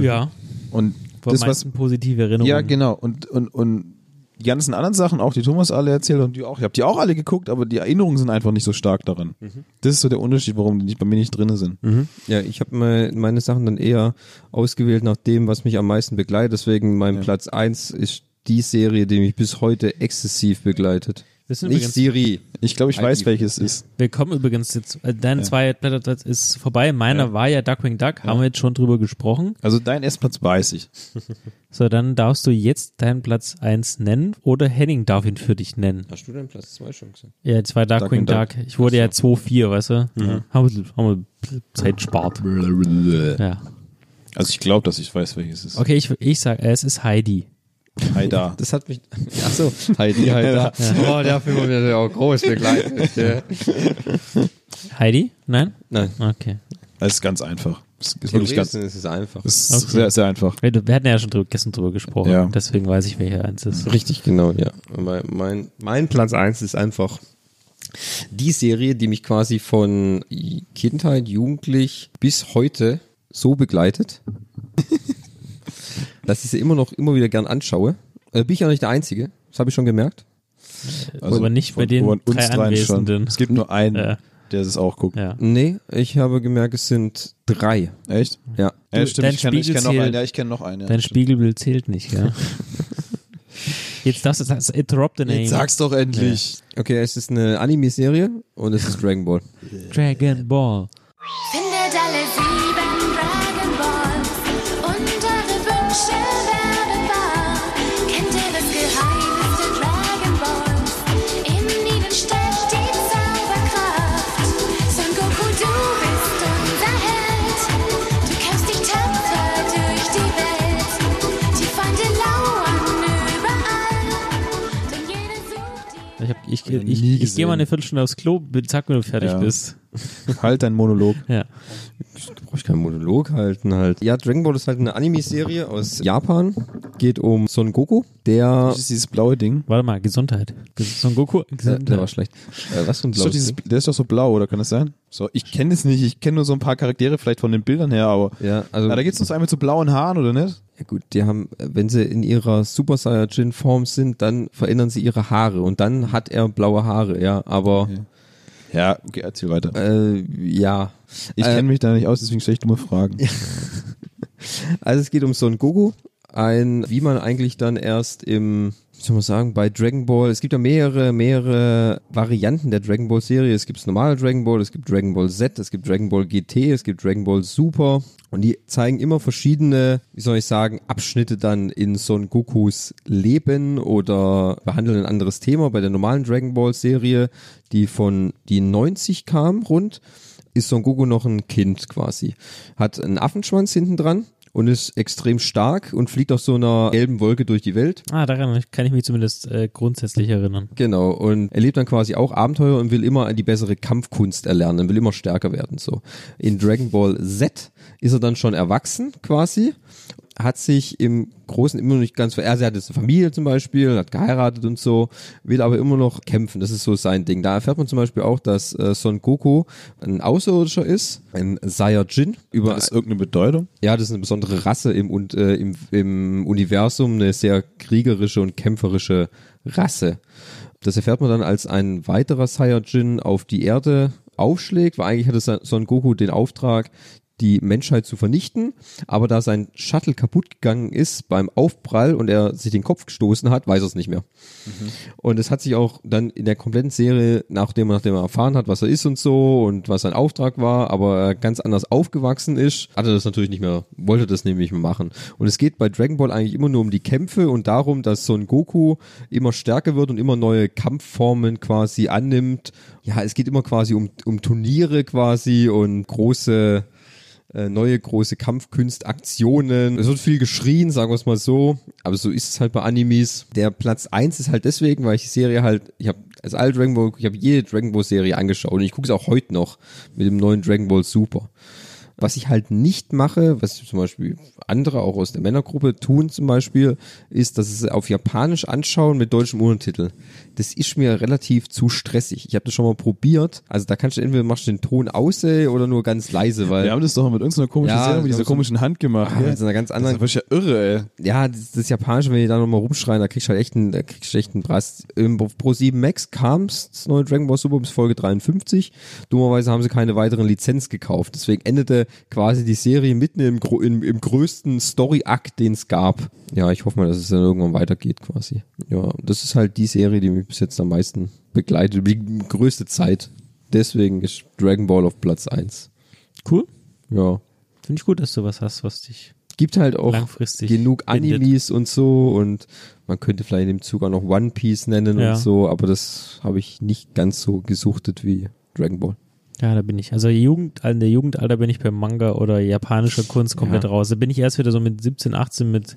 Speaker 2: Ja.
Speaker 1: Und
Speaker 2: War
Speaker 1: das, was
Speaker 2: meisten positive Erinnerungen.
Speaker 1: Ja, genau. Und, und, und die ganzen anderen Sachen, auch die Thomas alle erzählt und die auch. Ich habe die auch alle geguckt, aber die Erinnerungen sind einfach nicht so stark daran. Das ist so der Unterschied, warum die nicht bei mir nicht drin sind.
Speaker 3: Ja, ich habe me meine Sachen dann eher ausgewählt nach dem, was mich am meisten begleitet. Deswegen mein Platz 1 ist die Serie, die mich bis heute exzessiv begleitet.
Speaker 2: Das sind
Speaker 3: Nicht
Speaker 2: übrigens-
Speaker 3: Siri.
Speaker 1: Ich glaube, ich
Speaker 3: Halt
Speaker 1: weiß,
Speaker 3: die-
Speaker 1: welches ist.
Speaker 2: Wir kommen übrigens jetzt. Äh, dein zweiter Platz ist vorbei. Meiner war ja Duckwing Duck. Haben wir jetzt schon drüber gesprochen.
Speaker 1: Also dein Erstplatz weiß ich.
Speaker 2: So, dann darfst du jetzt deinen Platz 1 nennen oder Henning darf ihn für dich nennen.
Speaker 3: Hast du deinen Platz 2 schon gesagt?
Speaker 2: Ja, jetzt war Darkwing Dark.
Speaker 1: Dark.
Speaker 2: Ich wurde ja 2-4, weißt du?
Speaker 1: Mhm.
Speaker 2: Haben, wir, haben wir Zeit spart. Ja.
Speaker 1: Also ich glaube, dass ich weiß, welches ist.
Speaker 2: Okay, ich, ich sag, äh, es ist Heidi.
Speaker 1: Hi da.
Speaker 3: Das hat mich. Achso. Heidi, Heidi. Ja. Oh, der Film hat mich auch groß begleitet. ja.
Speaker 2: Heidi? Nein?
Speaker 3: Nein.
Speaker 2: Okay.
Speaker 1: Das ist ganz einfach. Das ist wirklich ganz, das
Speaker 3: ist es einfach.
Speaker 1: ist
Speaker 2: Okay.
Speaker 1: sehr, sehr einfach.
Speaker 2: Wir wir hatten ja schon drüber, gestern drüber gesprochen.
Speaker 1: Ja.
Speaker 2: Deswegen weiß ich, welcher eins ist.
Speaker 3: Richtig, genau, ja. Mein, mein, mein Platz 1 ist einfach die Serie, die mich quasi von Kindheit, Jugendlich bis heute so begleitet, dass ich sie immer noch immer wieder gern anschaue. Äh, bin ich auch nicht der Einzige, das habe ich schon gemerkt.
Speaker 1: Also
Speaker 2: Aber nicht bei
Speaker 1: von
Speaker 2: den
Speaker 1: Ohren uns
Speaker 2: drei
Speaker 1: dreien schon.
Speaker 2: Anwesenden.
Speaker 1: Es gibt nur einen,
Speaker 2: Ja.
Speaker 1: der es auch guckt.
Speaker 2: Ja.
Speaker 3: Nee, ich habe gemerkt, es sind drei.
Speaker 1: Echt?
Speaker 3: Ja.
Speaker 1: Ja, stimmt.
Speaker 2: dein
Speaker 1: Ich kenne kenn noch
Speaker 2: Spiegel-
Speaker 1: einen. Ja, ich kenne noch einen. Ja,
Speaker 2: Dein
Speaker 1: stimmt.
Speaker 2: Spiegelbild zählt nicht, gell? jetzt darfst du sagen, interrupt the name.
Speaker 1: Jetzt sag's doch endlich.
Speaker 3: Okay, es ist eine Anime-Serie und es ist Dragon Ball.
Speaker 2: Dragon Ball.
Speaker 9: Findet alle sieben Dragon Balls und eure Wünsche werden wahr. Kennt ihr das Geheimnis der Dragon Balls? In ihnen steckt die Zauberkraft. Son Goku, du bist unser Held. Du kämpfst dich tapfer durch die Welt. Die Feinde lauern überall. Denn jeder sucht ihn.
Speaker 2: Ich, hab-
Speaker 1: ich
Speaker 2: ich, ich,
Speaker 1: nie
Speaker 2: ich, gehe
Speaker 1: gesehen.
Speaker 2: mal eine Viertelstunde aufs Klo, sag mir, wenn du fertig
Speaker 1: Ja.
Speaker 2: bist.
Speaker 1: Halt deinen Monolog.
Speaker 2: Ja.
Speaker 3: brauche ich keinen Monolog halten halt. Ja, Dragon Ball ist halt eine Anime-Serie aus Japan. Geht um Son Goku, der.
Speaker 1: Das ist dieses blaue Ding.
Speaker 2: Warte mal, Gesundheit. Ges- Son Goku,
Speaker 3: Äh, der war
Speaker 2: Gesundheit.
Speaker 3: schlecht. Äh, was für ein
Speaker 1: Ist doch
Speaker 3: blaues
Speaker 1: dieses,
Speaker 3: Ding?
Speaker 1: der ist doch so blau, oder kann das sein? So, ich kenne es nicht, ich kenne nur so ein paar Charaktere, vielleicht von den Bildern her, aber.
Speaker 3: Ja, also-
Speaker 1: Na, da geht's uns einmal zu blauen Haaren, oder nicht?
Speaker 3: Ja, gut, die haben, äh, wenn sie in ihrer Super Saiyajin Form sind, dann verändern sie ihre Haare und dann hat er blaue Haare, ja, aber
Speaker 1: Ja, okay, erzähl weiter.
Speaker 3: äh, ja.
Speaker 1: Ich
Speaker 3: äh,
Speaker 1: kenne mich da nicht aus, deswegen stelle ich dumme Fragen.
Speaker 3: Also es geht um Son Goku, ein, wie man eigentlich dann erst im, wie soll man sagen, bei Dragon Ball, es gibt ja mehrere, mehrere Varianten der Dragon Ball Serie. Es gibt das normale Dragon Ball, es gibt Dragon Ball Z, es gibt Dragon Ball GT, es gibt Dragon Ball Super. Und die zeigen immer verschiedene, wie soll ich sagen, Abschnitte dann in Son Gokus Leben oder behandeln ein anderes Thema. Bei der normalen Dragon Ball Serie, die von, die 90 kam rund, ist Son Goku noch ein Kind quasi. Hat einen Affenschwanz hinten dran und ist extrem stark und fliegt auf so einer gelben Wolke durch die Welt.
Speaker 2: Ah, daran kann ich mich zumindest äh, grundsätzlich erinnern.
Speaker 3: Genau, und er lebt dann quasi auch Abenteuer und will immer die bessere Kampfkunst erlernen, will immer stärker werden. So. In Dragon Ball Z ist er dann schon erwachsen quasi, hat sich im Großen immer noch nicht ganz ver- also Er hat jetzt eine Familie zum Beispiel, hat geheiratet und so, will aber immer noch kämpfen. Das ist so sein Ding. Da erfährt man zum Beispiel auch, dass äh, Son Goku ein Außerirdischer ist, ein Saiyajin. Über
Speaker 1: Hat das irgendeine Bedeutung?
Speaker 3: ja, das ist eine besondere Rasse im, und, äh, im, im Universum, eine sehr kriegerische und kämpferische Rasse. Das erfährt man dann, als ein weiterer Saiyajin auf die Erde aufschlägt, weil eigentlich hatte Son Goku den Auftrag, die Menschheit zu vernichten. Aber da sein Shuttle kaputt gegangen ist beim Aufprall und er sich den Kopf gestoßen hat, weiß er es nicht mehr. Und es hat sich auch dann in der kompletten Serie, nachdem, nachdem er erfahren hat, was er ist und so und was sein Auftrag war, aber er ganz anders aufgewachsen ist, hat er das natürlich nicht mehr, wollte das nämlich nicht mehr machen. Und es geht bei Dragon Ball eigentlich immer nur um die Kämpfe und darum, dass so ein Goku immer stärker wird und immer neue Kampfformen quasi annimmt. Ja, es geht immer quasi um, um Turniere quasi und große äh, neue große Kampfkunstaktionen. Es wird viel geschrien, sagen wir es mal so. Aber so ist es halt bei Animes. Der Platz 1 ist halt deswegen, weil ich die Serie halt, ich habe als alle Dragon Ball, ich habe jede Dragon Ball Serie angeschaut und ich gucke es auch heute noch mit dem neuen Dragon Ball Super. Was ich halt nicht mache, was zum Beispiel andere auch aus der Männergruppe tun zum Beispiel, ist, dass sie es auf Japanisch anschauen mit deutschem Untertitel. Das ist mir relativ zu stressig. Ich habe das schon mal probiert. Also da kannst du entweder machst du den Ton aus ey, oder nur ganz leise, weil
Speaker 1: Wir haben das doch mit irgendeiner komischen
Speaker 3: Ja,
Speaker 1: Serie, mit
Speaker 3: das
Speaker 1: dieser
Speaker 3: haben so-
Speaker 1: komischen Hand gemacht.
Speaker 3: Ah,
Speaker 1: gell?
Speaker 3: mit so einer ganz anderen-
Speaker 1: Das ist ja irre, ey.
Speaker 3: ja, das, das Japanische, wenn die da nochmal rumschreien, da kriegst du halt echt einen, da kriegst du echt einen Preis. Im Pro 7 Max kam's, das neue Dragon Ball Super bis Folge 53. Dummerweise haben sie keine weiteren Lizenz gekauft. Deswegen endete quasi die Serie mitten im, gro- im, im größten Story-Akt, den es gab. Ja, ich hoffe mal, dass es dann irgendwann weitergeht quasi. Ja, das ist halt die Serie, die mich bis jetzt am meisten begleitet, über die größte Zeit. Deswegen ist Dragon Ball auf Platz 1.
Speaker 2: Cool.
Speaker 3: Ja.
Speaker 2: Finde ich gut, dass du was hast, was dich.
Speaker 3: gibt halt auch
Speaker 2: Langfristig
Speaker 3: genug
Speaker 2: bindet.
Speaker 3: Animes und so und man könnte vielleicht in dem Zug auch noch One Piece nennen
Speaker 2: Ja.
Speaker 3: und so, aber das habe ich nicht ganz so gesuchtet wie Dragon Ball.
Speaker 2: Ja, da bin ich. Also Jugend, in der Jugendalter bin ich beim Manga oder japanischer Kunst komplett raus. Da bin ich erst wieder so mit 17, 18 mit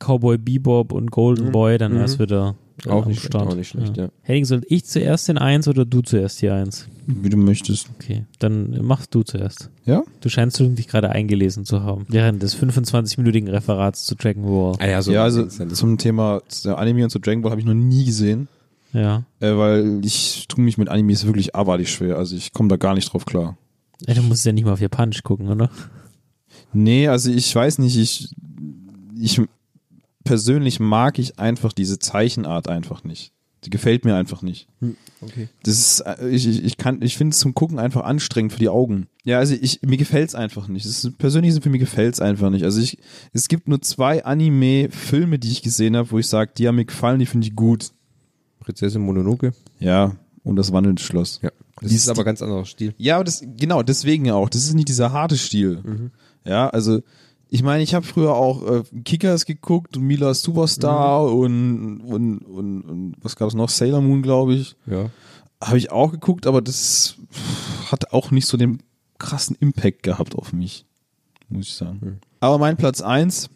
Speaker 2: Cowboy Bebop und Golden Boy, dann erst wieder äh,
Speaker 3: Mhm. Auch
Speaker 2: am
Speaker 3: nicht schlecht,
Speaker 2: Start.
Speaker 3: auch nicht schlecht, ja.
Speaker 2: Henning, soll ich zuerst den Eins oder du zuerst die Eins?
Speaker 1: Wie du möchtest.
Speaker 2: Okay, dann machst du zuerst.
Speaker 1: Ja?
Speaker 2: Du scheinst dich gerade eingelesen zu haben, während des 25-minütigen Referats zu Dragon Ball.
Speaker 3: ja,
Speaker 1: ja, also zum Thema zu Anime und zu Dragon Ball habe ich noch nie gesehen,
Speaker 2: Ja.
Speaker 1: äh, weil ich tue mich mit Animes wirklich abartig schwer. Also ich komme da gar nicht drauf klar.
Speaker 2: Ey, du musst ja nicht mal auf Japanisch gucken, oder?
Speaker 1: Nee, also ich weiß nicht, ich, ich persönlich mag ich einfach diese Zeichenart einfach nicht. Die gefällt mir einfach nicht.
Speaker 3: okay.
Speaker 1: Das ist, äh, ich, ich, ich kann, ich finde es zum Gucken einfach anstrengend für die Augen. Ja, also ich, mir gefällt es einfach nicht. Das ist, persönlich sind für mich gefällt es einfach nicht. Also ich, es gibt nur zwei Anime-Filme, die ich gesehen habe, wo ich sage, die haben mir gefallen, die finde ich gut.
Speaker 3: Prinzessin Mononoke.
Speaker 1: Ja, und das Wandelschloss.
Speaker 3: Ja. Das
Speaker 1: Die
Speaker 3: ist
Speaker 1: ist-
Speaker 3: aber ganz anderer Stil.
Speaker 1: Ja, aber das, genau, deswegen auch. Das ist nicht dieser harte Stil. Ja, also ich meine, ich habe früher auch äh, Kickers geguckt und Mila Superstar und, und, und, und was gab es noch? Sailor Moon, glaube ich.
Speaker 3: Ja.
Speaker 1: Habe ich auch geguckt, aber das pff, hat auch nicht so den krassen Impact gehabt auf mich, muss ich sagen. Aber mein Platz 1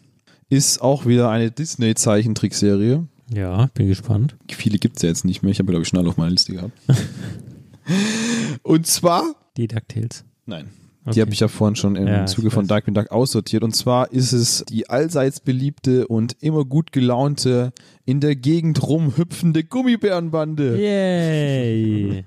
Speaker 1: ist auch wieder eine Disney-Zeichentrickserie.
Speaker 2: Ja, bin gespannt.
Speaker 1: Viele gibt es ja jetzt nicht mehr. Ich habe, glaube ich, schon alle auf meiner Liste gehabt. und zwar
Speaker 2: Die DuckTales.
Speaker 1: Nein.
Speaker 2: Okay.
Speaker 1: Die habe ich ja vorhin schon im
Speaker 2: Ja, ich
Speaker 1: Zuge von
Speaker 2: weiß.
Speaker 1: Dark Dark aussortiert. Und zwar ist es die allseits beliebte und immer gut gelaunte, in der Gegend rumhüpfende Gummibärenbande.
Speaker 2: Yay!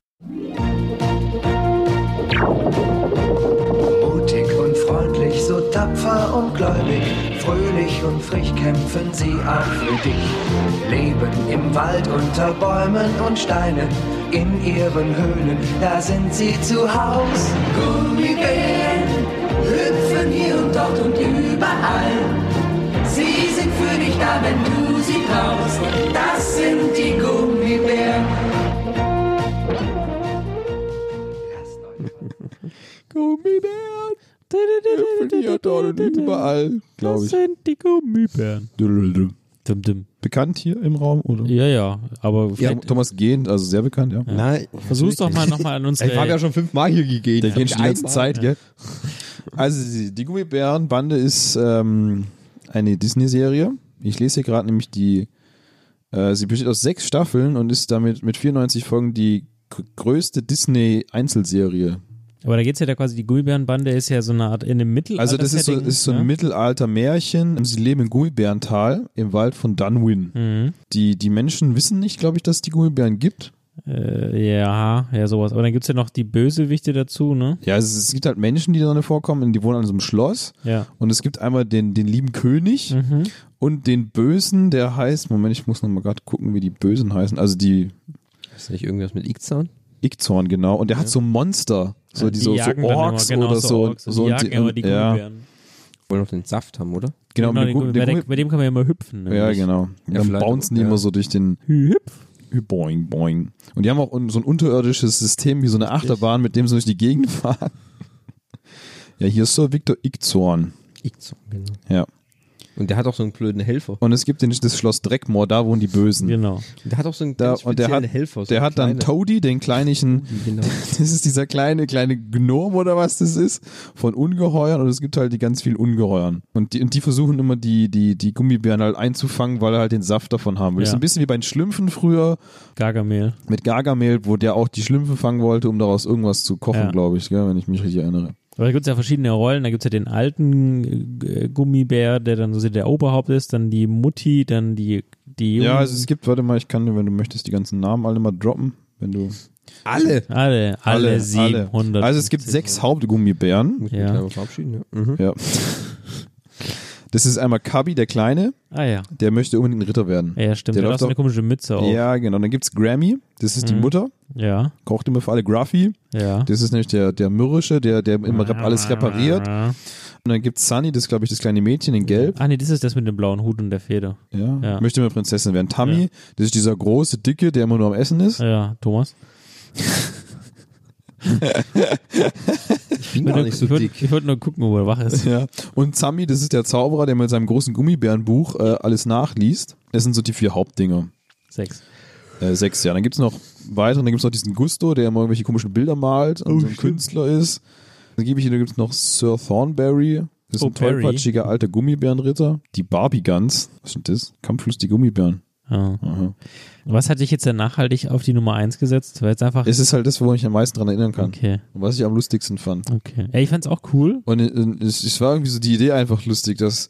Speaker 11: Mutig und freundlich, so tapfer und gläubig, fröhlich und frisch kämpfen sie auch für dich. Leben im Wald unter Bäumen und Steinen, in ihren Höhlen, da sind sie zu Haus. Gummibären hüpfen hier und dort und überall. Sie sind für dich da, wenn du sie brauchst. Das sind die Gummibären.
Speaker 1: Gummibären! Hüpfen hier, dort und überall, glaube
Speaker 2: Das
Speaker 1: ich.
Speaker 2: sind die Gummibären. Dum, dum.
Speaker 1: Bekannt hier im Raum, oder?
Speaker 2: Ja, ja, aber
Speaker 1: Ja,
Speaker 2: vielleicht
Speaker 1: Thomas Gehend, also sehr bekannt, ja.
Speaker 3: Nein.
Speaker 2: versuch's doch mal nochmal an unsere...
Speaker 3: Ich habe ja schon fünfmal hier gegeben.
Speaker 1: Der geht schon die ganze
Speaker 3: Einmal.
Speaker 1: Zeit, gell? Also die, die Gummibärenbande ist ähm, eine Disney-Serie. Ich lese hier gerade nämlich die, äh, sie besteht aus sechs Staffeln und ist damit mit 94 Folgen die gr- größte Disney-Einzelserie.
Speaker 3: Ah,
Speaker 2: aber da geht's ja da quasi, die Gummibärenbande ist ja so eine Art in dem Mittelalter. ne?
Speaker 1: Also das ist so, ist
Speaker 3: ne?
Speaker 1: so ein Mittelalter-Märchen. Sie leben im Gummibärental im Wald von Dunwin.
Speaker 2: Mhm.
Speaker 1: Die, die Menschen wissen nicht, glaube ich, dass es die Gummibären gibt.
Speaker 2: Äh, ja, ja, sowas. Aber dann gibt's ja noch die Bösewichte dazu, ne?
Speaker 1: Ja, es, es gibt halt Menschen, die da vorkommen, und die wohnen an so einem Schloss.
Speaker 2: Ja.
Speaker 1: Und es gibt einmal den, den lieben König
Speaker 2: Mhm.
Speaker 1: und den Bösen, der heißt, Moment, ich muss nochmal gerade gucken, wie die Bösen heißen. Also die,
Speaker 3: Ist nicht irgendwas mit Ikzan?
Speaker 1: Ickzorn, genau. Und der hat so Monster. So, die, so, so
Speaker 2: jagen dann immer,
Speaker 1: Orks
Speaker 2: genau,
Speaker 1: oder
Speaker 2: so
Speaker 1: so.
Speaker 2: Orks. Die
Speaker 1: so
Speaker 2: jagen immer die
Speaker 1: ja,
Speaker 2: Gummibären.
Speaker 3: Wollen noch den Saft haben, oder?
Speaker 1: genau, mit,
Speaker 2: den
Speaker 1: den,
Speaker 2: Gummibär-
Speaker 1: den Gummi-
Speaker 2: mit dem kann man ja immer hüpfen. ne?
Speaker 1: Ja, genau. Und
Speaker 3: Ja,
Speaker 1: dann
Speaker 3: vielleicht
Speaker 1: bouncen die
Speaker 3: auch, ja.
Speaker 1: immer so durch den Hü- Boing, boing. Und die haben auch un- so ein unterirdisches System wie so eine Achterbahn, mit dem sie durch die Gegend fahren. Ja, hier ist Sir Victor Ickzorn.
Speaker 3: Ickzorn, genau.
Speaker 1: Ja.
Speaker 3: Und der hat auch so einen blöden Helfer.
Speaker 1: Und es gibt den, das Schloss Dreckmoor, da wohnen die Bösen.
Speaker 2: Genau.
Speaker 3: Und der hat auch so einen
Speaker 1: Da,
Speaker 3: ganz
Speaker 1: und der
Speaker 3: speziellen
Speaker 1: hat,
Speaker 3: Helfer. So
Speaker 1: der
Speaker 3: einen
Speaker 1: hat dann
Speaker 3: kleinen-
Speaker 1: Toady, den kleinlichen,
Speaker 3: Genau.
Speaker 1: das ist dieser kleine, kleine Gnom oder was das ist, von Ungeheuern und es gibt halt die ganz vielen Ungeheuern. Und die, und die versuchen immer die, die, die Gummibären halt einzufangen, weil er halt den Saft davon haben will. Das ist
Speaker 2: Ja.
Speaker 1: ein bisschen wie bei den Schlümpfen früher,
Speaker 2: Gargamel.
Speaker 1: mit Gargamel, wo der auch die Schlümpfe fangen wollte, um daraus irgendwas zu kochen,
Speaker 2: Ja.
Speaker 1: glaube ich, gell, wenn ich mich richtig erinnere.
Speaker 2: Aber da gibt es ja verschiedene Rollen. Da gibt es ja den alten äh, Gummibär, der dann so der Oberhaupt ist, dann die Mutti, dann die, die Jungen.
Speaker 1: Ja, also es gibt, warte mal, ich kann, dir, wenn du möchtest, die ganzen Namen alle mal droppen, wenn du
Speaker 3: Alle!
Speaker 2: alle, alle,
Speaker 1: alle,
Speaker 2: 700.
Speaker 1: alle. Also es gibt sechs Hauptgummibären.
Speaker 3: Muss ich mich
Speaker 2: Ja.
Speaker 3: gleich mal verabschieden, ja. Mhm.
Speaker 1: Ja. Das ist einmal Cubby, der Kleine,
Speaker 2: Ah ja.
Speaker 1: der möchte unbedingt ein Ritter werden.
Speaker 2: Ja, stimmt.
Speaker 1: Der
Speaker 2: Der hat auch Mhm.
Speaker 1: läuft
Speaker 2: so eine
Speaker 1: doch-
Speaker 2: komische Mütze auf.
Speaker 1: Ja, genau. Dann gibt's Grammy, das ist die Mutter,
Speaker 2: Ja.
Speaker 1: kocht immer für alle Graffy.
Speaker 2: Ja.
Speaker 1: Das ist nämlich der, der mürrische, der, der immer rep alles repariert. Und dann gibt's Sunny, das ist, glaube ich, das kleine Mädchen in Gelb.
Speaker 2: Ah nee, das ist das mit dem blauen Hut und der Feder.
Speaker 1: Ja.
Speaker 2: Ja.
Speaker 1: Möchte immer Prinzessin werden. Tammy,
Speaker 2: Ja.
Speaker 1: das ist dieser große, dicke, der immer nur am Essen ist.
Speaker 2: Ah Ja, Thomas.
Speaker 3: Ich bin
Speaker 1: Ah,
Speaker 3: gar nicht so
Speaker 2: ich würd-
Speaker 3: dick.
Speaker 2: Ich wollte nur gucken, ob er wach ist.
Speaker 1: Ja. Und Sammy, das ist der Zauberer, der mit seinem großen Gummibärenbuch äh, alles nachliest. Das sind so die vier Hauptdinger.
Speaker 2: Sechs.
Speaker 1: Äh, sechs, ja. Dann gibt's noch weitere, dann gibt's noch diesen Gusto, der immer irgendwelche komischen Bilder malt
Speaker 2: Oh,
Speaker 1: und so ein Künstler ist. Dann gebe ich, dann gibt's noch Sir Thornberry. Das ist
Speaker 2: Oh,
Speaker 1: ein
Speaker 2: Perry.
Speaker 1: tollpatschiger alter Gummibärenritter. Die Barbie Guns. Was sind das? Kampflust die Gummibären.
Speaker 2: Ja.
Speaker 1: Aha.
Speaker 2: Ah. Was hatte ich jetzt dann nachhaltig auf die Nummer 1 gesetzt? Weil jetzt einfach.
Speaker 1: Es ist halt das, wo ich am meisten dran erinnern kann.
Speaker 2: okay,
Speaker 1: Und was ich am lustigsten fand.
Speaker 2: okay. Ey, ich fand's auch cool.
Speaker 1: Und äh, es, es war irgendwie so die Idee einfach lustig, dass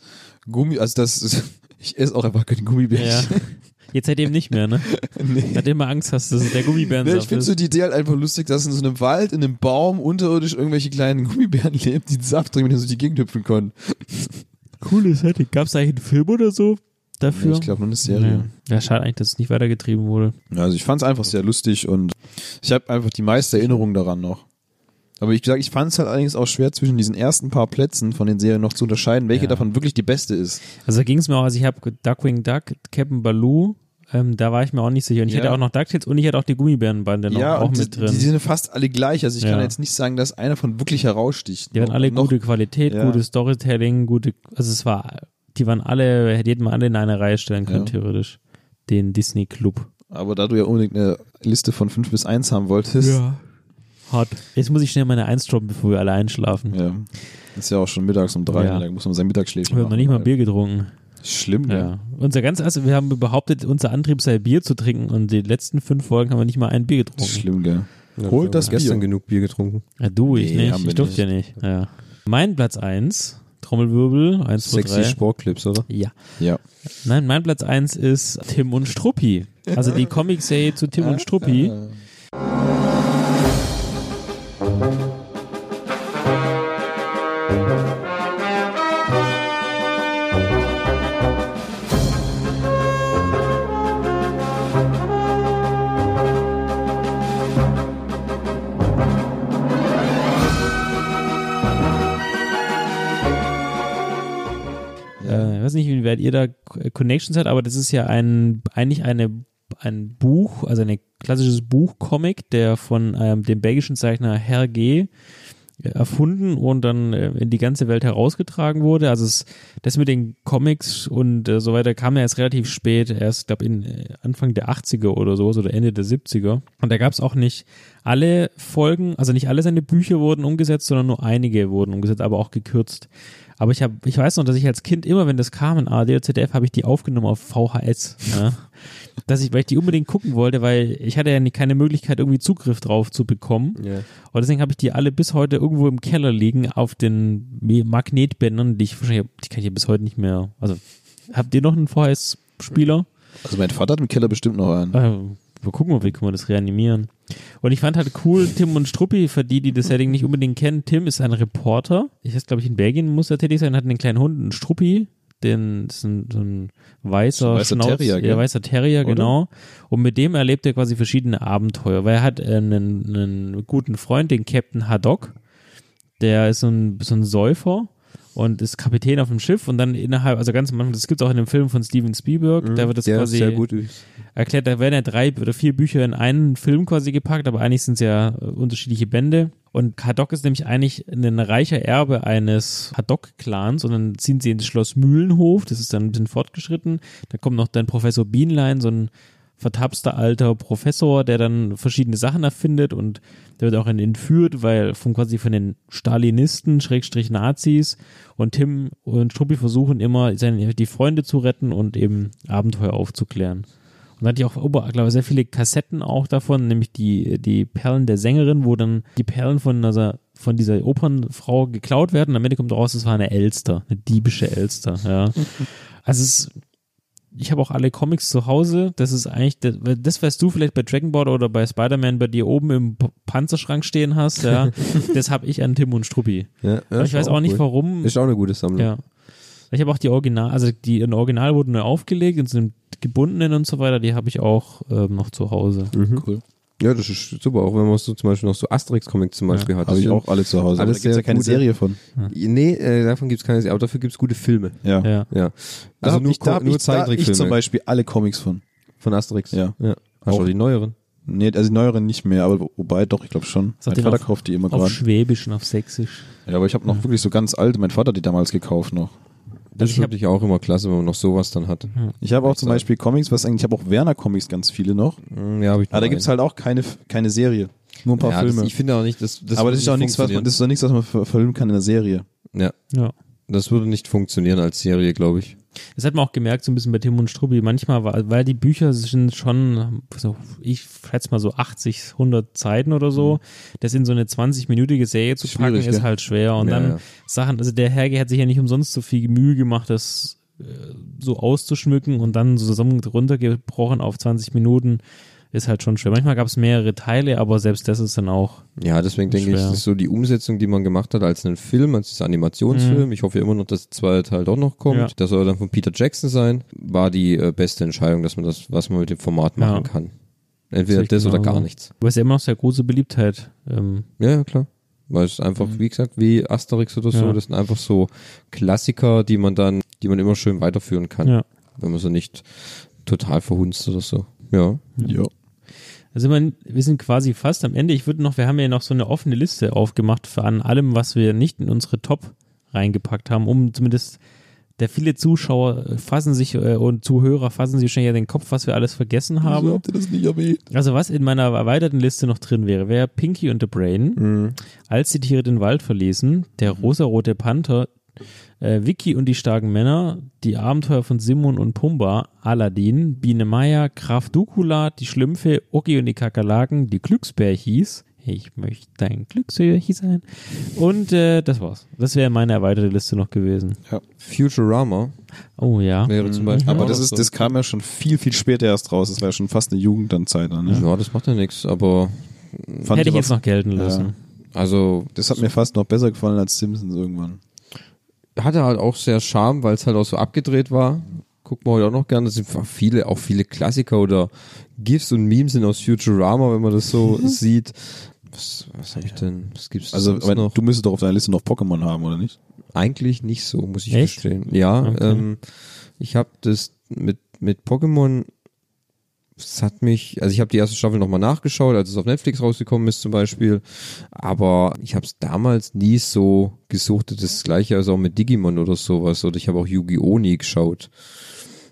Speaker 1: Gummi, also das, ich esse auch einfach keine
Speaker 2: Ja.
Speaker 1: Gummibärchen.
Speaker 2: Jetzt seitdem nicht mehr, ne?
Speaker 1: nee.
Speaker 2: Seitdem du Angst hast, dass es der Gummibären
Speaker 1: Nee, ich
Speaker 2: ist.
Speaker 1: finde so die Idee halt einfach lustig, dass in so einem Wald, in einem Baum unterirdisch irgendwelche kleinen Gummibären leben, die Saft trinken, mit denen sie durch die Gegend hüpfen können.
Speaker 2: coole Setting. Gab's da eigentlich einen Film oder so dafür?
Speaker 1: Nee, ich glaube nur eine Serie.
Speaker 2: Ja. ja, schade eigentlich, dass es nicht weitergetrieben wurde.
Speaker 1: Ja, Also ich fand es einfach sehr lustig und ich habe einfach die meiste Erinnerung daran noch. Aber ich gesagt, ich fand es halt allerdings auch schwer, zwischen diesen ersten paar Plätzen von den Serien noch zu unterscheiden, welche
Speaker 2: Ja.
Speaker 1: davon wirklich die beste ist.
Speaker 2: Also da ging es mir auch, also ich habe Duckwing Duck, Captain Baloo, ähm, da war ich mir auch nicht sicher. Und ich
Speaker 1: Ja.
Speaker 2: hatte auch noch DuckTales und ich hatte auch die Gummibärenbande noch
Speaker 1: ja,
Speaker 2: Genau, auch
Speaker 1: und
Speaker 2: mit
Speaker 1: die,
Speaker 2: drin.
Speaker 1: die sind fast alle gleich. Also ich
Speaker 2: Ja.
Speaker 1: kann jetzt nicht sagen, dass einer von wirklich heraussticht.
Speaker 2: die hatten alle
Speaker 1: noch,
Speaker 2: gute Qualität,
Speaker 1: Ja.
Speaker 2: gutes Storytelling, gute, also es war, die waren alle, hätte man alle in eine Reihe stellen können,
Speaker 1: Ja.
Speaker 2: theoretisch. Den Disney Club.
Speaker 1: Aber da du ja unbedingt eine Liste von 5 bis 1 haben wolltest,
Speaker 2: Hart. Jetzt muss ich schnell meine Eins droppen, bevor wir alle einschlafen.
Speaker 1: Ja. Ist ja auch schon mittags um drei,
Speaker 2: Ja.
Speaker 1: da muss man sein Mittagsschläfchen
Speaker 2: Wir haben noch nicht mal
Speaker 1: machen.
Speaker 2: Bier getrunken.
Speaker 1: Schlimm,
Speaker 2: Ja.
Speaker 1: ne?
Speaker 2: Unser ganz, also wir haben behauptet, unser Antrieb sei Bier zu trinken und die letzten fünf Folgen haben wir nicht mal ein Bier getrunken.
Speaker 1: Schlimm, gell?
Speaker 3: Ja,
Speaker 1: Holt das
Speaker 3: wir haben gestern
Speaker 1: Bier.
Speaker 3: genug Bier getrunken.
Speaker 2: Ja, du, ich
Speaker 1: Nee, haben
Speaker 2: nicht.
Speaker 1: wir
Speaker 2: Ich durfte ja nicht. Ja. Mein Platz 1, Trommelwirbel, 1, 2,
Speaker 3: Sexy
Speaker 2: 3.
Speaker 3: Sportclips, oder?
Speaker 2: Ja.
Speaker 1: Ja.
Speaker 2: Nein, mein Platz 1 ist Tim und Struppi. Also die Comicserie zu Tim
Speaker 1: Äh,
Speaker 2: und Struppi. Äh, ich weiß nicht, inwieweit ihr da äh, Connections habt, aber das ist ja ein, eigentlich eine, ein Buch, also ein klassisches Buchcomic, der von ähm, dem belgischen Zeichner Hergé äh, erfunden und dann äh, in die ganze Welt herausgetragen wurde. Also es, das mit den Comics und äh, so weiter kam ja erst relativ spät, erst glaube in äh, Anfang der 80er oder sowas oder Ende der 70er. Und da gab es auch nicht alle Folgen, also nicht alle seine Bücher wurden umgesetzt, sondern nur einige wurden umgesetzt, aber auch gekürzt. Aber ich habe, ich weiß noch, dass ich als Kind immer, wenn das kam in ARD oder ZDF, habe ich die aufgenommen auf VHS. Ja? ne? dass ich, weil ich die unbedingt gucken wollte, weil ich hatte ja nie- keine Möglichkeit, irgendwie Zugriff drauf zu bekommen.
Speaker 3: Ja.
Speaker 2: Und deswegen habe ich die alle bis heute irgendwo im Keller liegen auf den Me- Magnetbändern, die ich wahrscheinlich, die kann ich ja bis heute nicht mehr. Also, habt ihr noch einen VHS-Spieler?
Speaker 1: Also mein Vater hat im Keller bestimmt noch einen.
Speaker 2: Äh, wir gucken mal, wie können wir das reanimieren. Und ich fand halt cool, Tim und Struppi, für die, die das Setting nicht unbedingt kennen, Tim ist ein Reporter. Ich weiß, glaube ich, in Belgien muss er tätig sein, hat einen kleinen Hund, einen Struppi. den, das ist ein, so ein weißer,
Speaker 1: Weißer
Speaker 2: Schnauz,
Speaker 1: Terrier,
Speaker 2: ja,
Speaker 1: gell?
Speaker 2: weißer Terrier,
Speaker 1: Oder?
Speaker 2: genau. Und mit dem erlebt er quasi verschiedene Abenteuer, weil er hat äh, einen, einen guten Freund, den Captain Haddock, der ist so ein, so ein Säufer und ist Kapitän auf dem Schiff und dann innerhalb, also ganz am Anfang, das gibt es auch in dem Film von Steven Spielberg, da wird das
Speaker 3: der
Speaker 2: quasi
Speaker 3: sehr gut ist.
Speaker 2: erklärt, da werden ja drei oder vier Bücher in einen Film quasi gepackt, aber eigentlich sind es ja äh, unterschiedliche Bände. Und Haddock ist nämlich eigentlich ein reicher Erbe eines Haddock-Clans und dann ziehen sie ins Schloss Mühlenhof, das ist dann ein bisschen fortgeschritten. Da kommt noch dann Professor Bienlein, so ein vertapster alter Professor, der dann verschiedene Sachen erfindet und der wird auch in- entführt, weil von quasi von den Stalinisten, Schrägstrich Nazis und Tim und Struppi versuchen immer, seine, die Freunde zu retten und eben Abenteuer aufzuklären. Und da hatte ich auch ober, glaube ich, sehr viele Kassetten auch davon, nämlich die, die Perlen der Sängerin, wo dann die Perlen von dieser, von dieser Opernfrau geklaut werden. Und am Ende kommt raus, es war eine Elster, eine diebische Elster, ja. Also es, ich habe auch alle Comics zu Hause. Das ist eigentlich, das, das weißt du vielleicht bei Dragon Ball oder bei Spider-Man bei dir oben im P- Panzerschrank stehen hast, ja. das habe ich an Tim und Struppi.
Speaker 3: Ja,
Speaker 2: Aber ich
Speaker 3: ist
Speaker 2: weiß auch nicht,
Speaker 3: cool.
Speaker 2: warum.
Speaker 3: Ist auch eine gute Sammlung.
Speaker 2: Ja. Ich habe auch die Original, also die in Original wurden neu aufgelegt, in so einem gebundenen und so weiter, die habe ich auch ähm, noch zu Hause.
Speaker 1: Cool.
Speaker 3: Ja, das ist super, auch wenn man so zum Beispiel noch so Asterix-Comics zum Beispiel hat.
Speaker 1: Habe
Speaker 3: Das
Speaker 1: ich
Speaker 3: sind
Speaker 1: auch alle zu Hause. da gibt's
Speaker 3: Alles sehr
Speaker 1: ja keine
Speaker 3: gute-
Speaker 1: Serie von.
Speaker 3: Nee, äh, davon gibt es keine Serie, aber dafür gibt es gute Filme.
Speaker 1: Ja. Also
Speaker 2: Ja.
Speaker 3: Ja. Also
Speaker 1: Da hab ich, da
Speaker 3: Co-
Speaker 1: hab ich, da hab ich zum
Speaker 3: Zeichentrickfilme
Speaker 1: Beispiel alle Comics von.
Speaker 3: von Asterix.
Speaker 1: Ja.
Speaker 3: Hast du auch die neueren?
Speaker 1: Nee, also die neueren nicht mehr, aber wo- wobei doch, ich glaube schon.
Speaker 2: Sagt
Speaker 1: mein
Speaker 2: ihr
Speaker 1: Vater
Speaker 2: noch-
Speaker 1: kauft die immer
Speaker 2: Auf
Speaker 1: gerade.
Speaker 2: Schwäbisch und auf Sächsisch.
Speaker 1: Ja, aber ich habe noch wirklich so ganz alte, mein Vater hat die damals gekauft noch.
Speaker 3: Das ist
Speaker 2: ich hab-
Speaker 3: natürlich auch immer klasse, wenn man noch sowas dann hat.
Speaker 1: Ich habe auch zum Beispiel Comics, was eigentlich, ich habe auch Werner Comics ganz viele noch.
Speaker 3: Hm, Ja, habe ich
Speaker 1: Aber da gibt's halt auch keine, keine Serie. Nur ein paar
Speaker 3: ja,
Speaker 1: Filme.
Speaker 3: Das, ich finde auch nicht, dass das
Speaker 1: aber das
Speaker 3: würde
Speaker 1: ist auch
Speaker 3: nicht
Speaker 1: nichts, was man, das ist doch nichts, was man ver- verfilmen kann in der Serie.
Speaker 3: funktionieren. Ja,
Speaker 2: Ja.
Speaker 3: das würde nicht funktionieren als Serie, glaube ich.
Speaker 2: Das hat man auch gemerkt, so ein bisschen bei Tim und Struppi. Manchmal, war, weil die Bücher sind schon, so, ich schätze mal so 80, 100 Seiten oder so. Das in so eine 20-minütige Serie zu packen,
Speaker 1: Schwierig,
Speaker 2: ist
Speaker 1: gell?
Speaker 2: halt schwer. Und
Speaker 3: Ja,
Speaker 2: dann
Speaker 3: ja.
Speaker 2: Sachen, also der Herge hat sich ja nicht umsonst so viel Mühe gemacht, das äh, so auszuschmücken und dann so zusammen runtergebrochen auf 20 Minuten, ist halt schon schwer. Manchmal gab es mehrere Teile, aber selbst das ist dann auch
Speaker 3: Ja, deswegen denke ich,
Speaker 2: Schwer.
Speaker 3: das ist so die Umsetzung, die man gemacht hat als einen Film, als dieser Animationsfilm. Ich hoffe ja immer noch, dass der zweite Teil doch noch kommt.
Speaker 2: Mhm. Ja.
Speaker 3: Das soll dann von Peter Jackson sein. War die äh, beste Entscheidung, dass man das, was man mit dem Format machen
Speaker 2: Ja.
Speaker 3: kann. Entweder
Speaker 2: Sehe ich
Speaker 3: das oder gar
Speaker 2: genauso.
Speaker 3: nichts.
Speaker 2: Aber es ist ja immer noch sehr große Beliebtheit. Ähm,
Speaker 3: Ja, ja, klar. Weil es einfach, wie gesagt, wie Asterix oder so,
Speaker 2: Mhm. Ja.
Speaker 3: das sind einfach so Klassiker, die man dann, die man immer schön weiterführen kann.
Speaker 2: ja.
Speaker 3: Wenn man sie nicht total verhunzt oder so. Ja.
Speaker 1: Ja.
Speaker 2: Also man, wir sind quasi fast am Ende. Ich würde noch, wir haben ja noch so eine offene Liste aufgemacht für an allem, was wir nicht in unsere Top reingepackt haben, um zumindest der viele Zuschauer äh, fassen sich äh, und Zuhörer fassen sich schon ja den Kopf, was wir alles vergessen haben.
Speaker 1: ihr das nicht erwähnt?
Speaker 2: Also was in meiner erweiterten Liste noch drin wäre, wäre Pinky und the Brain,
Speaker 1: Mhm.
Speaker 2: als die Tiere den Wald verließen, der rosarote Panther, äh, Vicky und die starken Männer, die Abenteuer von Simon und Pumba, Aladdin, Biene Maya, Graf Dukula, die Schlümpfe, Oki und die Kakerlaken, die Glücksbär hieß, ich möchte ein Glücksbär sein und äh, das war's. Das wäre meine erweiterte Liste noch gewesen.
Speaker 3: Futurama
Speaker 2: Oh ja.
Speaker 3: wäre zum Beispiel.
Speaker 1: Mhm. Aber
Speaker 3: auch
Speaker 1: das
Speaker 3: noch
Speaker 1: ist,
Speaker 3: so.
Speaker 1: das kam ja schon viel, viel später erst raus. Das war ja schon fast eine Jugendanzeit dann. Ne?
Speaker 3: Ja, das macht ja nichts, aber
Speaker 1: Fand
Speaker 2: Hätte ich
Speaker 1: aber-
Speaker 2: jetzt noch gelten lassen.
Speaker 3: also
Speaker 1: Das hat mir fast noch besser gefallen als Simpsons irgendwann.
Speaker 3: hatte halt auch sehr Charme, weil es halt auch so abgedreht war. Guckt man heute auch noch gerne. Es sind viele, auch viele Klassiker oder GIFs und Memes sind aus Futurama, wenn man das so sieht. Was, was habe ich denn? Was gibt's
Speaker 1: Also,
Speaker 3: sonst
Speaker 1: aber
Speaker 3: noch?
Speaker 1: du müsstest doch auf deiner Liste noch Pokémon haben, oder nicht?
Speaker 3: Eigentlich nicht so, muss ich
Speaker 2: Echt?
Speaker 3: gestehen. Ja,
Speaker 2: Okay.
Speaker 3: ähm, ich habe das mit, mit Pokémon, es hat mich, also ich habe die erste Staffel nochmal nachgeschaut, als es auf Netflix rausgekommen ist zum Beispiel, aber ich habe es damals nie so gesuchtet, das gleiche also auch mit Digimon oder sowas oder ich habe auch Yu-Gi-Oh! nie geschaut.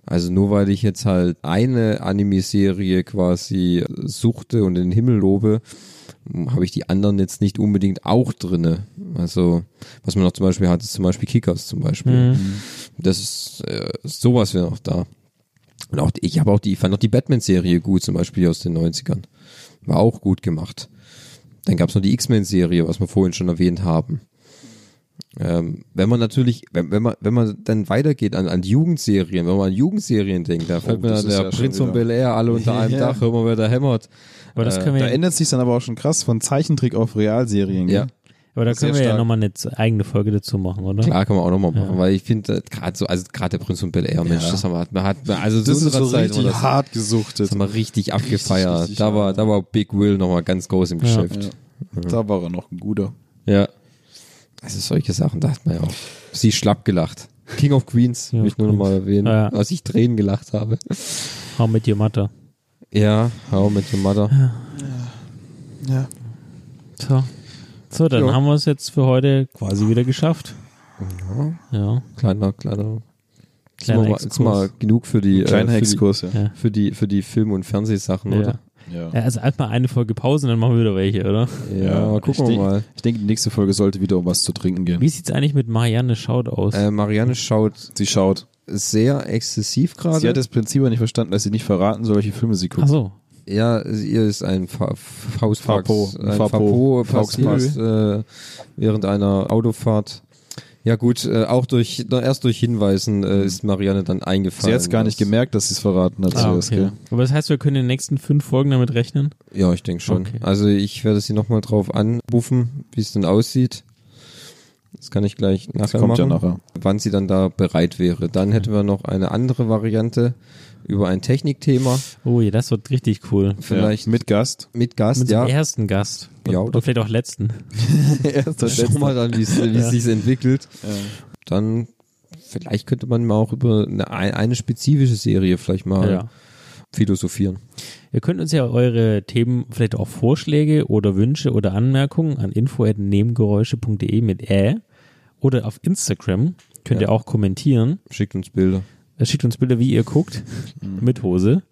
Speaker 3: Also nur weil ich jetzt halt eine Anime-Serie quasi suchte und in den Himmel lobe, habe ich die anderen jetzt nicht unbedingt auch drinne. Also was man noch zum Beispiel hat, ist zum Beispiel Kickers zum Beispiel.
Speaker 1: Mhm.
Speaker 3: Das ist äh, sowas wäre noch da. Und auch die- ich habe auch die, ich fand auch die Batman-Serie gut, zum Beispiel aus den 90ern. War auch gut gemacht. Dann gab es noch die X-Men-Serie, was wir vorhin schon erwähnt haben. Ähm, wenn man natürlich, wenn, wenn man, wenn man dann weitergeht an, an Jugendserien, wenn man an Jugendserien denkt, da fällt
Speaker 1: Oh,
Speaker 3: mir
Speaker 1: das
Speaker 3: dann
Speaker 1: ist
Speaker 3: der
Speaker 1: ja schon
Speaker 3: Prinz von
Speaker 1: wieder-
Speaker 3: Bel Air alle unter einem
Speaker 1: Ja.
Speaker 3: Dach, immer wer da hämmert.
Speaker 2: Aber das können wir
Speaker 1: Äh, Da
Speaker 2: ja,
Speaker 1: ändert sich dann aber auch schon krass von Zeichentrick auf Realserien.
Speaker 3: Ja.
Speaker 1: gell?
Speaker 2: Aber da
Speaker 1: Sehr
Speaker 2: können wir ja
Speaker 1: stark.
Speaker 2: nochmal eine z- eigene Folge dazu machen, oder?
Speaker 3: Klar, kann man auch nochmal machen,
Speaker 2: Ja.
Speaker 3: weil ich finde, gerade so, also gerade der Prinz und Bel Air, Mensch,
Speaker 1: Ja.
Speaker 3: das haben wir, man hat, man, also
Speaker 1: Das
Speaker 3: zu
Speaker 1: ist
Speaker 3: unserer
Speaker 1: so
Speaker 3: Zeit
Speaker 1: richtig
Speaker 3: war das,
Speaker 1: hart gesuchtet.
Speaker 3: das haben wir richtig abgefeiert.
Speaker 1: richtig
Speaker 3: da war, da war Big Will nochmal ganz groß im Geschäft.
Speaker 1: Da war er noch ein guter.
Speaker 3: Ja. Also solche Sachen dachte man ja auch. Sie schlapp gelacht. King of Queens,
Speaker 2: King
Speaker 3: will
Speaker 2: of
Speaker 3: ich nur nochmal erwähnen,
Speaker 2: Ja, ja.
Speaker 3: als ich Tränen gelacht habe.
Speaker 2: How mit Your Mother.
Speaker 3: Ja, How mit Your Mother.
Speaker 1: Ja.
Speaker 2: So. So, dann
Speaker 3: Ja.
Speaker 2: haben wir es jetzt für heute quasi wieder geschafft. Ja.
Speaker 3: Kleiner, kleiner. Jetzt
Speaker 2: Kleiner
Speaker 3: mal,
Speaker 2: Exkurs.
Speaker 3: jetzt mal genug für die,
Speaker 1: Kleiner
Speaker 3: äh, für, die
Speaker 1: Exkurs, ja.
Speaker 2: Ja.
Speaker 3: für die, für die Film- und Fernsehsachen,
Speaker 2: Ja.
Speaker 3: oder?
Speaker 1: Ja.
Speaker 2: Ja, Also halt mal eine Folge Pause, dann machen wir wieder welche, oder?
Speaker 3: Ja, gucken
Speaker 1: ich
Speaker 3: wir
Speaker 1: denk-
Speaker 3: mal.
Speaker 1: Ich denke, die nächste Folge sollte wieder um was zu trinken gehen.
Speaker 2: Wie sieht's eigentlich mit Marianne Schaut aus?
Speaker 3: Äh, Marianne schaut
Speaker 1: Sie schaut.
Speaker 3: sehr exzessiv
Speaker 1: Sie hat
Speaker 3: gerade.
Speaker 1: das Prinzip aber nicht verstanden, dass sie nicht verraten soll, welche Filme sie guckt.
Speaker 2: Ach so.
Speaker 3: Ja, ihr ist ein Fa- Faustfax,
Speaker 1: Fapo.
Speaker 3: ein
Speaker 1: Fapo.
Speaker 3: Fapo passiert äh, während einer Autofahrt. Ja gut, äh, auch durch na, erst durch Hinweisen äh, ist Marianne dann eingefallen.
Speaker 1: Hm. Sie hat es gar nicht
Speaker 3: dass-
Speaker 1: gemerkt, dass sie es verraten hat.
Speaker 2: Ah,
Speaker 1: zuerst,
Speaker 2: okay.
Speaker 1: gell?
Speaker 2: Aber das heißt, wir können in den nächsten fünf Folgen damit rechnen?
Speaker 3: Ja, ich denke schon.
Speaker 2: Okay.
Speaker 3: Also ich werde sie nochmal drauf anrufen, wie es denn aussieht. Das kann ich gleich nachher
Speaker 1: Das kommt
Speaker 3: machen.
Speaker 1: ja nachher.
Speaker 3: wann sie dann da bereit wäre. Dann hätten wir noch eine andere Variante über ein Technikthema,
Speaker 2: Oh je, das wird richtig cool.
Speaker 3: vielleicht
Speaker 1: Ja. Mit Gast.
Speaker 3: mit Gast,
Speaker 2: Mit
Speaker 3: ja.
Speaker 2: dem ersten Gast.
Speaker 3: Ja,
Speaker 2: oder?
Speaker 3: oder?
Speaker 2: oder vielleicht auch letzten.
Speaker 1: Erster
Speaker 3: Schauen wir mal dann, wie es wie es
Speaker 2: Ja.
Speaker 3: sich entwickelt. Dann vielleicht könnte man mal auch über eine, eine spezifische Serie vielleicht mal
Speaker 2: Ja.
Speaker 3: philosophieren.
Speaker 2: Ihr könnt uns ja eure Themen, vielleicht auch Vorschläge oder Wünsche oder Anmerkungen an info.nebengeräusche.de mit Ä oder auf Instagram könnt
Speaker 3: Ja.
Speaker 2: ihr auch kommentieren.
Speaker 3: Schickt uns Bilder.
Speaker 2: Äh, Schickt uns Bilder, wie ihr guckt,
Speaker 1: Mhm.
Speaker 2: mit Hose.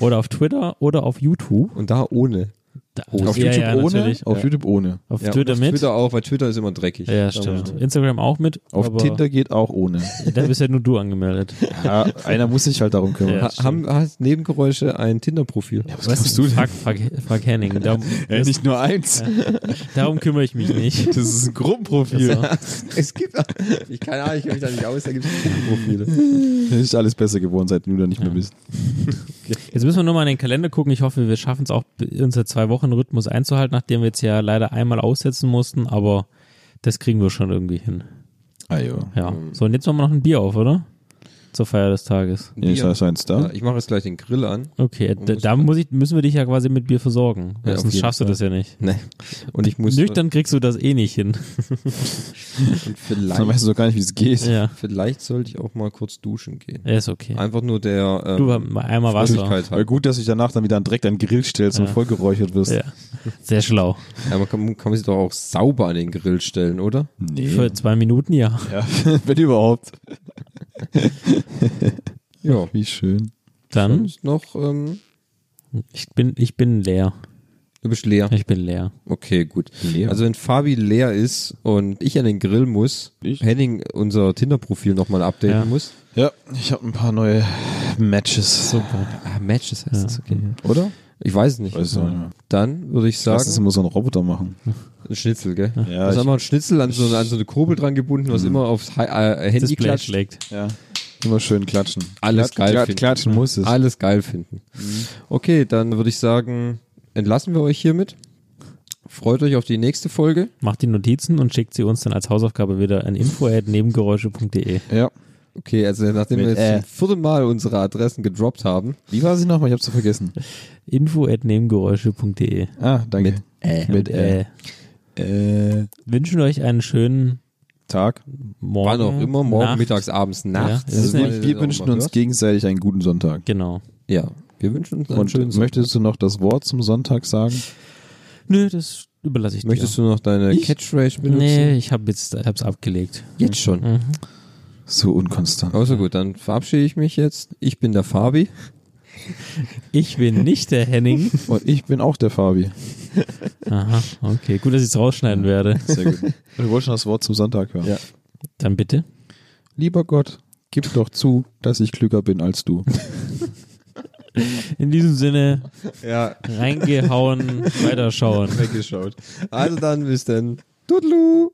Speaker 2: Oder auf Twitter oder auf YouTube.
Speaker 3: Und da ohne.
Speaker 2: Da-
Speaker 1: Auf
Speaker 2: ja,
Speaker 1: YouTube
Speaker 2: ja,
Speaker 1: ohne.
Speaker 2: natürlich.
Speaker 1: Auf YouTube ohne.
Speaker 2: Auf
Speaker 3: Ja,
Speaker 2: Twitter
Speaker 3: und
Speaker 2: mit.
Speaker 3: Twitter auch, weil Twitter ist immer dreckig.
Speaker 2: Ja,
Speaker 3: Da
Speaker 2: stimmt.
Speaker 3: muss-
Speaker 2: Instagram auch mit.
Speaker 1: Auf
Speaker 2: aber
Speaker 1: Tinder geht auch ohne.
Speaker 2: Da bist ja nur du angemeldet.
Speaker 1: ja, einer muss sich halt darum kümmern.
Speaker 2: Ja.
Speaker 3: Ha, haben hast Nebengeräusche ein Tinder-Profil?
Speaker 1: glaubst du denn?
Speaker 2: Frag, frag, frag Henning. Darum,
Speaker 1: Ja, nicht nur eins.
Speaker 2: darum kümmere ich mich nicht.
Speaker 1: Das ist ein Gruppenprofil.
Speaker 2: Also,
Speaker 3: Es gibt, ich keine Ahnung, ich kenne mich da nicht aus, da gibt es Tinder-Profile.
Speaker 1: Das ist alles besser geworden, seit du da nicht mehr bist.
Speaker 2: Jetzt müssen wir nur mal in den Kalender gucken. Ich hoffe, wir schaffen es auch, unser Zwei-Wochen-Rhythmus einzuhalten, nachdem wir jetzt ja leider einmal aussetzen mussten, aber das kriegen wir schon irgendwie hin.
Speaker 1: Ah, jo.
Speaker 2: Ja. So, und jetzt machen wir noch ein Bier auf, oder? Zur Feier des Tages.
Speaker 1: Ja, ist das eins da?
Speaker 3: Ja, ich mache jetzt gleich den Grill an.
Speaker 2: Okay, da, da muss ich, müssen wir dich ja quasi mit Bier versorgen. weil
Speaker 3: auf
Speaker 2: sonst
Speaker 3: jeden
Speaker 2: schaffst du
Speaker 3: Fall.
Speaker 2: das ja nicht.
Speaker 3: Nee. Und ich muss
Speaker 2: Nüchtern kriegst du das eh nicht hin.
Speaker 3: Und
Speaker 1: Dann
Speaker 3: vielleicht,
Speaker 1: weißt du doch gar nicht, wie es geht.
Speaker 2: ja.
Speaker 3: vielleicht sollte ich auch mal kurz duschen gehen.
Speaker 2: Ja, Ist okay.
Speaker 3: Einfach nur der ähm,
Speaker 2: Du einmal Wasser.
Speaker 3: Möglichkeit
Speaker 1: Aber
Speaker 3: hat.
Speaker 1: gut, dass du dich danach dann wieder direkt an den Grill stellst und
Speaker 2: Ja.
Speaker 1: vollgeräuchert wirst.
Speaker 2: Ja. Sehr schlau.
Speaker 3: Ja, man kann, kann man sie doch auch sauber an den Grill stellen, oder?
Speaker 1: Nee.
Speaker 2: Für zwei Minuten ja.
Speaker 1: Ja, wenn überhaupt.
Speaker 3: Ja.
Speaker 1: Wie schön.
Speaker 2: Dann,
Speaker 3: Sonst noch, ähm,
Speaker 2: ich bin, ich bin leer.
Speaker 3: du bist leer.
Speaker 2: Ich bin leer.
Speaker 3: Okay, gut.
Speaker 1: Leer.
Speaker 3: Also wenn Fabi leer ist und ich an den Grill muss,
Speaker 1: Ich?
Speaker 3: Henning unser Tinder-Profil nochmal updaten
Speaker 2: Ja.
Speaker 3: muss.
Speaker 1: Ja, ich habe ein paar neue Matches.
Speaker 2: Super.
Speaker 3: Ah, Matches heißt das, okay.
Speaker 1: Oder?
Speaker 3: Ich weiß es nicht.
Speaker 1: Weiß ich auch nicht mehr.
Speaker 3: Dann würde ich
Speaker 1: Lass es
Speaker 3: sagen,
Speaker 1: immer so ein Roboter machen.
Speaker 3: ein Schnitzel, gell?
Speaker 1: Ja,
Speaker 3: das ist
Speaker 1: ich- Mhm.
Speaker 3: einfach ein Schnitzel an so, an so eine Kurbel dran gebunden, was immer aufs Hi- äh, Handy
Speaker 2: Display
Speaker 3: klatscht.
Speaker 2: schlägt.
Speaker 1: Ja. Immer schön klatschen.
Speaker 3: Alles
Speaker 1: Klat-
Speaker 3: geil
Speaker 1: Klat-
Speaker 3: finden.
Speaker 1: Klatschen muss es.
Speaker 3: alles geil finden. Okay, dann würde ich sagen, entlassen wir euch hiermit. Freut euch auf die nächste Folge.
Speaker 2: Macht die Notizen und schickt sie uns dann als Hausaufgabe wieder an info.nebengeräusche.de.
Speaker 1: Ja.
Speaker 3: Okay, also nachdem wir
Speaker 1: Mit
Speaker 3: jetzt
Speaker 1: Ä.
Speaker 3: zum vierten Mal unsere Adressen gedroppt haben.
Speaker 1: Wie war sie nochmal? Ich hab's vergessen.
Speaker 2: info.nebengeräusche.de.
Speaker 1: Ah, danke. Mit Äh. Mit äh.
Speaker 2: Äh, wünschen euch einen schönen
Speaker 1: Tag.
Speaker 2: Morgen.
Speaker 3: Wann auch immer, morgen,
Speaker 2: Nacht.
Speaker 3: mittags, abends, nachts.
Speaker 2: das ist
Speaker 3: wann
Speaker 2: nämlich-
Speaker 3: ihr
Speaker 1: Wir
Speaker 3: das auch
Speaker 1: wünschen
Speaker 3: immer
Speaker 1: uns
Speaker 3: hört.
Speaker 1: gegenseitig einen guten Sonntag.
Speaker 2: Genau.
Speaker 3: Ja, wir wünschen uns einen
Speaker 1: Und
Speaker 3: schönen Sonntag.
Speaker 1: möchtest du noch das Wort zum Sonntag sagen?
Speaker 2: Nö, das überlasse ich dir.
Speaker 3: Möchtest du noch deine Catchphrase benutzen?
Speaker 2: Nee, ich habe jetzt hab's abgelegt.
Speaker 3: Jetzt schon.
Speaker 1: So unkonstant.
Speaker 3: Also gut, dann verabschiede ich mich jetzt. Ich bin der Fabi.
Speaker 2: Ich bin nicht der Henning.
Speaker 1: Und ich bin auch der Fabi.
Speaker 2: Aha, okay. Gut, dass ich es rausschneiden werde.
Speaker 1: Sehr gut. Wir wollten schon das Wort zum Sonntag hören.
Speaker 3: Ja.
Speaker 2: Dann bitte.
Speaker 1: Lieber Gott, gib doch zu, dass ich klüger bin als du.
Speaker 2: In diesem Sinne,
Speaker 3: Ja,
Speaker 2: reingehauen, weiterschauen.
Speaker 3: weggeschaut. Also dann, bis dann. Tudelu.